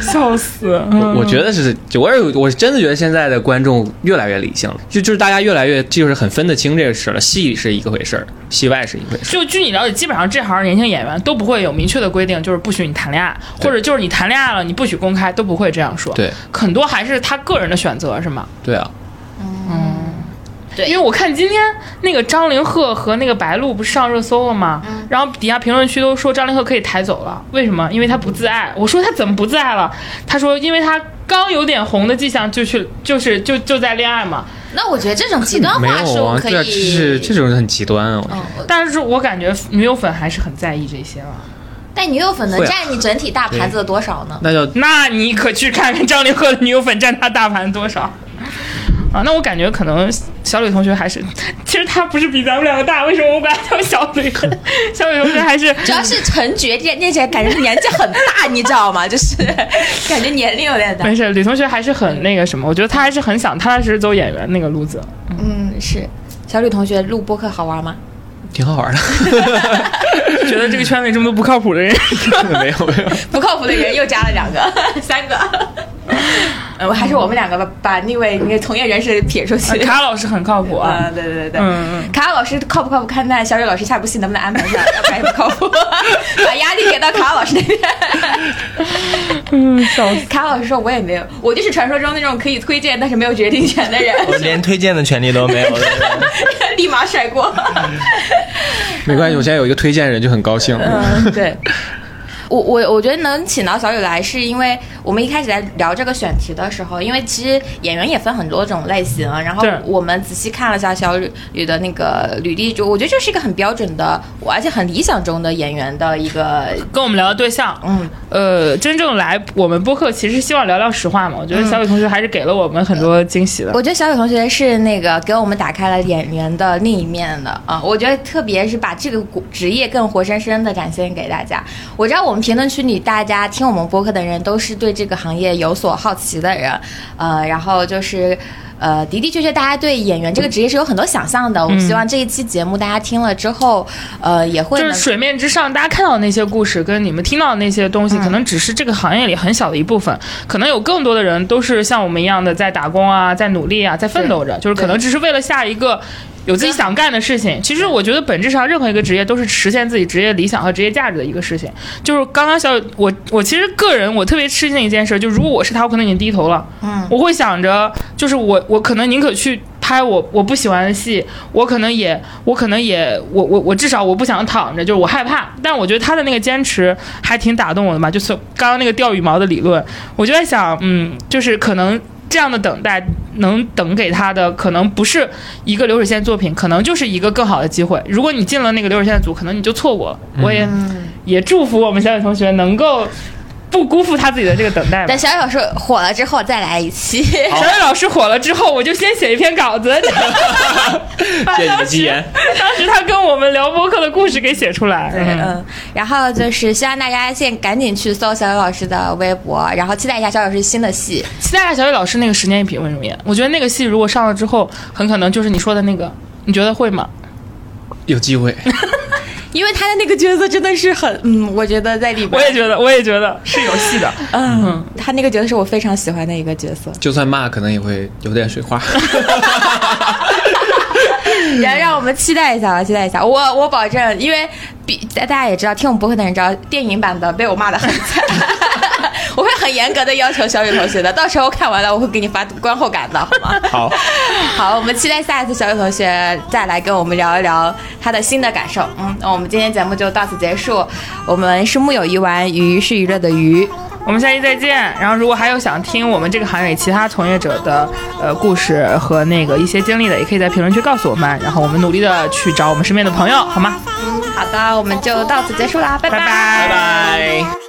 Speaker 3: 笑死！
Speaker 5: 我我觉得是，就我是我真的觉得现在的观众越来越理性了，就就是大家越来越就是很分得清这个事了，戏是一个回事儿，戏外是一回事儿。
Speaker 3: 就据你了解，基本上这行年轻演员都不会有明确的规定，就是不许你谈恋爱，或者就是你谈恋爱了你不许公开，都不会这样说。
Speaker 5: 对，
Speaker 3: 很多还是他个人的选择，是吗？
Speaker 5: 对啊，
Speaker 4: 对
Speaker 3: 因为我看今天那个张凌赫和那个白鹿不是上热搜了吗？然后底下评论区都说张凌赫可以抬走了，为什么？因为他不自爱。我说他怎么不自爱了？他说因为他刚有点红的迹象就去就是就就在恋爱嘛。
Speaker 4: 那我觉得这种极端
Speaker 19: 没
Speaker 4: 话
Speaker 19: 有
Speaker 4: 术
Speaker 19: 啊，
Speaker 4: 可以，
Speaker 19: 对啊，这是这种人很极端啊。我觉得
Speaker 4: 嗯，我
Speaker 3: 但是我感觉女友粉还是很在意这些了。
Speaker 4: 但女友粉能
Speaker 5: 会啊
Speaker 4: 占你整体大盘子的多少呢？
Speaker 5: 那叫
Speaker 3: 那你可去看看张凌赫的女友粉占他大盘多少啊？那我感觉可能小李同学还是，其实他不是比咱们两个大，为什么我管他叫小李？小李同学还是
Speaker 4: 主要是陈珏这那些感觉年纪很大，你知道吗？ 就是感觉年龄有点大。
Speaker 3: 没事，李同学还是很那个什么，我觉得他还是很想踏踏实实走演员那个路子。
Speaker 20: 嗯，是。小吕同学录播客好玩吗？
Speaker 5: 挺好玩的，
Speaker 3: 觉得这个圈子里这么多不靠谱的人，
Speaker 5: 没有没有。
Speaker 4: 不靠谱的人又加了两个、 三个。呃，我还是我们两个吧，把那位那个从业人士撇出去。
Speaker 3: 啊卡老师很靠谱 啊。
Speaker 4: 啊，对对对对，
Speaker 3: 嗯嗯
Speaker 4: 卡卡老师靠不靠谱？看那小雨老师下部戏能不能安排上，要不然也不靠谱， 把压力给到卡卡老师那边。
Speaker 3: 嗯，笑死。
Speaker 4: 卡卡老师说：“我也没有，我就是传说中那种可以推荐但是没有决定权的人，
Speaker 6: 我 连推荐的权利都没有。
Speaker 4: 立马甩锅。
Speaker 5: 没关系，我现在有一个推荐人就很高兴。
Speaker 4: 嗯，对。我我我觉得能请到小雨来，是因为我们一开始在聊这个选题的时候，因为其实演员也分很多种类型，啊然后
Speaker 3: 对
Speaker 4: 我们仔细看了一下小雨雨的那个履历，就我觉得这是一个很标准的，我而且很理想中的演员的一个，
Speaker 3: 跟我们聊的对象，
Speaker 4: 嗯，
Speaker 3: 呃，真正来我们播客，其实希望聊聊实话嘛。我觉得小雨同学还是给了我们很多惊喜的。
Speaker 4: 我觉得小雨同学是那个给我们打开了演员的另一面的啊，我觉得特别是把这个骨职业更活生生的展现给大家。我知道我们评论区里大家听我们播客的人都是对这个行业有所好奇的人，呃，然后就是。呃，的的确确，大家对演员这个职业是有很多想象
Speaker 3: 嗯
Speaker 4: 的。我希望这一期节目大家听了之后，呃，也会
Speaker 3: 就是
Speaker 4: 能
Speaker 3: 水面之上，大家看到的那些故事，跟你们听到的那些东西，可能只是这个行业里很小的一部分。可能有更多的人都是像我们一样的在打工啊，在努力啊，在奋斗着，就是可能只是为了下一个有自己想干的事情。其实我觉得本质上任何一个职业都是实现自己职业理想和职业价值的一个事情。就是刚刚小我我其实个人我特别吃惊一件事，就如果我是他，我可能已经低头了。嗯，我会想着就是我我可能宁可去。拍我我不喜欢的戏，我可能也我可能也我我我至少我不想躺着，就是我害怕。但我觉得他的那个坚持还挺打动我的嘛，就是刚刚那个掉羽毛的理论，我就在想，嗯，就是可能这样的等待能等给他的，可能不是一个流水线作品，可能就是一个更好的机会。如果你进了那个流水线组，可能你就错过了。我也、也祝福我们小雨同学能够不辜负他自己的这个等待吧。
Speaker 20: 等小雨老师火了之后再来一期。
Speaker 3: 小雨老师火了之后，我就先写一篇稿 子，
Speaker 5: 谢谢你的机言。
Speaker 3: 当时他跟我们聊播客的故事给写出来。
Speaker 20: 对，嗯，然后就是希望大家现赶紧去搜小雨老师的微博，然后期待一下小雨老师新的戏。
Speaker 3: 期待一下小雨老师那个十年一品为什么演？我觉得那个戏如果上了之后，很可能就是你说的那个，你觉得会吗？
Speaker 5: 有机会，
Speaker 20: 因为他的那个角色真的是很，嗯，我觉得在里
Speaker 3: 我
Speaker 20: 边，
Speaker 3: 也觉得，我也觉得是有戏的。
Speaker 20: 嗯，他那个角色是我非常喜欢的一个角色。
Speaker 5: 就算骂，可能也会有点水花。
Speaker 20: 然后让我们期待一下吧，期待一下。我我保证，因为比大大家也知道，听我们播客的人知道，电影版的被我骂的很惨。
Speaker 4: 很严格的要求小雨同学的，到时候看完了我会给你发观后感的，好吗？
Speaker 6: 好，
Speaker 4: 好，我们期待下一次小雨同学再来跟我们聊一聊他的新的感受。嗯，那我们今天节目就到此结束，我们是木有鱼丸，鱼是娱乐的鱼。
Speaker 3: 我们下期再见。然后，如果还有想听我们这个行业里其他从业者的呃故事和那个一些经历的，也可以在评论区告诉我们。然后，我们努力的哎去找我们身边的朋友，好吗？
Speaker 4: 好的，我们就到此结束啦，拜
Speaker 3: 拜
Speaker 4: 拜
Speaker 3: 拜
Speaker 1: 拜拜。